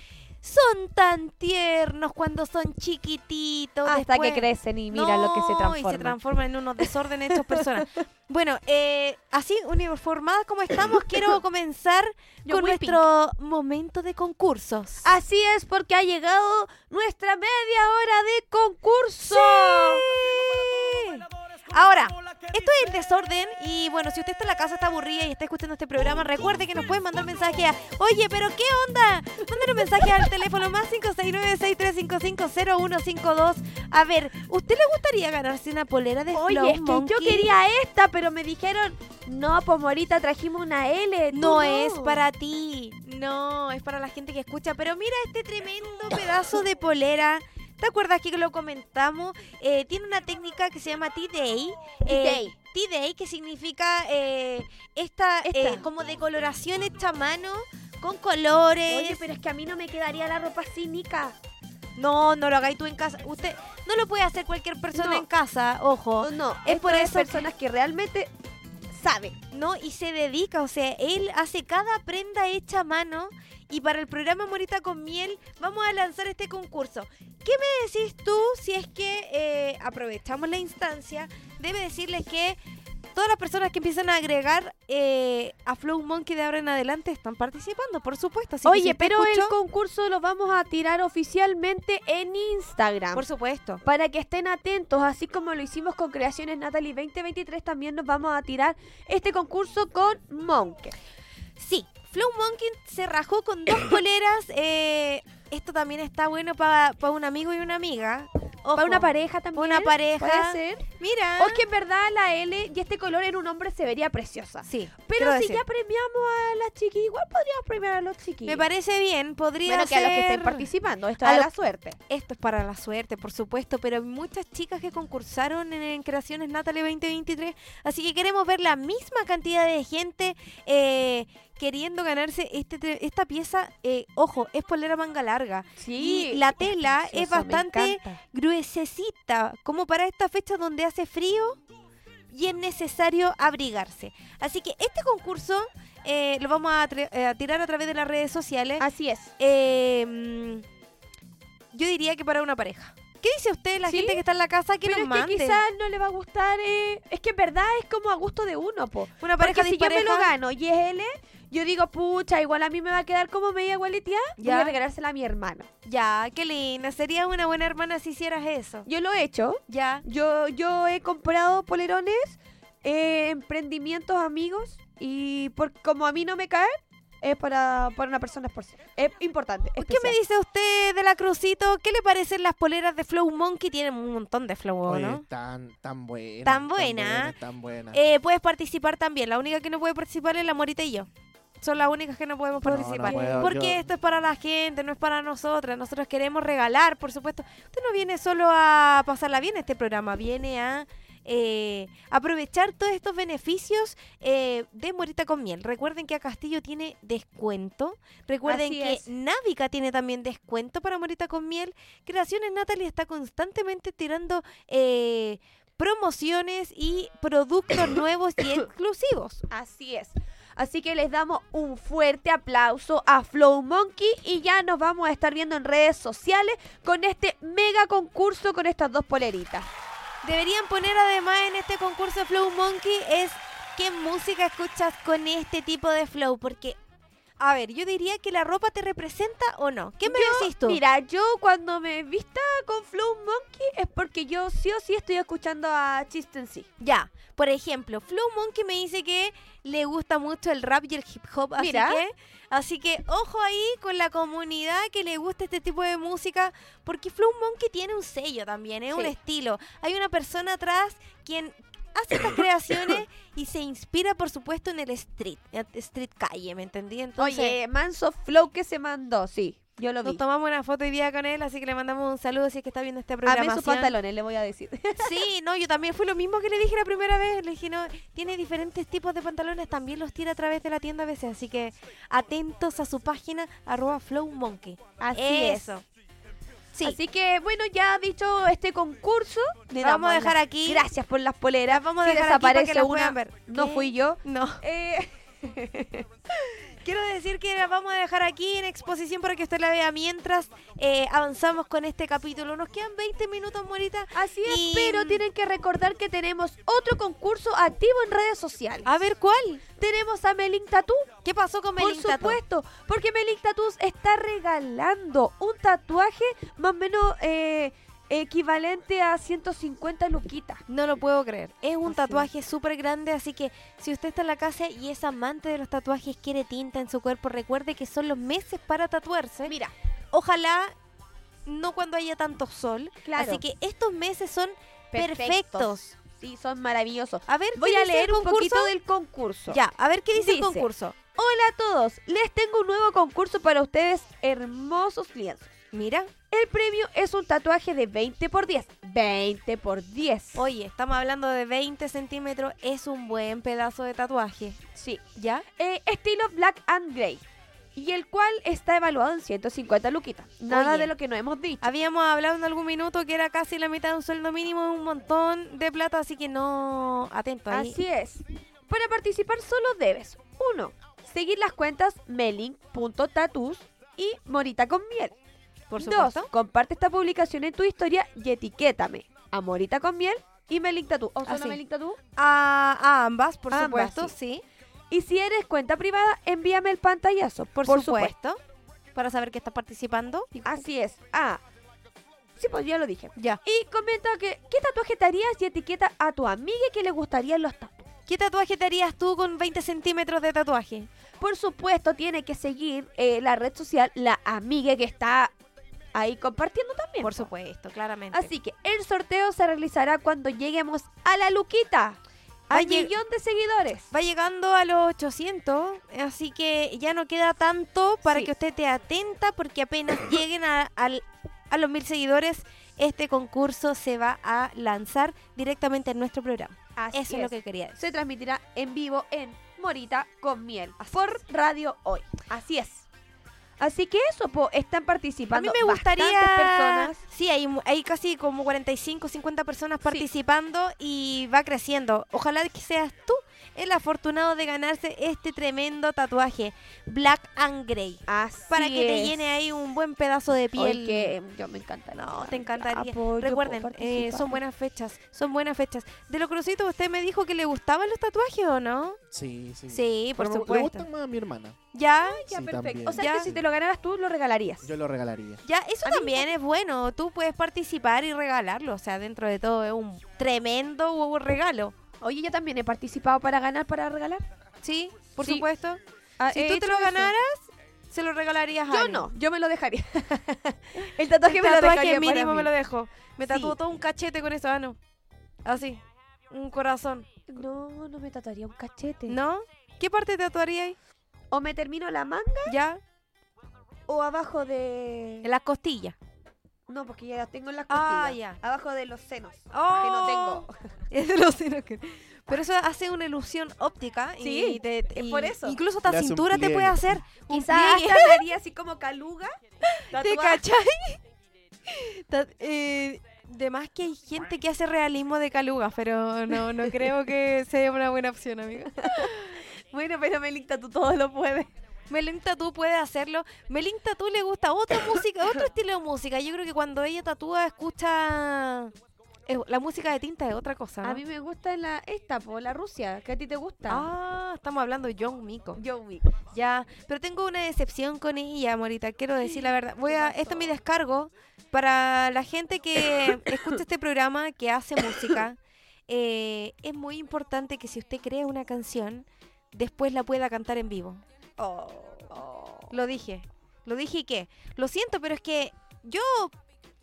[SPEAKER 4] son tan tiernos cuando son chiquititos.
[SPEAKER 5] Hasta
[SPEAKER 4] después-
[SPEAKER 5] que crecen y mira lo que se
[SPEAKER 4] No, Y se
[SPEAKER 5] transforman.
[SPEAKER 4] transforman en unos desórdenes estas personas. bueno, eh, así uniformadas como estamos, quiero comenzar
[SPEAKER 5] Yo
[SPEAKER 4] con
[SPEAKER 5] muy pink. Ah,
[SPEAKER 4] nuestro momento de concursos.
[SPEAKER 5] Así es, porque ha llegado nuestra media hora de concurso.
[SPEAKER 4] Ahora, esto es el desorden y bueno, si usted está en la casa, está aburrida y está escuchando este programa, recuerde que nos pueden mandar mensaje a, oye, pero ¿qué onda? Mándanos mensaje al teléfono más 569-6355-0152. A ver, ¿usted le gustaría ganarse una polera de
[SPEAKER 5] Oye,
[SPEAKER 4] Flow
[SPEAKER 5] es que
[SPEAKER 4] Monkey?
[SPEAKER 5] yo quería esta, pero me dijeron, no, pues Morita, trajimos una L. tú
[SPEAKER 4] Eh, No, es para ti, no, es para la gente que escucha. Pero mira este tremendo pedazo de polera. ¿Te acuerdas que lo comentamos? Eh, tiene una técnica que se llama T-Day. Eh,
[SPEAKER 5] T-Day.
[SPEAKER 4] T-Day, que significa eh, esta, eh,
[SPEAKER 5] Esta.
[SPEAKER 4] como decoloración hecha a mano, con colores.
[SPEAKER 5] Oye, pero es que a mí no me quedaría la ropa cínica.
[SPEAKER 4] No, no lo hagáis tú en casa. Usted no lo puede hacer cualquier persona
[SPEAKER 5] No.
[SPEAKER 4] en casa, ojo.
[SPEAKER 5] No,
[SPEAKER 4] es por eso que-
[SPEAKER 5] personas que realmente saben.
[SPEAKER 4] No, y se dedica, o sea, él hace cada prenda hecha a mano y para el programa Morita con Miel vamos a lanzar este concurso. ¿Qué me decís tú si es que eh, aprovechamos la instancia? Debe decirles que todas las personas que empiezan a agregar eh, a Flow Monkey de ahora en adelante están participando, por supuesto. Así que si
[SPEAKER 5] Oye,
[SPEAKER 4] usted
[SPEAKER 5] pero el
[SPEAKER 4] escuchó-
[SPEAKER 5] concurso lo vamos a tirar oficialmente en Instagram.
[SPEAKER 4] Por supuesto.
[SPEAKER 5] Para que estén atentos, así como lo hicimos con Creaciones Natalie 2023, también nos vamos a tirar este concurso con Monkey.
[SPEAKER 4] Sí, Flow Monkey se rajó con dos poleras. eh, esto también está bueno para un amigo y una amiga.
[SPEAKER 5] Para una
[SPEAKER 4] Ojo.
[SPEAKER 5] pareja también.
[SPEAKER 4] Una pareja. Ah.
[SPEAKER 5] Puede ser.
[SPEAKER 4] Mira.
[SPEAKER 5] O es que en verdad la L y este color en un hombre se vería preciosa.
[SPEAKER 4] Sí.
[SPEAKER 5] Pero
[SPEAKER 4] quiero
[SPEAKER 5] si
[SPEAKER 4] decir.
[SPEAKER 5] ya premiamos a las chiquillas, igual podríamos premiar a los chiquillos.
[SPEAKER 4] Me parece bien, podría
[SPEAKER 5] Bueno, que a los que
[SPEAKER 4] ser-
[SPEAKER 5] estén participando, esto
[SPEAKER 4] a
[SPEAKER 5] es
[SPEAKER 4] lo-
[SPEAKER 5] la suerte.
[SPEAKER 4] Esto es para la suerte, por supuesto, pero hay muchas chicas que concursaron en, en Creaciones Natalie 2023, así que queremos ver la misma cantidad de gente eh, queriendo ganarse este, tre- esta pieza. Eh, ojo, es polera manga larga.
[SPEAKER 5] Sí,
[SPEAKER 4] Y la tela
[SPEAKER 5] preciosa,
[SPEAKER 4] es
[SPEAKER 5] me
[SPEAKER 4] bastante
[SPEAKER 5] encanta.
[SPEAKER 4] gruesecita, como para esta fecha donde hace frío y es necesario abrigarse. Así que este concurso eh, lo vamos a, tra- eh, a tirar a través de las redes sociales.
[SPEAKER 5] Así es.
[SPEAKER 4] Eh, mm, yo diría que para una pareja. ¿Qué dice usted, la
[SPEAKER 5] Sí,
[SPEAKER 4] gente que está en la casa? Que
[SPEAKER 5] Pero
[SPEAKER 4] nos
[SPEAKER 5] es
[SPEAKER 4] mande.
[SPEAKER 5] que quizás no le va a gustar. eh, Es que en verdad es como a gusto de uno, po.
[SPEAKER 4] Una pareja
[SPEAKER 5] Porque si yo me lo
[SPEAKER 4] dispareja.
[SPEAKER 5] gano y es L, yo digo, pucha, igual a mí me va a quedar como media igualitía. Voy
[SPEAKER 4] Ya.
[SPEAKER 5] a regalársela a mi hermana.
[SPEAKER 4] Ya, qué linda. Sería una buena hermana si hicieras eso.
[SPEAKER 5] Yo lo he hecho.
[SPEAKER 4] Ya.
[SPEAKER 5] Yo, yo he comprado polerones, eh, emprendimientos amigos y por, como a mí no me caen, es para, para una persona espor- Es importante.
[SPEAKER 4] ¿Qué me
[SPEAKER 5] especial.
[SPEAKER 4] dice usted de la Crucito? ¿Qué le parecen las poleras de Flow Monkey? Tienen un montón de Flow,
[SPEAKER 2] Oye,
[SPEAKER 4] ¿no?
[SPEAKER 2] tan, tan buena.
[SPEAKER 4] Tan buena.
[SPEAKER 2] Tan buena.
[SPEAKER 4] Eh, puedes participar también. La única que no puede participar es la Morita y yo. Son las únicas que no podemos
[SPEAKER 2] No, no
[SPEAKER 4] participar.
[SPEAKER 2] puedo,
[SPEAKER 4] Porque
[SPEAKER 2] yo-
[SPEAKER 4] esto es para la gente, no es para nosotras. Nosotros queremos regalar, por supuesto. Usted no viene solo a pasarla bien este programa, viene a eh, aprovechar todos estos beneficios eh, de Morita con Miel. Recuerden que a Castillo tiene descuento. Recuerden
[SPEAKER 5] Así
[SPEAKER 4] que
[SPEAKER 5] es.
[SPEAKER 4] Návica tiene también descuento para Morita con Miel. Creaciones Natalie está constantemente tirando eh, promociones y productos nuevos y exclusivos.
[SPEAKER 5] Así es. Así que les damos un fuerte aplauso a Flow Monkey y ya nos vamos a estar viendo en redes sociales con este mega concurso con estas dos poleritas.
[SPEAKER 4] Deberían poner además en este concurso Flow Monkey es qué música escuchas con este tipo de flow, porque a ver, yo diría que la ropa te representa o no. ¿Qué me
[SPEAKER 5] Yo,
[SPEAKER 4] decís tú?
[SPEAKER 5] Mira, yo cuando me vista con Flow Monkey es porque yo sí o sí estoy escuchando a Chisten C.
[SPEAKER 4] Ya, por ejemplo, Flow Monkey me dice que le gusta mucho el rap y el hip hop, así
[SPEAKER 5] Mira.
[SPEAKER 4] que así que ojo ahí con la comunidad que le gusta este tipo de música, porque Flow Monkey tiene un sello también, es un
[SPEAKER 5] Sí.
[SPEAKER 4] estilo. Hay una persona atrás quien hace estas creaciones y se inspira, por supuesto, en el street, en el street calle, ¿me entendí? Entonces,
[SPEAKER 5] Oye, Manso Flow que se mandó, sí, yo lo
[SPEAKER 4] nos
[SPEAKER 5] vi.
[SPEAKER 4] tomamos una foto hoy día con él, así que le mandamos un saludo si es que está viendo este
[SPEAKER 5] A
[SPEAKER 4] programa.
[SPEAKER 5] mí sus pantalones, le voy a decir.
[SPEAKER 4] Sí, no, yo también fue lo mismo que le dije la primera vez. Le dije, no, tiene diferentes tipos de pantalones, también los tira a través de la tienda a veces. Así que atentos a su página, arroba flowmonkey.
[SPEAKER 5] Así
[SPEAKER 4] Eso.
[SPEAKER 5] es.
[SPEAKER 4] Sí.
[SPEAKER 5] Así que bueno, ya dicho este concurso, le
[SPEAKER 4] Lo vamos a
[SPEAKER 5] damos
[SPEAKER 4] dejar
[SPEAKER 5] las
[SPEAKER 4] aquí.
[SPEAKER 5] Gracias por las poleras.
[SPEAKER 4] vamos a
[SPEAKER 5] Si
[SPEAKER 4] dejar aquí para que
[SPEAKER 5] desaparece
[SPEAKER 4] las
[SPEAKER 5] una,
[SPEAKER 4] puedan ver.
[SPEAKER 5] No
[SPEAKER 4] ¿Qué?
[SPEAKER 5] fui yo.
[SPEAKER 4] No.
[SPEAKER 5] Eh,
[SPEAKER 4] Quiero decir que la vamos a dejar aquí en exposición para que usted la vea mientras eh, avanzamos con este capítulo. Nos quedan 20 minutos, Morita.
[SPEAKER 5] Así es, pero tienen que recordar que tenemos otro concurso activo en redes sociales.
[SPEAKER 4] A ver, ¿cuál?
[SPEAKER 5] Tenemos a Melin Tatú.
[SPEAKER 4] ¿Qué pasó con Melin
[SPEAKER 5] Por supuesto, porque Melin Tatú está regalando un tatuaje más o menos... Eh, equivalente a 150 luquitas.
[SPEAKER 4] No lo puedo creer. Es un así tatuaje súper grande, así que si usted está en la casa y es amante de los tatuajes, quiere tinta en su cuerpo, recuerde que son los meses para tatuarse.
[SPEAKER 5] Mira,
[SPEAKER 4] ojalá no cuando haya tanto sol. Claro. Así que estos meses son perfectos. perfectos.
[SPEAKER 5] Sí, son maravillosos.
[SPEAKER 4] A ver,
[SPEAKER 5] voy a leer un poquito del concurso.
[SPEAKER 4] Ya, a ver qué dice, dice el concurso.
[SPEAKER 5] Hola a todos, les tengo un nuevo concurso para ustedes, hermosos lienzos.
[SPEAKER 4] Mira.
[SPEAKER 5] El premio es un tatuaje de 20 por 10. 20 por 10.
[SPEAKER 4] Oye, estamos hablando de 20 centímetros. Es un buen pedazo de tatuaje.
[SPEAKER 5] Sí.
[SPEAKER 4] ¿Ya?
[SPEAKER 5] Eh, estilo Black and Grey. Y el cual está evaluado en 150 luquitas. Nada Oye, de lo que no hemos dicho.
[SPEAKER 4] Habíamos hablado en algún minuto que era casi la mitad de un sueldo mínimo, un montón de plata, así que no. Atento ahí.
[SPEAKER 5] Así es. Para participar solo debes: 1. Seguir las cuentas melin.tatus y morita con miel.
[SPEAKER 4] Por
[SPEAKER 5] Dos, comparte esta publicación en tu historia y etiquétame. Amorita con miel y Melink Tatú. ¿O solo Melink Tatú?
[SPEAKER 4] A, a, ambas, por a supuesto, ambas,
[SPEAKER 5] sí.
[SPEAKER 4] sí.
[SPEAKER 5] Y si eres cuenta privada, envíame el pantallazo, por,
[SPEAKER 4] por
[SPEAKER 5] supuesto.
[SPEAKER 4] supuesto. Para saber que estás participando.
[SPEAKER 5] Así es. Ah. Sí, pues ya lo dije.
[SPEAKER 4] Ya.
[SPEAKER 5] Y comenta que, ¿qué tatuaje te harías y etiqueta a tu amiga que le gustarían los tatuajes?
[SPEAKER 4] ¿Qué tatuaje te harías tú con 20 centímetros de tatuaje?
[SPEAKER 5] Por supuesto, tiene que seguir eh, la red social, la amiga que está ahí compartiendo también.
[SPEAKER 4] Por supuesto, claramente.
[SPEAKER 5] Así que el sorteo se realizará cuando lleguemos a la Luquita. Al millón de seguidores.
[SPEAKER 4] Va llegando a los 800, así que ya no queda tanto para sí. que usted te atenta porque apenas lleguen a, a, a los mil seguidores, este concurso se va a lanzar directamente en nuestro programa.
[SPEAKER 5] Así
[SPEAKER 4] Eso es. lo que quería decir.
[SPEAKER 5] Se transmitirá en vivo en Morita con Miel así por es. Radio Hoy. Así es. Así que eso, po, están participando.
[SPEAKER 4] A mí me gustaría.
[SPEAKER 5] personas.
[SPEAKER 4] Sí, hay, hay casi como 45, 50 personas participando sí. y va creciendo. Ojalá que seas tú el afortunado de ganarse este tremendo tatuaje Black and Grey.
[SPEAKER 5] Así
[SPEAKER 4] para que te
[SPEAKER 5] es.
[SPEAKER 4] llene ahí un buen pedazo de piel.
[SPEAKER 5] Oye, que yo me Ah, encanta.
[SPEAKER 4] No, te encantaría. Apoyo, Recuerden, eh, son buenas fechas, son buenas fechas. De lo crucito, usted me dijo que le gustaban los tatuajes o no?
[SPEAKER 2] Sí, sí.
[SPEAKER 4] Sí, por
[SPEAKER 2] Pero
[SPEAKER 4] supuesto.
[SPEAKER 2] Me gustan más a mi hermana.
[SPEAKER 4] Ya,
[SPEAKER 5] ya sí, perfecto. También. O sea, ya. que si te lo ganaras tú, lo regalarías.
[SPEAKER 2] Yo lo regalaría.
[SPEAKER 4] Ya, eso a también no. es bueno. Tú puedes participar y regalarlo. O sea, dentro de todo es un tremendo regalo.
[SPEAKER 5] Oye, yo también he participado para ganar, para regalar.
[SPEAKER 4] Sí, por sí. supuesto. Ah, si tú te lo eso. Ah, ganaras, se lo regalarías
[SPEAKER 5] yo
[SPEAKER 4] a
[SPEAKER 5] Yo no, yo me lo dejaría. el tatuaje, el me tatuaje lo dejaría
[SPEAKER 4] mínimo
[SPEAKER 5] para mí.
[SPEAKER 4] me lo dejo. Me sí. tatuó todo un cachete con eso, ah, no. Así, un corazón.
[SPEAKER 5] No, no me tatuaría un cachete.
[SPEAKER 4] ¿No? ¿Qué parte tatuaría ahí?
[SPEAKER 5] O me termino la manga.
[SPEAKER 4] Ya.
[SPEAKER 5] O abajo de...
[SPEAKER 4] En las costillas.
[SPEAKER 5] No, porque ya tengo en las costillas.
[SPEAKER 4] Ah, ya.
[SPEAKER 5] Abajo de los senos.
[SPEAKER 4] Oh.
[SPEAKER 5] Que no tengo.
[SPEAKER 4] es de los senos que... Pero eso hace una ilusión óptica.
[SPEAKER 5] Sí,
[SPEAKER 4] y te, te-
[SPEAKER 5] es por eso.
[SPEAKER 4] Incluso hasta cintura te puede hacer un
[SPEAKER 5] Quizás
[SPEAKER 4] pliegue.
[SPEAKER 5] hasta me haría así como caluga.
[SPEAKER 4] ¿Te
[SPEAKER 5] tatuaje.
[SPEAKER 4] cachai? Ta- eh, de más que hay gente que hace realismo de calugas, pero no, no creo que sea una buena opción, amiga.
[SPEAKER 5] bueno, pero Melinda, tú todo lo puedes.
[SPEAKER 4] Melin Tatú puede hacerlo. Melin Tatú le gusta otra música, otro estilo de música. Yo creo que cuando ella tatúa escucha eh, la música de tinta es otra cosa. ¿no?
[SPEAKER 5] A mí me gusta la esta, po, la Rusia, que a ti te gusta.
[SPEAKER 4] Ah, estamos hablando de John Miko.
[SPEAKER 5] John Miko.
[SPEAKER 4] Ya, pero tengo una decepción con ella, Morita, quiero decir la verdad. Voy a este es mi descargo para la gente que escucha este programa que hace música. Eh, es muy importante que si usted crea una canción, después la pueda cantar en vivo.
[SPEAKER 5] Oh, oh.
[SPEAKER 4] Lo dije. Lo dije y qué. Lo siento, pero es que yo.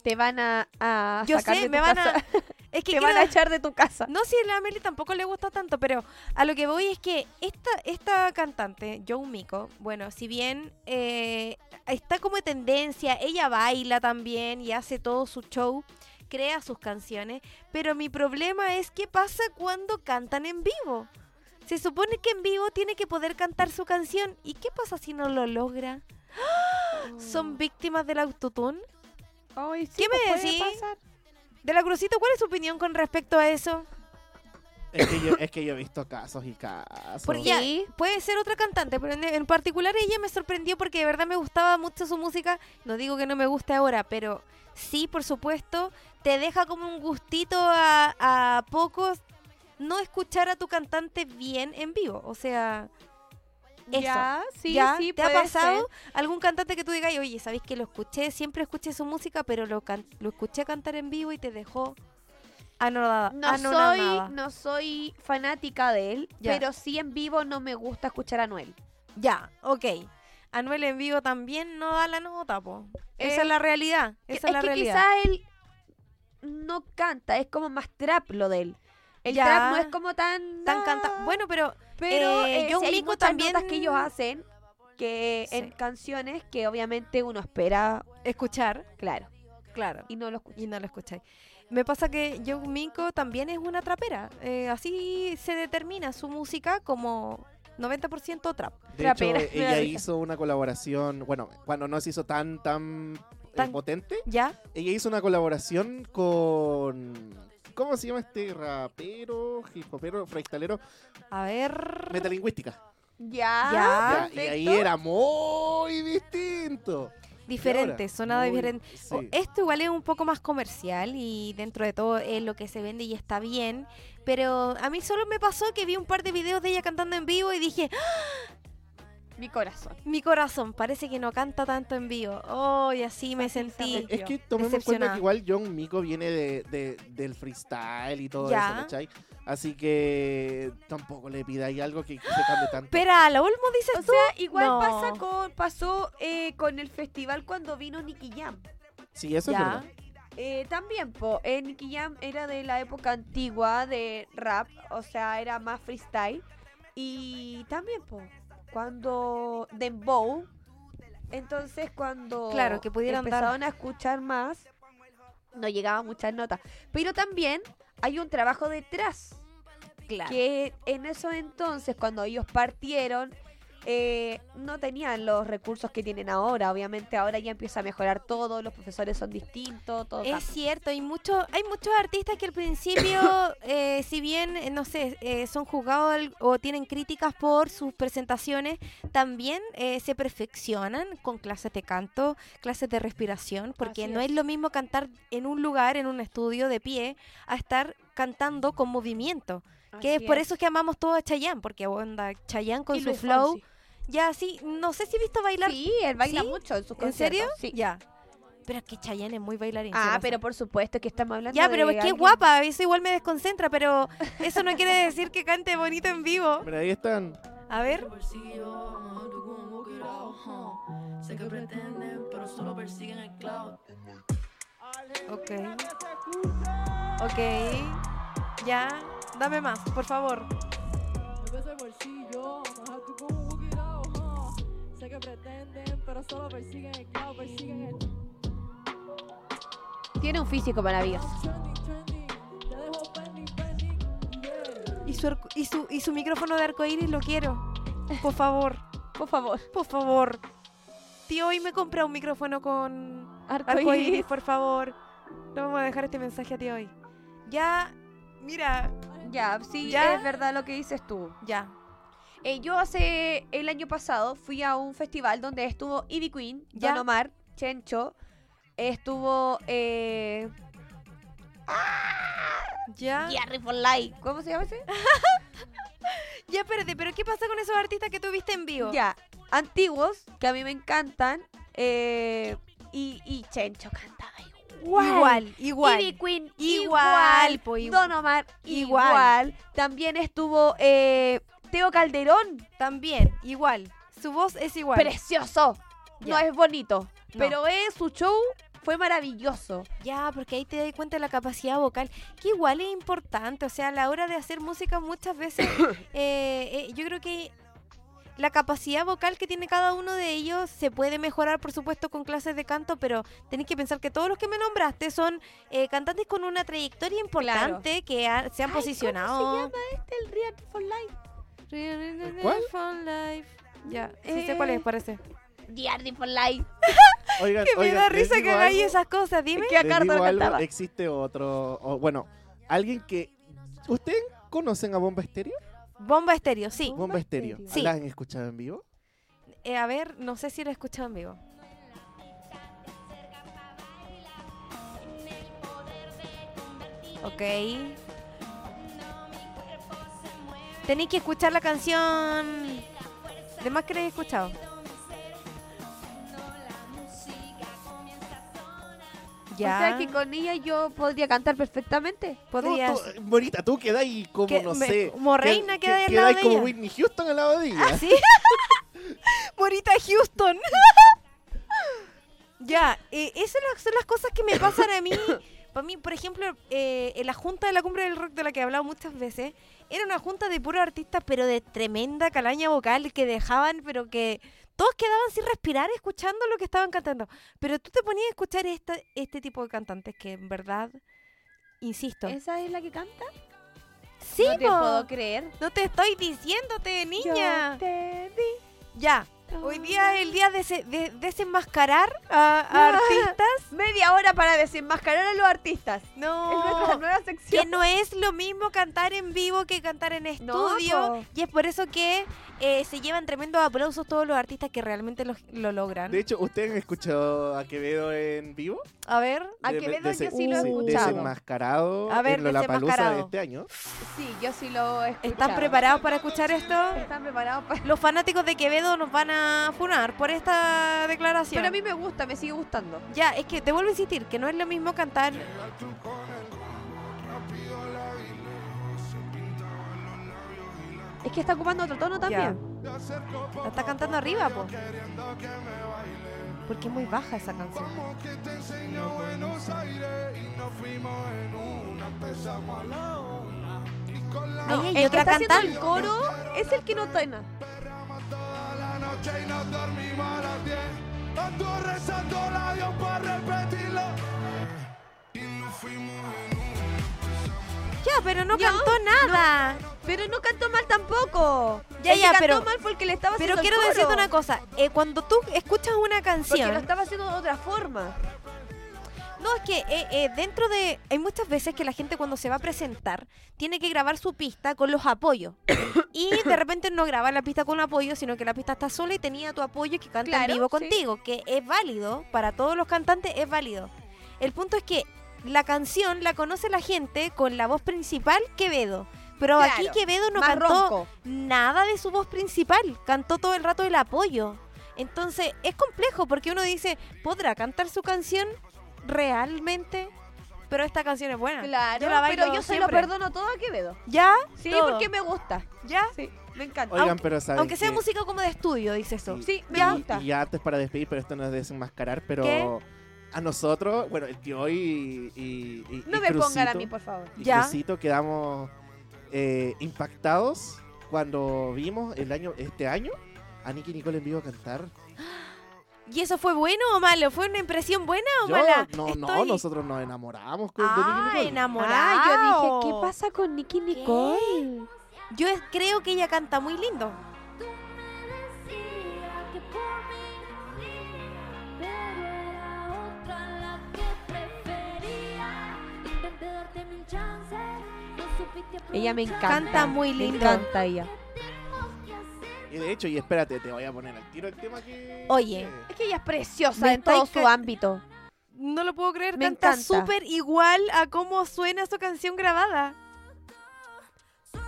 [SPEAKER 5] Te van a. a
[SPEAKER 4] yo
[SPEAKER 5] sacar
[SPEAKER 4] sé,
[SPEAKER 5] de tu
[SPEAKER 4] me van
[SPEAKER 5] casa.
[SPEAKER 4] a. Es que
[SPEAKER 5] te
[SPEAKER 4] quiero-
[SPEAKER 5] van a echar de tu casa.
[SPEAKER 4] No, si a la Meli tampoco le gusta tanto, pero a lo que voy es que esta, esta cantante, Joe Miko, bueno, si bien eh, está como de tendencia, ella baila también y hace todo su show, crea sus canciones, pero mi problema es qué pasa cuando cantan en vivo. Se supone que en vivo tiene que poder cantar su canción. ¿Y qué pasa si no lo logra?
[SPEAKER 5] Oh.
[SPEAKER 4] ¿Son víctimas del autotune?
[SPEAKER 5] Ay, sí,
[SPEAKER 4] ¿Qué
[SPEAKER 5] pues
[SPEAKER 4] me
[SPEAKER 5] puede
[SPEAKER 4] decís?
[SPEAKER 5] pasar.
[SPEAKER 4] De la Crucito, ¿cuál es su opinión con respecto a eso?
[SPEAKER 2] Es que, yo, es que yo he visto casos y casos.
[SPEAKER 4] Por ya, puede ser otra cantante, pero en, en particular ella me sorprendió porque de verdad me gustaba mucho su música. No digo que no me guste ahora, pero sí, por supuesto, te deja como un gustito a, a pocos no escuchar a tu cantante bien en vivo. O sea, eso.
[SPEAKER 5] Ya, sí,
[SPEAKER 4] ¿Ya?
[SPEAKER 5] sí,
[SPEAKER 4] ¿Te ha
[SPEAKER 5] puede
[SPEAKER 4] pasado algún cantante que tú digas, oye, sabéis que lo escuché, siempre escuché su música, pero lo, can- lo escuché cantar en vivo y te dejó anonadada?
[SPEAKER 5] No
[SPEAKER 4] anonadada"?
[SPEAKER 5] soy, no soy fanática de él,
[SPEAKER 4] Ya.
[SPEAKER 5] pero sí en vivo no me gusta escuchar a Noel.
[SPEAKER 4] Ya, ok. Anuel en vivo también no da la nota, po. Esa
[SPEAKER 5] Eh,
[SPEAKER 4] es la realidad. Esa es,
[SPEAKER 5] es
[SPEAKER 4] la
[SPEAKER 5] que
[SPEAKER 4] realidad.
[SPEAKER 5] quizás él no canta, es como más trap lo de él. El
[SPEAKER 4] Ya.
[SPEAKER 5] trap no es como tan... ah,
[SPEAKER 4] Tan canta- Bueno, pero,
[SPEAKER 5] Pero
[SPEAKER 4] eh,
[SPEAKER 5] eh,
[SPEAKER 4] John
[SPEAKER 5] sí hay
[SPEAKER 4] Mico
[SPEAKER 5] muchas
[SPEAKER 4] también-
[SPEAKER 5] notas que ellos hacen que en canciones que obviamente uno espera
[SPEAKER 4] escuchar,
[SPEAKER 5] claro,
[SPEAKER 4] claro,
[SPEAKER 5] y no lo escucha.
[SPEAKER 4] y no lo escucháis. Me pasa que Young Minko también es una trapera. eh, así se determina su música como 90% trap.
[SPEAKER 2] De hecho, ella hizo una colaboración, bueno, cuando no se hizo tan, tan, eh,
[SPEAKER 4] Tan-
[SPEAKER 2] potente,
[SPEAKER 4] ¿Ya?
[SPEAKER 2] ella hizo una colaboración con... ¿Cómo se llama este rapero, hip hopero, freestalero?
[SPEAKER 4] A ver.
[SPEAKER 2] Metalingüística.
[SPEAKER 5] Ya,
[SPEAKER 2] Ya, y ahí era muy distinto.
[SPEAKER 4] Diferente,
[SPEAKER 2] ahora,
[SPEAKER 4] sonaba
[SPEAKER 2] muy-
[SPEAKER 4] diferente. O-
[SPEAKER 2] sí.
[SPEAKER 4] Esto igual es un poco más comercial y dentro de todo es lo que se vende y está bien. Pero a mí solo me pasó que vi un par de videos de ella cantando en vivo y dije, "¡Ah!
[SPEAKER 5] mi corazón.
[SPEAKER 4] mi corazón, parece que no canta tanto en vivo. Oh, y así me sentí.
[SPEAKER 2] Es que tomemos en cuenta
[SPEAKER 4] decepcionada.
[SPEAKER 2] que igual John Mico viene de, de- del freestyle y todo
[SPEAKER 4] Ya.
[SPEAKER 2] eso, ¿cachai? Así que tampoco le pidáis algo que, que se cambie tanto.
[SPEAKER 4] Espera, ¿a lo último dices
[SPEAKER 5] O
[SPEAKER 4] tú?
[SPEAKER 5] sea, igual
[SPEAKER 4] No.
[SPEAKER 5] pasa con, pasó eh, con el festival cuando vino Nicky Jam.
[SPEAKER 2] Sí, eso
[SPEAKER 4] Ya.
[SPEAKER 2] es verdad.
[SPEAKER 5] Eh, también, po, eh, Nicky Jam era de la época antigua de rap, o sea, era más freestyle. Y también, po, cuando Dembow, entonces cuando
[SPEAKER 4] Claro, que pudieran dar-
[SPEAKER 5] empezaron a escuchar más, no llegaba muchas notas. Pero también hay un trabajo detrás,
[SPEAKER 4] Claro.
[SPEAKER 5] que en esos entonces, cuando ellos partieron, eh, no tenían los recursos que tienen ahora. Obviamente ahora ya empieza a mejorar todo, los profesores son distintos, todo
[SPEAKER 4] Es
[SPEAKER 5] cambia.
[SPEAKER 4] cierto, hay, mucho, hay muchos artistas que al principio, eh, si bien, eh, no sé, eh, son juzgados al- o tienen críticas por sus presentaciones, también eh, se perfeccionan con clases de canto, clases de respiración, porque
[SPEAKER 5] Así
[SPEAKER 4] no es.
[SPEAKER 5] es.
[SPEAKER 4] lo mismo cantar en un lugar, en un estudio de pie, a estar cantando con movimiento. que es
[SPEAKER 5] Así
[SPEAKER 4] por eso que amamos todo a Chayanne, porque onda, Chayanne con
[SPEAKER 5] Y
[SPEAKER 4] su
[SPEAKER 5] Luis
[SPEAKER 4] flow.
[SPEAKER 5] Fonsi.
[SPEAKER 4] Ya, sí, no sé si he visto bailar.
[SPEAKER 5] Sí, él baila
[SPEAKER 4] ¿Sí?
[SPEAKER 5] mucho en sus
[SPEAKER 4] ¿En
[SPEAKER 5] conciertos.
[SPEAKER 4] serio?
[SPEAKER 5] Sí.
[SPEAKER 4] Ya. Pero es que Chayanne es muy bailarín. se
[SPEAKER 5] Ah,
[SPEAKER 4] pasa.
[SPEAKER 5] pero por supuesto que estamos hablando
[SPEAKER 4] Ya,
[SPEAKER 5] de
[SPEAKER 4] pero es que es
[SPEAKER 5] alguien-
[SPEAKER 4] guapa, eso igual me desconcentra, pero eso no quiere decir que cante bonito en vivo.
[SPEAKER 2] Mira, ahí están.
[SPEAKER 4] A ver,
[SPEAKER 20] Sé que pretenden, pero solo persiguen el clavo.
[SPEAKER 4] ok. Ok. Ya, dame más, por favor.
[SPEAKER 20] Me pesa el bolsillo, moja tu como un guirao, ja. Sé que pretenden, pero solo persiguen el clavo, persiguen el
[SPEAKER 5] Tiene un físico maravilloso.
[SPEAKER 20] trending, trending. Te dejo pending, pending. Yeah.
[SPEAKER 4] Y su, arco- y su, y su micrófono de arcoíris lo quiero. Por favor,
[SPEAKER 5] Por favor.
[SPEAKER 4] por favor. Tío, hoy me compra un micrófono con
[SPEAKER 5] Arcoíris.
[SPEAKER 4] arcoíris, por favor. No vamos a dejar este mensaje a tío hoy. Ya, mira,
[SPEAKER 5] Ya, sí,
[SPEAKER 4] ¿Ya?
[SPEAKER 5] es verdad lo que dices tú.
[SPEAKER 4] ya.
[SPEAKER 5] Eh, yo hace el año pasado fui a un festival donde estuvo Ivy Queen,
[SPEAKER 4] ¿Ya?
[SPEAKER 5] Don Omar, Chencho, estuvo eh,
[SPEAKER 4] Ya.
[SPEAKER 5] Jerry for Life. ¿Cómo se llama ese?
[SPEAKER 4] Ya, espérate, pero ¿qué pasa con esos artistas que tuviste en vivo?
[SPEAKER 5] Ya, antiguos, que a mí me encantan, eh, y, y Chencho cantaba igual.
[SPEAKER 4] Igual, igual.
[SPEAKER 5] Ivy Queen
[SPEAKER 4] Igual,
[SPEAKER 5] igual,
[SPEAKER 4] po, igu-
[SPEAKER 5] Don Omar
[SPEAKER 4] igual.
[SPEAKER 5] igual. También estuvo eh, Teo Calderón,
[SPEAKER 4] También, igual. Su voz es igual.
[SPEAKER 5] precioso.
[SPEAKER 4] Ya.
[SPEAKER 5] No es bonito,
[SPEAKER 4] No.
[SPEAKER 5] pero eh, su show fue maravilloso.
[SPEAKER 4] Ya, porque ahí te das cuenta de la capacidad vocal, que igual es importante. O sea, a la hora de hacer música muchas veces, eh, eh, yo creo que la capacidad vocal que tiene cada uno de ellos se puede mejorar, por supuesto, con clases de canto, pero tenés que pensar que todos los que me nombraste son eh, cantantes con una trayectoria importante que ha- se han posicionado.
[SPEAKER 5] Este el Real for Life.
[SPEAKER 2] ¿Cuál?
[SPEAKER 4] Ya, sí
[SPEAKER 8] eh,
[SPEAKER 4] sé cuál es, parece.
[SPEAKER 5] Diardi for Life.
[SPEAKER 2] Oigan,
[SPEAKER 4] Que me
[SPEAKER 2] oigan,
[SPEAKER 4] da
[SPEAKER 2] les
[SPEAKER 4] risa que
[SPEAKER 2] digo
[SPEAKER 4] hagáis
[SPEAKER 2] algo.
[SPEAKER 4] esas cosas, dime.
[SPEAKER 5] Que a
[SPEAKER 2] Les
[SPEAKER 5] Cardo
[SPEAKER 2] digo
[SPEAKER 5] lo
[SPEAKER 2] algo,
[SPEAKER 5] cantaba.
[SPEAKER 2] existe otro, o, bueno, alguien que usted
[SPEAKER 6] ¿Conocen a Bomba Estéreo?
[SPEAKER 4] Bomba Estéreo, sí.
[SPEAKER 6] Bomba Estéreo.
[SPEAKER 4] Sí.
[SPEAKER 6] ¿La han escuchado en vivo?
[SPEAKER 4] Eh, a ver, no sé si lo he escuchado en vivo. Ok. Tenéis que escuchar la canción de más que la he escuchado.
[SPEAKER 8] O sea que con ella yo podría cantar perfectamente.
[SPEAKER 4] Podría.
[SPEAKER 6] Tú- tú- Morita, tú quedáis como,
[SPEAKER 4] Que
[SPEAKER 6] no
[SPEAKER 4] me-
[SPEAKER 6] sé.
[SPEAKER 4] como
[SPEAKER 6] que-
[SPEAKER 4] reina
[SPEAKER 6] que-
[SPEAKER 4] quedáis al
[SPEAKER 6] quedáis
[SPEAKER 4] lado de
[SPEAKER 6] como
[SPEAKER 4] ella.
[SPEAKER 6] Whitney Houston al lado de ella.
[SPEAKER 4] ¿Ah, sí? Morita Houston. ya, eh, esas la- son las cosas que me pasan a mí. Para mí, por ejemplo, eh, en la junta de la cumbre del rock de la que he hablado muchas veces, era una junta de puros artistas, pero de tremenda calaña vocal que dejaban, pero que todos quedaban sin respirar escuchando lo que estaban cantando. Pero tú te ponías a escuchar esta, este tipo de cantantes que en verdad, insisto.
[SPEAKER 8] ¿Esa es la que canta?
[SPEAKER 4] Sí,
[SPEAKER 8] no te
[SPEAKER 4] po.
[SPEAKER 8] puedo creer.
[SPEAKER 4] No te estoy diciéndote, niña.
[SPEAKER 8] Yo te
[SPEAKER 4] Ya. Hoy día es el día de, se- de- desenmascarar a, a
[SPEAKER 8] No.
[SPEAKER 4] artistas. Oh.
[SPEAKER 8] Media hora para desenmascarar a los artistas.
[SPEAKER 4] No.
[SPEAKER 8] Es nuestra nueva sección.
[SPEAKER 4] Que no es lo mismo cantar en vivo que cantar en
[SPEAKER 8] No,
[SPEAKER 4] estudio.
[SPEAKER 8] po.
[SPEAKER 4] y es por eso que eh, se llevan tremendos aplausos todos los artistas que realmente los- lo logran.
[SPEAKER 6] De hecho, ¿ustedes han escuchado a Quevedo en vivo?
[SPEAKER 4] a ver.
[SPEAKER 8] A
[SPEAKER 6] De-
[SPEAKER 8] Quevedo
[SPEAKER 6] desen-
[SPEAKER 8] yo sí lo he
[SPEAKER 6] sí,
[SPEAKER 8] escuchado.
[SPEAKER 6] Desenmascarado
[SPEAKER 4] A ver,
[SPEAKER 6] en Lollapalooza de
[SPEAKER 4] desenmascarado.
[SPEAKER 6] este año.
[SPEAKER 8] Sí, yo sí lo he escuchado.
[SPEAKER 4] ¿Están preparados para escuchar esto?
[SPEAKER 8] Están preparados para...
[SPEAKER 4] Los fanáticos de Quevedo nos van a funar por esta declaración.
[SPEAKER 8] Pero a mí me gusta, me sigue gustando.
[SPEAKER 4] Ya, es que te vuelvo a insistir, que no es lo mismo cantar.
[SPEAKER 8] Es que está ocupando otro tono también.
[SPEAKER 4] La está cantando arriba, po. Porque es muy baja esa canción. No, el
[SPEAKER 8] Oye, y
[SPEAKER 4] que
[SPEAKER 8] el que
[SPEAKER 4] está
[SPEAKER 8] está
[SPEAKER 4] cantando-
[SPEAKER 8] haciendo el coro es el que no tena.
[SPEAKER 4] Ya, pero no cantó nada.
[SPEAKER 8] Pero no cantó mal tampoco.
[SPEAKER 4] Ya,
[SPEAKER 8] El que
[SPEAKER 4] ya,
[SPEAKER 8] cantó
[SPEAKER 4] pero-
[SPEAKER 8] mal porque le estaba
[SPEAKER 4] Pero
[SPEAKER 8] haciendo el
[SPEAKER 4] quiero
[SPEAKER 8] coro.
[SPEAKER 4] decirte una cosa. eh, cuando tú escuchas una
[SPEAKER 8] Porque
[SPEAKER 4] canción.
[SPEAKER 8] lo estaba haciendo de otra forma.
[SPEAKER 4] No, es que eh, eh, dentro de... Hay muchas veces que la gente cuando se va a presentar tiene que grabar su pista con los apoyos. y de repente no graba la pista con apoyo, sino que la pista está sola y tenía tu apoyo que canta
[SPEAKER 8] Claro,
[SPEAKER 4] en vivo
[SPEAKER 8] sí.
[SPEAKER 4] contigo, que es válido, para todos los cantantes es válido. El punto es que la canción la conoce la gente con la voz principal Quevedo. Pero
[SPEAKER 8] Claro,
[SPEAKER 4] aquí Quevedo no
[SPEAKER 8] más
[SPEAKER 4] cantó
[SPEAKER 8] ronco.
[SPEAKER 4] nada de su voz principal, cantó todo el rato el apoyo. Entonces es complejo porque uno dice, ¿podrá cantar su canción realmente? Pero esta canción es buena.
[SPEAKER 8] Claro,
[SPEAKER 4] Yo la bailo
[SPEAKER 8] pero yo se lo
[SPEAKER 4] siempre.
[SPEAKER 8] perdono todo a Quevedo.
[SPEAKER 4] ¿Ya?
[SPEAKER 8] Sí,
[SPEAKER 4] Todo.
[SPEAKER 8] porque me gusta.
[SPEAKER 4] ¿Ya?
[SPEAKER 8] Sí, me encanta.
[SPEAKER 6] Oigan,
[SPEAKER 8] Aunque-
[SPEAKER 6] pero ¿saben
[SPEAKER 4] Aunque sea
[SPEAKER 6] qué?
[SPEAKER 4] música como de estudio, dice eso.
[SPEAKER 8] Sí, me
[SPEAKER 4] ¿Ya?
[SPEAKER 8] gusta.
[SPEAKER 6] Y ya antes para despedir, pero esto no es desenmascarar, pero
[SPEAKER 4] ¿Qué?
[SPEAKER 6] a nosotros, bueno, el tío y, y, y-
[SPEAKER 8] No
[SPEAKER 6] y
[SPEAKER 8] me pongan a
[SPEAKER 6] Crucito-
[SPEAKER 8] mí, por favor.
[SPEAKER 6] Y
[SPEAKER 4] Ya.
[SPEAKER 6] Crucito quedamos eh, impactados cuando vimos el año, este año a Nicky Nicole en vivo cantar.
[SPEAKER 4] ¿Y eso fue bueno o malo? ¿Fue una impresión buena o
[SPEAKER 6] Yo-
[SPEAKER 4] mala?
[SPEAKER 6] no, no,
[SPEAKER 4] Estoy-
[SPEAKER 6] nosotros nos enamoramos con de
[SPEAKER 4] Ah,
[SPEAKER 6] Nicki Nicole.
[SPEAKER 4] enamorado.
[SPEAKER 8] Ah, yo dije, ¿qué pasa con Nicky Nicole?
[SPEAKER 4] Yo es- creo que ella canta muy lindo.
[SPEAKER 8] Ella me encanta.
[SPEAKER 4] Canta muy
[SPEAKER 8] me
[SPEAKER 4] lindo.
[SPEAKER 8] encanta ella.
[SPEAKER 6] Y de hecho, y espérate, te voy a poner al tiro el tema que.
[SPEAKER 4] Oye,
[SPEAKER 8] Es que ella es preciosa
[SPEAKER 4] Me
[SPEAKER 8] en todo
[SPEAKER 4] estáis
[SPEAKER 8] su
[SPEAKER 4] ca-
[SPEAKER 8] ámbito.
[SPEAKER 4] no lo puedo creer.
[SPEAKER 8] Me
[SPEAKER 4] canta
[SPEAKER 8] encanta.
[SPEAKER 4] súper igual a cómo suena su canción grabada.
[SPEAKER 8] De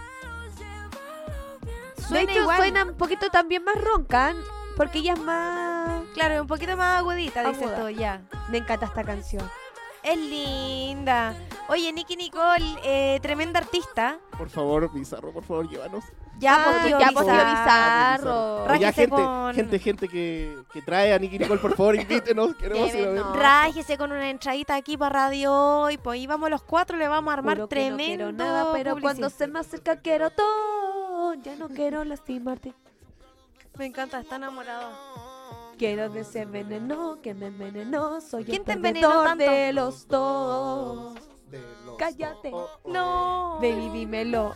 [SPEAKER 4] Suena
[SPEAKER 8] hecho,
[SPEAKER 4] igual.
[SPEAKER 8] suena un poquito también más ronca, porque ella es más...
[SPEAKER 4] Claro, es un poquito más agudita, dice
[SPEAKER 8] Aguda.
[SPEAKER 4] todo ya.
[SPEAKER 8] Me encanta esta canción.
[SPEAKER 4] Es linda. Oye, Nicky Nicole, eh, tremenda artista.
[SPEAKER 6] Por favor, Bizarro, por favor, llévanos.
[SPEAKER 4] Ya,
[SPEAKER 8] Ah,
[SPEAKER 4] por
[SPEAKER 8] ya, por Tío Bizarro.
[SPEAKER 6] Oye, Ya,
[SPEAKER 4] Rájese
[SPEAKER 6] gente,
[SPEAKER 4] con-
[SPEAKER 6] gente, gente que, que trae a Nicky Nicole, por favor, invítenos. Queremos ir a ver.
[SPEAKER 4] Rájese con una entradita aquí para Radio Hoy, pues ahí vamos los cuatro, le vamos a armar
[SPEAKER 8] Juro que no
[SPEAKER 4] tremendo.
[SPEAKER 8] quiero nada, pero cuando
[SPEAKER 4] publici-
[SPEAKER 8] se me acerca quiero todo. Ya no quiero lastimarte.
[SPEAKER 4] Me encanta, está enamorado.
[SPEAKER 8] Quiero de ese veneno que me envenenó. Soy
[SPEAKER 4] ¿Quién
[SPEAKER 8] el
[SPEAKER 4] te envenenó
[SPEAKER 8] perdedor
[SPEAKER 4] tanto?
[SPEAKER 8] de los dos. Cállate.
[SPEAKER 4] No.
[SPEAKER 8] Baby, dímelo.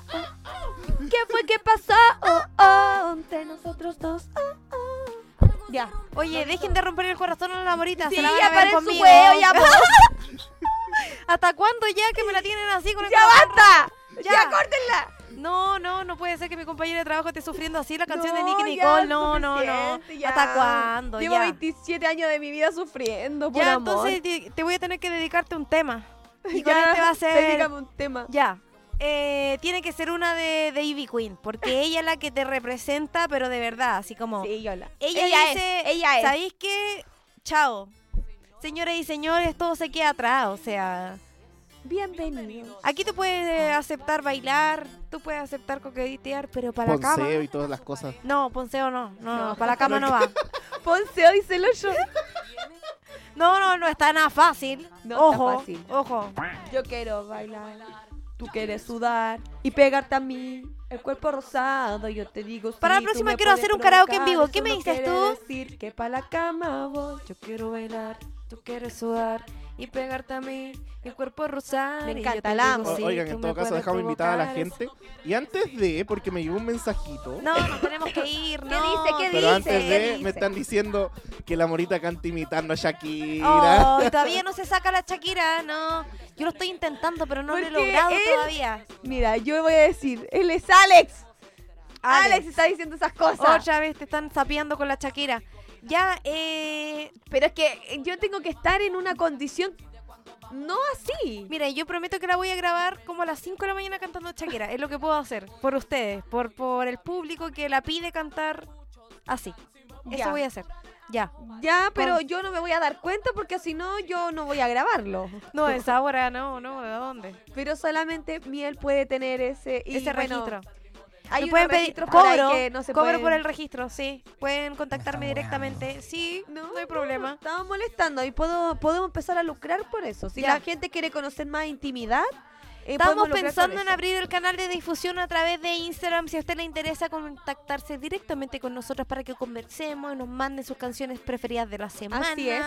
[SPEAKER 8] ¿Qué fue que pasó oh, oh, entre nosotros dos? Oh, oh. Ya.
[SPEAKER 4] Oye, dejen de romper el corazón a la morita.
[SPEAKER 8] Sí,
[SPEAKER 4] se la van a
[SPEAKER 8] ya
[SPEAKER 4] acabar
[SPEAKER 8] paren su
[SPEAKER 4] conmigo.
[SPEAKER 8] huevo, ya, po.
[SPEAKER 4] ¿Hasta cuándo ya que me la tienen así con el
[SPEAKER 8] ¡Ya
[SPEAKER 4] corazón
[SPEAKER 8] basta!
[SPEAKER 4] roto?
[SPEAKER 8] ¡Ya,
[SPEAKER 4] Ya.
[SPEAKER 8] córtenla!
[SPEAKER 4] No, no, no puede ser que mi compañera de trabajo esté sufriendo así la canción de
[SPEAKER 8] No,
[SPEAKER 4] Nicky
[SPEAKER 8] ya,
[SPEAKER 4] Nicole. No, no, no.
[SPEAKER 8] suficiente, ya.
[SPEAKER 4] ¿Hasta cuándo?
[SPEAKER 8] Llevo
[SPEAKER 4] ya.
[SPEAKER 8] 27 años de mi vida sufriendo, por
[SPEAKER 4] Ya,
[SPEAKER 8] amor.
[SPEAKER 4] entonces te- te voy a tener que dedicarte un tema. Y
[SPEAKER 8] Ya,
[SPEAKER 4] ya, este va a ser.
[SPEAKER 8] dedícame un tema.
[SPEAKER 4] Ya. Eh, tiene que ser una de, de Ivy Queen, porque ella es la que te representa, pero de verdad, así como.
[SPEAKER 8] Sí, yo la-
[SPEAKER 4] Ella,
[SPEAKER 8] Ella es,
[SPEAKER 4] dice,
[SPEAKER 8] ella es.
[SPEAKER 4] ¿sabéis qué? Chao. Señoras y señores, todo se queda atrás, o sea.
[SPEAKER 8] Bienvenidos.
[SPEAKER 4] Aquí tú puedes eh, aceptar bailar, tú puedes aceptar coquetear, pero para la cama.
[SPEAKER 6] Ponceo y todas las cosas.
[SPEAKER 4] No, Ponceo no, no, no,
[SPEAKER 8] No.
[SPEAKER 4] para la cama no va.
[SPEAKER 8] Ponceo, díselo yo.
[SPEAKER 4] No, no, no está nada fácil.
[SPEAKER 8] No está
[SPEAKER 4] ojo,
[SPEAKER 8] fácil.
[SPEAKER 4] ojo.
[SPEAKER 8] Yo quiero bailar, tú quieres sudar y pegarte a mí. El cuerpo rosado, yo te digo.
[SPEAKER 4] Para la
[SPEAKER 8] sí, tú
[SPEAKER 4] próxima
[SPEAKER 8] me
[SPEAKER 4] quiero
[SPEAKER 8] puedes
[SPEAKER 4] hacer un karaoke en
[SPEAKER 8] provocar,
[SPEAKER 4] vivo. ¿Qué
[SPEAKER 8] eso
[SPEAKER 4] me
[SPEAKER 8] no
[SPEAKER 4] dices
[SPEAKER 8] quiere
[SPEAKER 4] tú?
[SPEAKER 8] decir que pa' la cama voy. Yo quiero bailar, tú quieres sudar y pegarte a mí. El cuerpo rosado.
[SPEAKER 4] Me
[SPEAKER 8] y yo
[SPEAKER 4] encanta,
[SPEAKER 8] te
[SPEAKER 4] la
[SPEAKER 8] digo,
[SPEAKER 4] amo.
[SPEAKER 8] sí,
[SPEAKER 6] Oigan,
[SPEAKER 8] tú
[SPEAKER 6] en
[SPEAKER 8] me
[SPEAKER 6] todo caso,
[SPEAKER 8] puedes
[SPEAKER 6] dejamos invitada a la
[SPEAKER 8] provocar, eso
[SPEAKER 6] gente. Y antes de, porque me llegó un mensajito.
[SPEAKER 4] No, nos tenemos que ir. ¿Qué dice? ¿Qué
[SPEAKER 6] Pero antes de, me están diciendo que la morita canta imitando a Shakira.
[SPEAKER 4] Oh, y todavía no se saca la Shakira, no. Yo lo estoy intentando, pero no lo he
[SPEAKER 8] Porque
[SPEAKER 4] logrado
[SPEAKER 8] él-
[SPEAKER 4] todavía.
[SPEAKER 8] Mira, yo voy a decir, él es Alex. Alex, está diciendo esas cosas.
[SPEAKER 4] Otra vez te están sapeando con la Shakira. Ya, eh,
[SPEAKER 8] pero es que yo tengo que estar en una condición no así.
[SPEAKER 4] Mira, yo prometo que la voy a grabar como a las 5 de la mañana cantando Shakira. Es lo que puedo hacer por ustedes, por, por el público que la pide cantar así.
[SPEAKER 8] Ya.
[SPEAKER 4] Eso voy a hacer. Ya.
[SPEAKER 8] Ya, pero
[SPEAKER 4] Con-
[SPEAKER 8] yo no me voy a dar cuenta porque si no, yo no voy a grabarlo. Pues,
[SPEAKER 4] No, esa hora no, no, ¿de dónde?
[SPEAKER 8] Pero solamente Miel puede tener ese, y
[SPEAKER 4] Ese
[SPEAKER 8] bueno,
[SPEAKER 4] registro. Me
[SPEAKER 8] Hay unos
[SPEAKER 4] pueden pedir-
[SPEAKER 8] registros por ahí
[SPEAKER 4] cobro,
[SPEAKER 8] que no se
[SPEAKER 4] cobro
[SPEAKER 8] pueden-
[SPEAKER 4] por el registro, sí. Pueden contactarme directamente. Sí, no, hay problema.
[SPEAKER 8] Estamos molestando y puedo, podemos empezar a lucrar por eso. Si
[SPEAKER 4] Ya.
[SPEAKER 8] la gente quiere conocer más intimidad, eh, podemos
[SPEAKER 4] Estamos
[SPEAKER 8] lucrar
[SPEAKER 4] pensando
[SPEAKER 8] con
[SPEAKER 4] en
[SPEAKER 8] eso.
[SPEAKER 4] abrir el canal de difusión a través de Instagram. Si a usted le interesa contactarse directamente con nosotros para que conversemos y nos manden sus canciones preferidas de la semana.
[SPEAKER 8] Así es.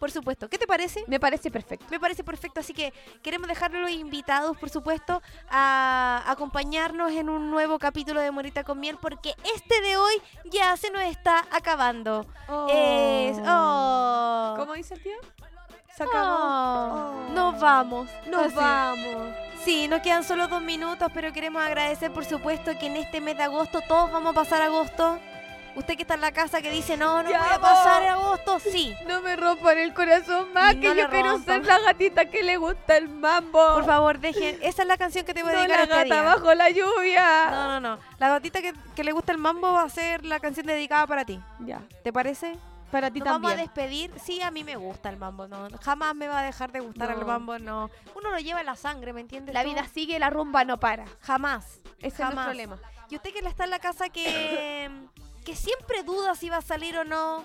[SPEAKER 4] Por supuesto. ¿Qué te parece?
[SPEAKER 8] Me parece perfecto.
[SPEAKER 4] Me parece perfecto, así que queremos dejar a los invitados, por supuesto, a acompañarnos en un nuevo capítulo de Morita con Miel, porque este de hoy ya se nos está acabando. Es- oh.
[SPEAKER 8] Oh. ¿Cómo dice el tío? Se
[SPEAKER 4] Oh.
[SPEAKER 8] acabó. Oh.
[SPEAKER 4] Nos vamos.
[SPEAKER 8] Nos
[SPEAKER 4] Así.
[SPEAKER 8] vamos.
[SPEAKER 4] Sí, nos quedan solo dos minutos, pero queremos agradecer, por supuesto, que en este mes de agosto todos vamos a pasar agosto. Usted que está en la casa que dice, no, no
[SPEAKER 8] Ya
[SPEAKER 4] voy a
[SPEAKER 8] voy".
[SPEAKER 4] pasar agosto, sí.
[SPEAKER 8] No me rompan el corazón más,
[SPEAKER 4] No
[SPEAKER 8] que
[SPEAKER 4] le
[SPEAKER 8] yo quiero
[SPEAKER 4] rompan.
[SPEAKER 8] ser la gatita que le gusta el mambo.
[SPEAKER 4] Por favor, dejen. Esa es la canción que te voy a
[SPEAKER 8] No
[SPEAKER 4] dedicar
[SPEAKER 8] la
[SPEAKER 4] este
[SPEAKER 8] gata
[SPEAKER 4] día.
[SPEAKER 8] bajo la lluvia.
[SPEAKER 4] No, no, no. La gatita que, que le gusta el mambo va a ser la canción dedicada para ti.
[SPEAKER 8] Ya.
[SPEAKER 4] ¿Te parece?
[SPEAKER 8] Para ti
[SPEAKER 4] Nos vamos a
[SPEAKER 8] también.
[SPEAKER 4] despedir. Sí, a mí me gusta el mambo. No, jamás me va a dejar de gustar
[SPEAKER 8] No.
[SPEAKER 4] el mambo. No. Uno lo lleva en la sangre, ¿me entiendes?
[SPEAKER 8] La
[SPEAKER 4] tú?
[SPEAKER 8] vida sigue, la rumba no para.
[SPEAKER 4] Jamás.
[SPEAKER 8] Ese
[SPEAKER 4] jamás.
[SPEAKER 8] es el problema.
[SPEAKER 4] Y usted que la está en la casa que, que siempre duda si va a salir o no.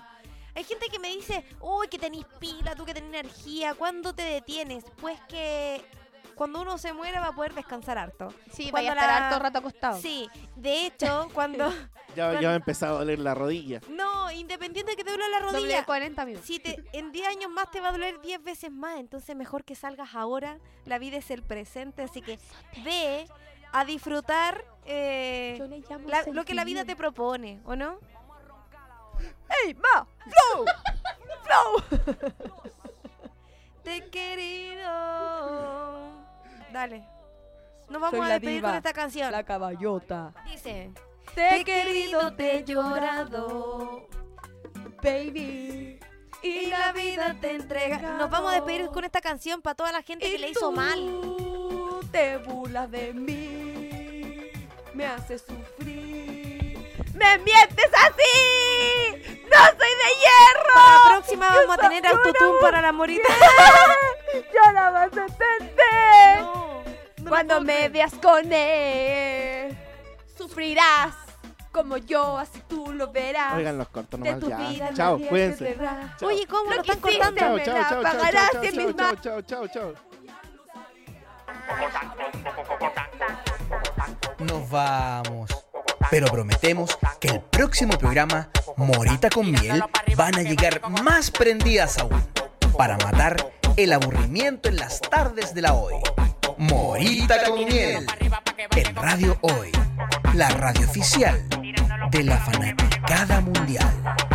[SPEAKER 4] Hay gente que me dice, uy, que tenés pila, tú que tenés energía, ¿cuándo te detienes? Pues que cuando uno se muera va a poder descansar harto.
[SPEAKER 8] Sí,
[SPEAKER 4] Cuando
[SPEAKER 8] vaya a estar
[SPEAKER 4] la-
[SPEAKER 8] harto rato
[SPEAKER 5] Oh.
[SPEAKER 8] acostado.
[SPEAKER 4] Sí, de hecho, cuando...
[SPEAKER 6] Ya, ya me ha empezado a doler la rodilla.
[SPEAKER 4] No, independiente de que te duela la
[SPEAKER 8] Doble
[SPEAKER 4] rodilla.
[SPEAKER 8] de 40 minutos.
[SPEAKER 4] Si te, en 10 años más te va a doler 10 veces más, entonces mejor que salgas ahora. La vida es el presente, así que ve a disfrutar eh,
[SPEAKER 8] Yo le llamo
[SPEAKER 4] la- lo que la vida
[SPEAKER 8] sentimiento.
[SPEAKER 4] te propone, ¿o no?
[SPEAKER 8] ¡Ey, ma! ¡Flow! ¡Flow!
[SPEAKER 4] Te he querido. Dale. Nos vamos
[SPEAKER 8] Soy
[SPEAKER 4] a
[SPEAKER 8] la
[SPEAKER 4] despedir
[SPEAKER 8] diva,
[SPEAKER 4] con esta canción.
[SPEAKER 8] la caballota.
[SPEAKER 4] Dice.
[SPEAKER 8] Te he querido, te he llorado, baby.
[SPEAKER 4] Y la vida te entrega. Nos vamos a despedir con esta canción para toda la gente que le hizo mal.
[SPEAKER 8] Tú te burlas de mí, me haces sufrir. ¡Me mientes así! ¡No soy de hierro!
[SPEAKER 4] Para la próxima vamos a tener autotune para la morita.
[SPEAKER 8] ¡Ya la vas a entender!
[SPEAKER 4] No, no
[SPEAKER 8] Cuando
[SPEAKER 4] lo puedo
[SPEAKER 8] me
[SPEAKER 4] creer.
[SPEAKER 8] veas con él, sufrirás como yo, así tú lo verás.
[SPEAKER 6] Oigan, los corto
[SPEAKER 8] de
[SPEAKER 6] nomás
[SPEAKER 8] tu vida
[SPEAKER 6] ya.
[SPEAKER 8] nadie
[SPEAKER 6] Chao,
[SPEAKER 8] te
[SPEAKER 6] cuídense.
[SPEAKER 8] verá.
[SPEAKER 6] Chao.
[SPEAKER 4] Oye, ¿cómo?
[SPEAKER 8] Lo
[SPEAKER 4] Lo están
[SPEAKER 8] que hiciste,
[SPEAKER 4] cortando.
[SPEAKER 6] Chao,
[SPEAKER 8] me
[SPEAKER 6] chao,
[SPEAKER 8] la
[SPEAKER 6] chao, chao,
[SPEAKER 8] pagarás
[SPEAKER 6] chao, chao,
[SPEAKER 8] en mis
[SPEAKER 6] chao,
[SPEAKER 8] manos.
[SPEAKER 6] chao, chao, chao.
[SPEAKER 2] Nos vamos. Pero prometemos que el próximo programa, Morita con Miel, van a llegar más prendidas aún para matar el aburrimiento en las tardes de la hoy. Morita con Miel, en Radio Hoy, la radio oficial de la fanaticada mundial.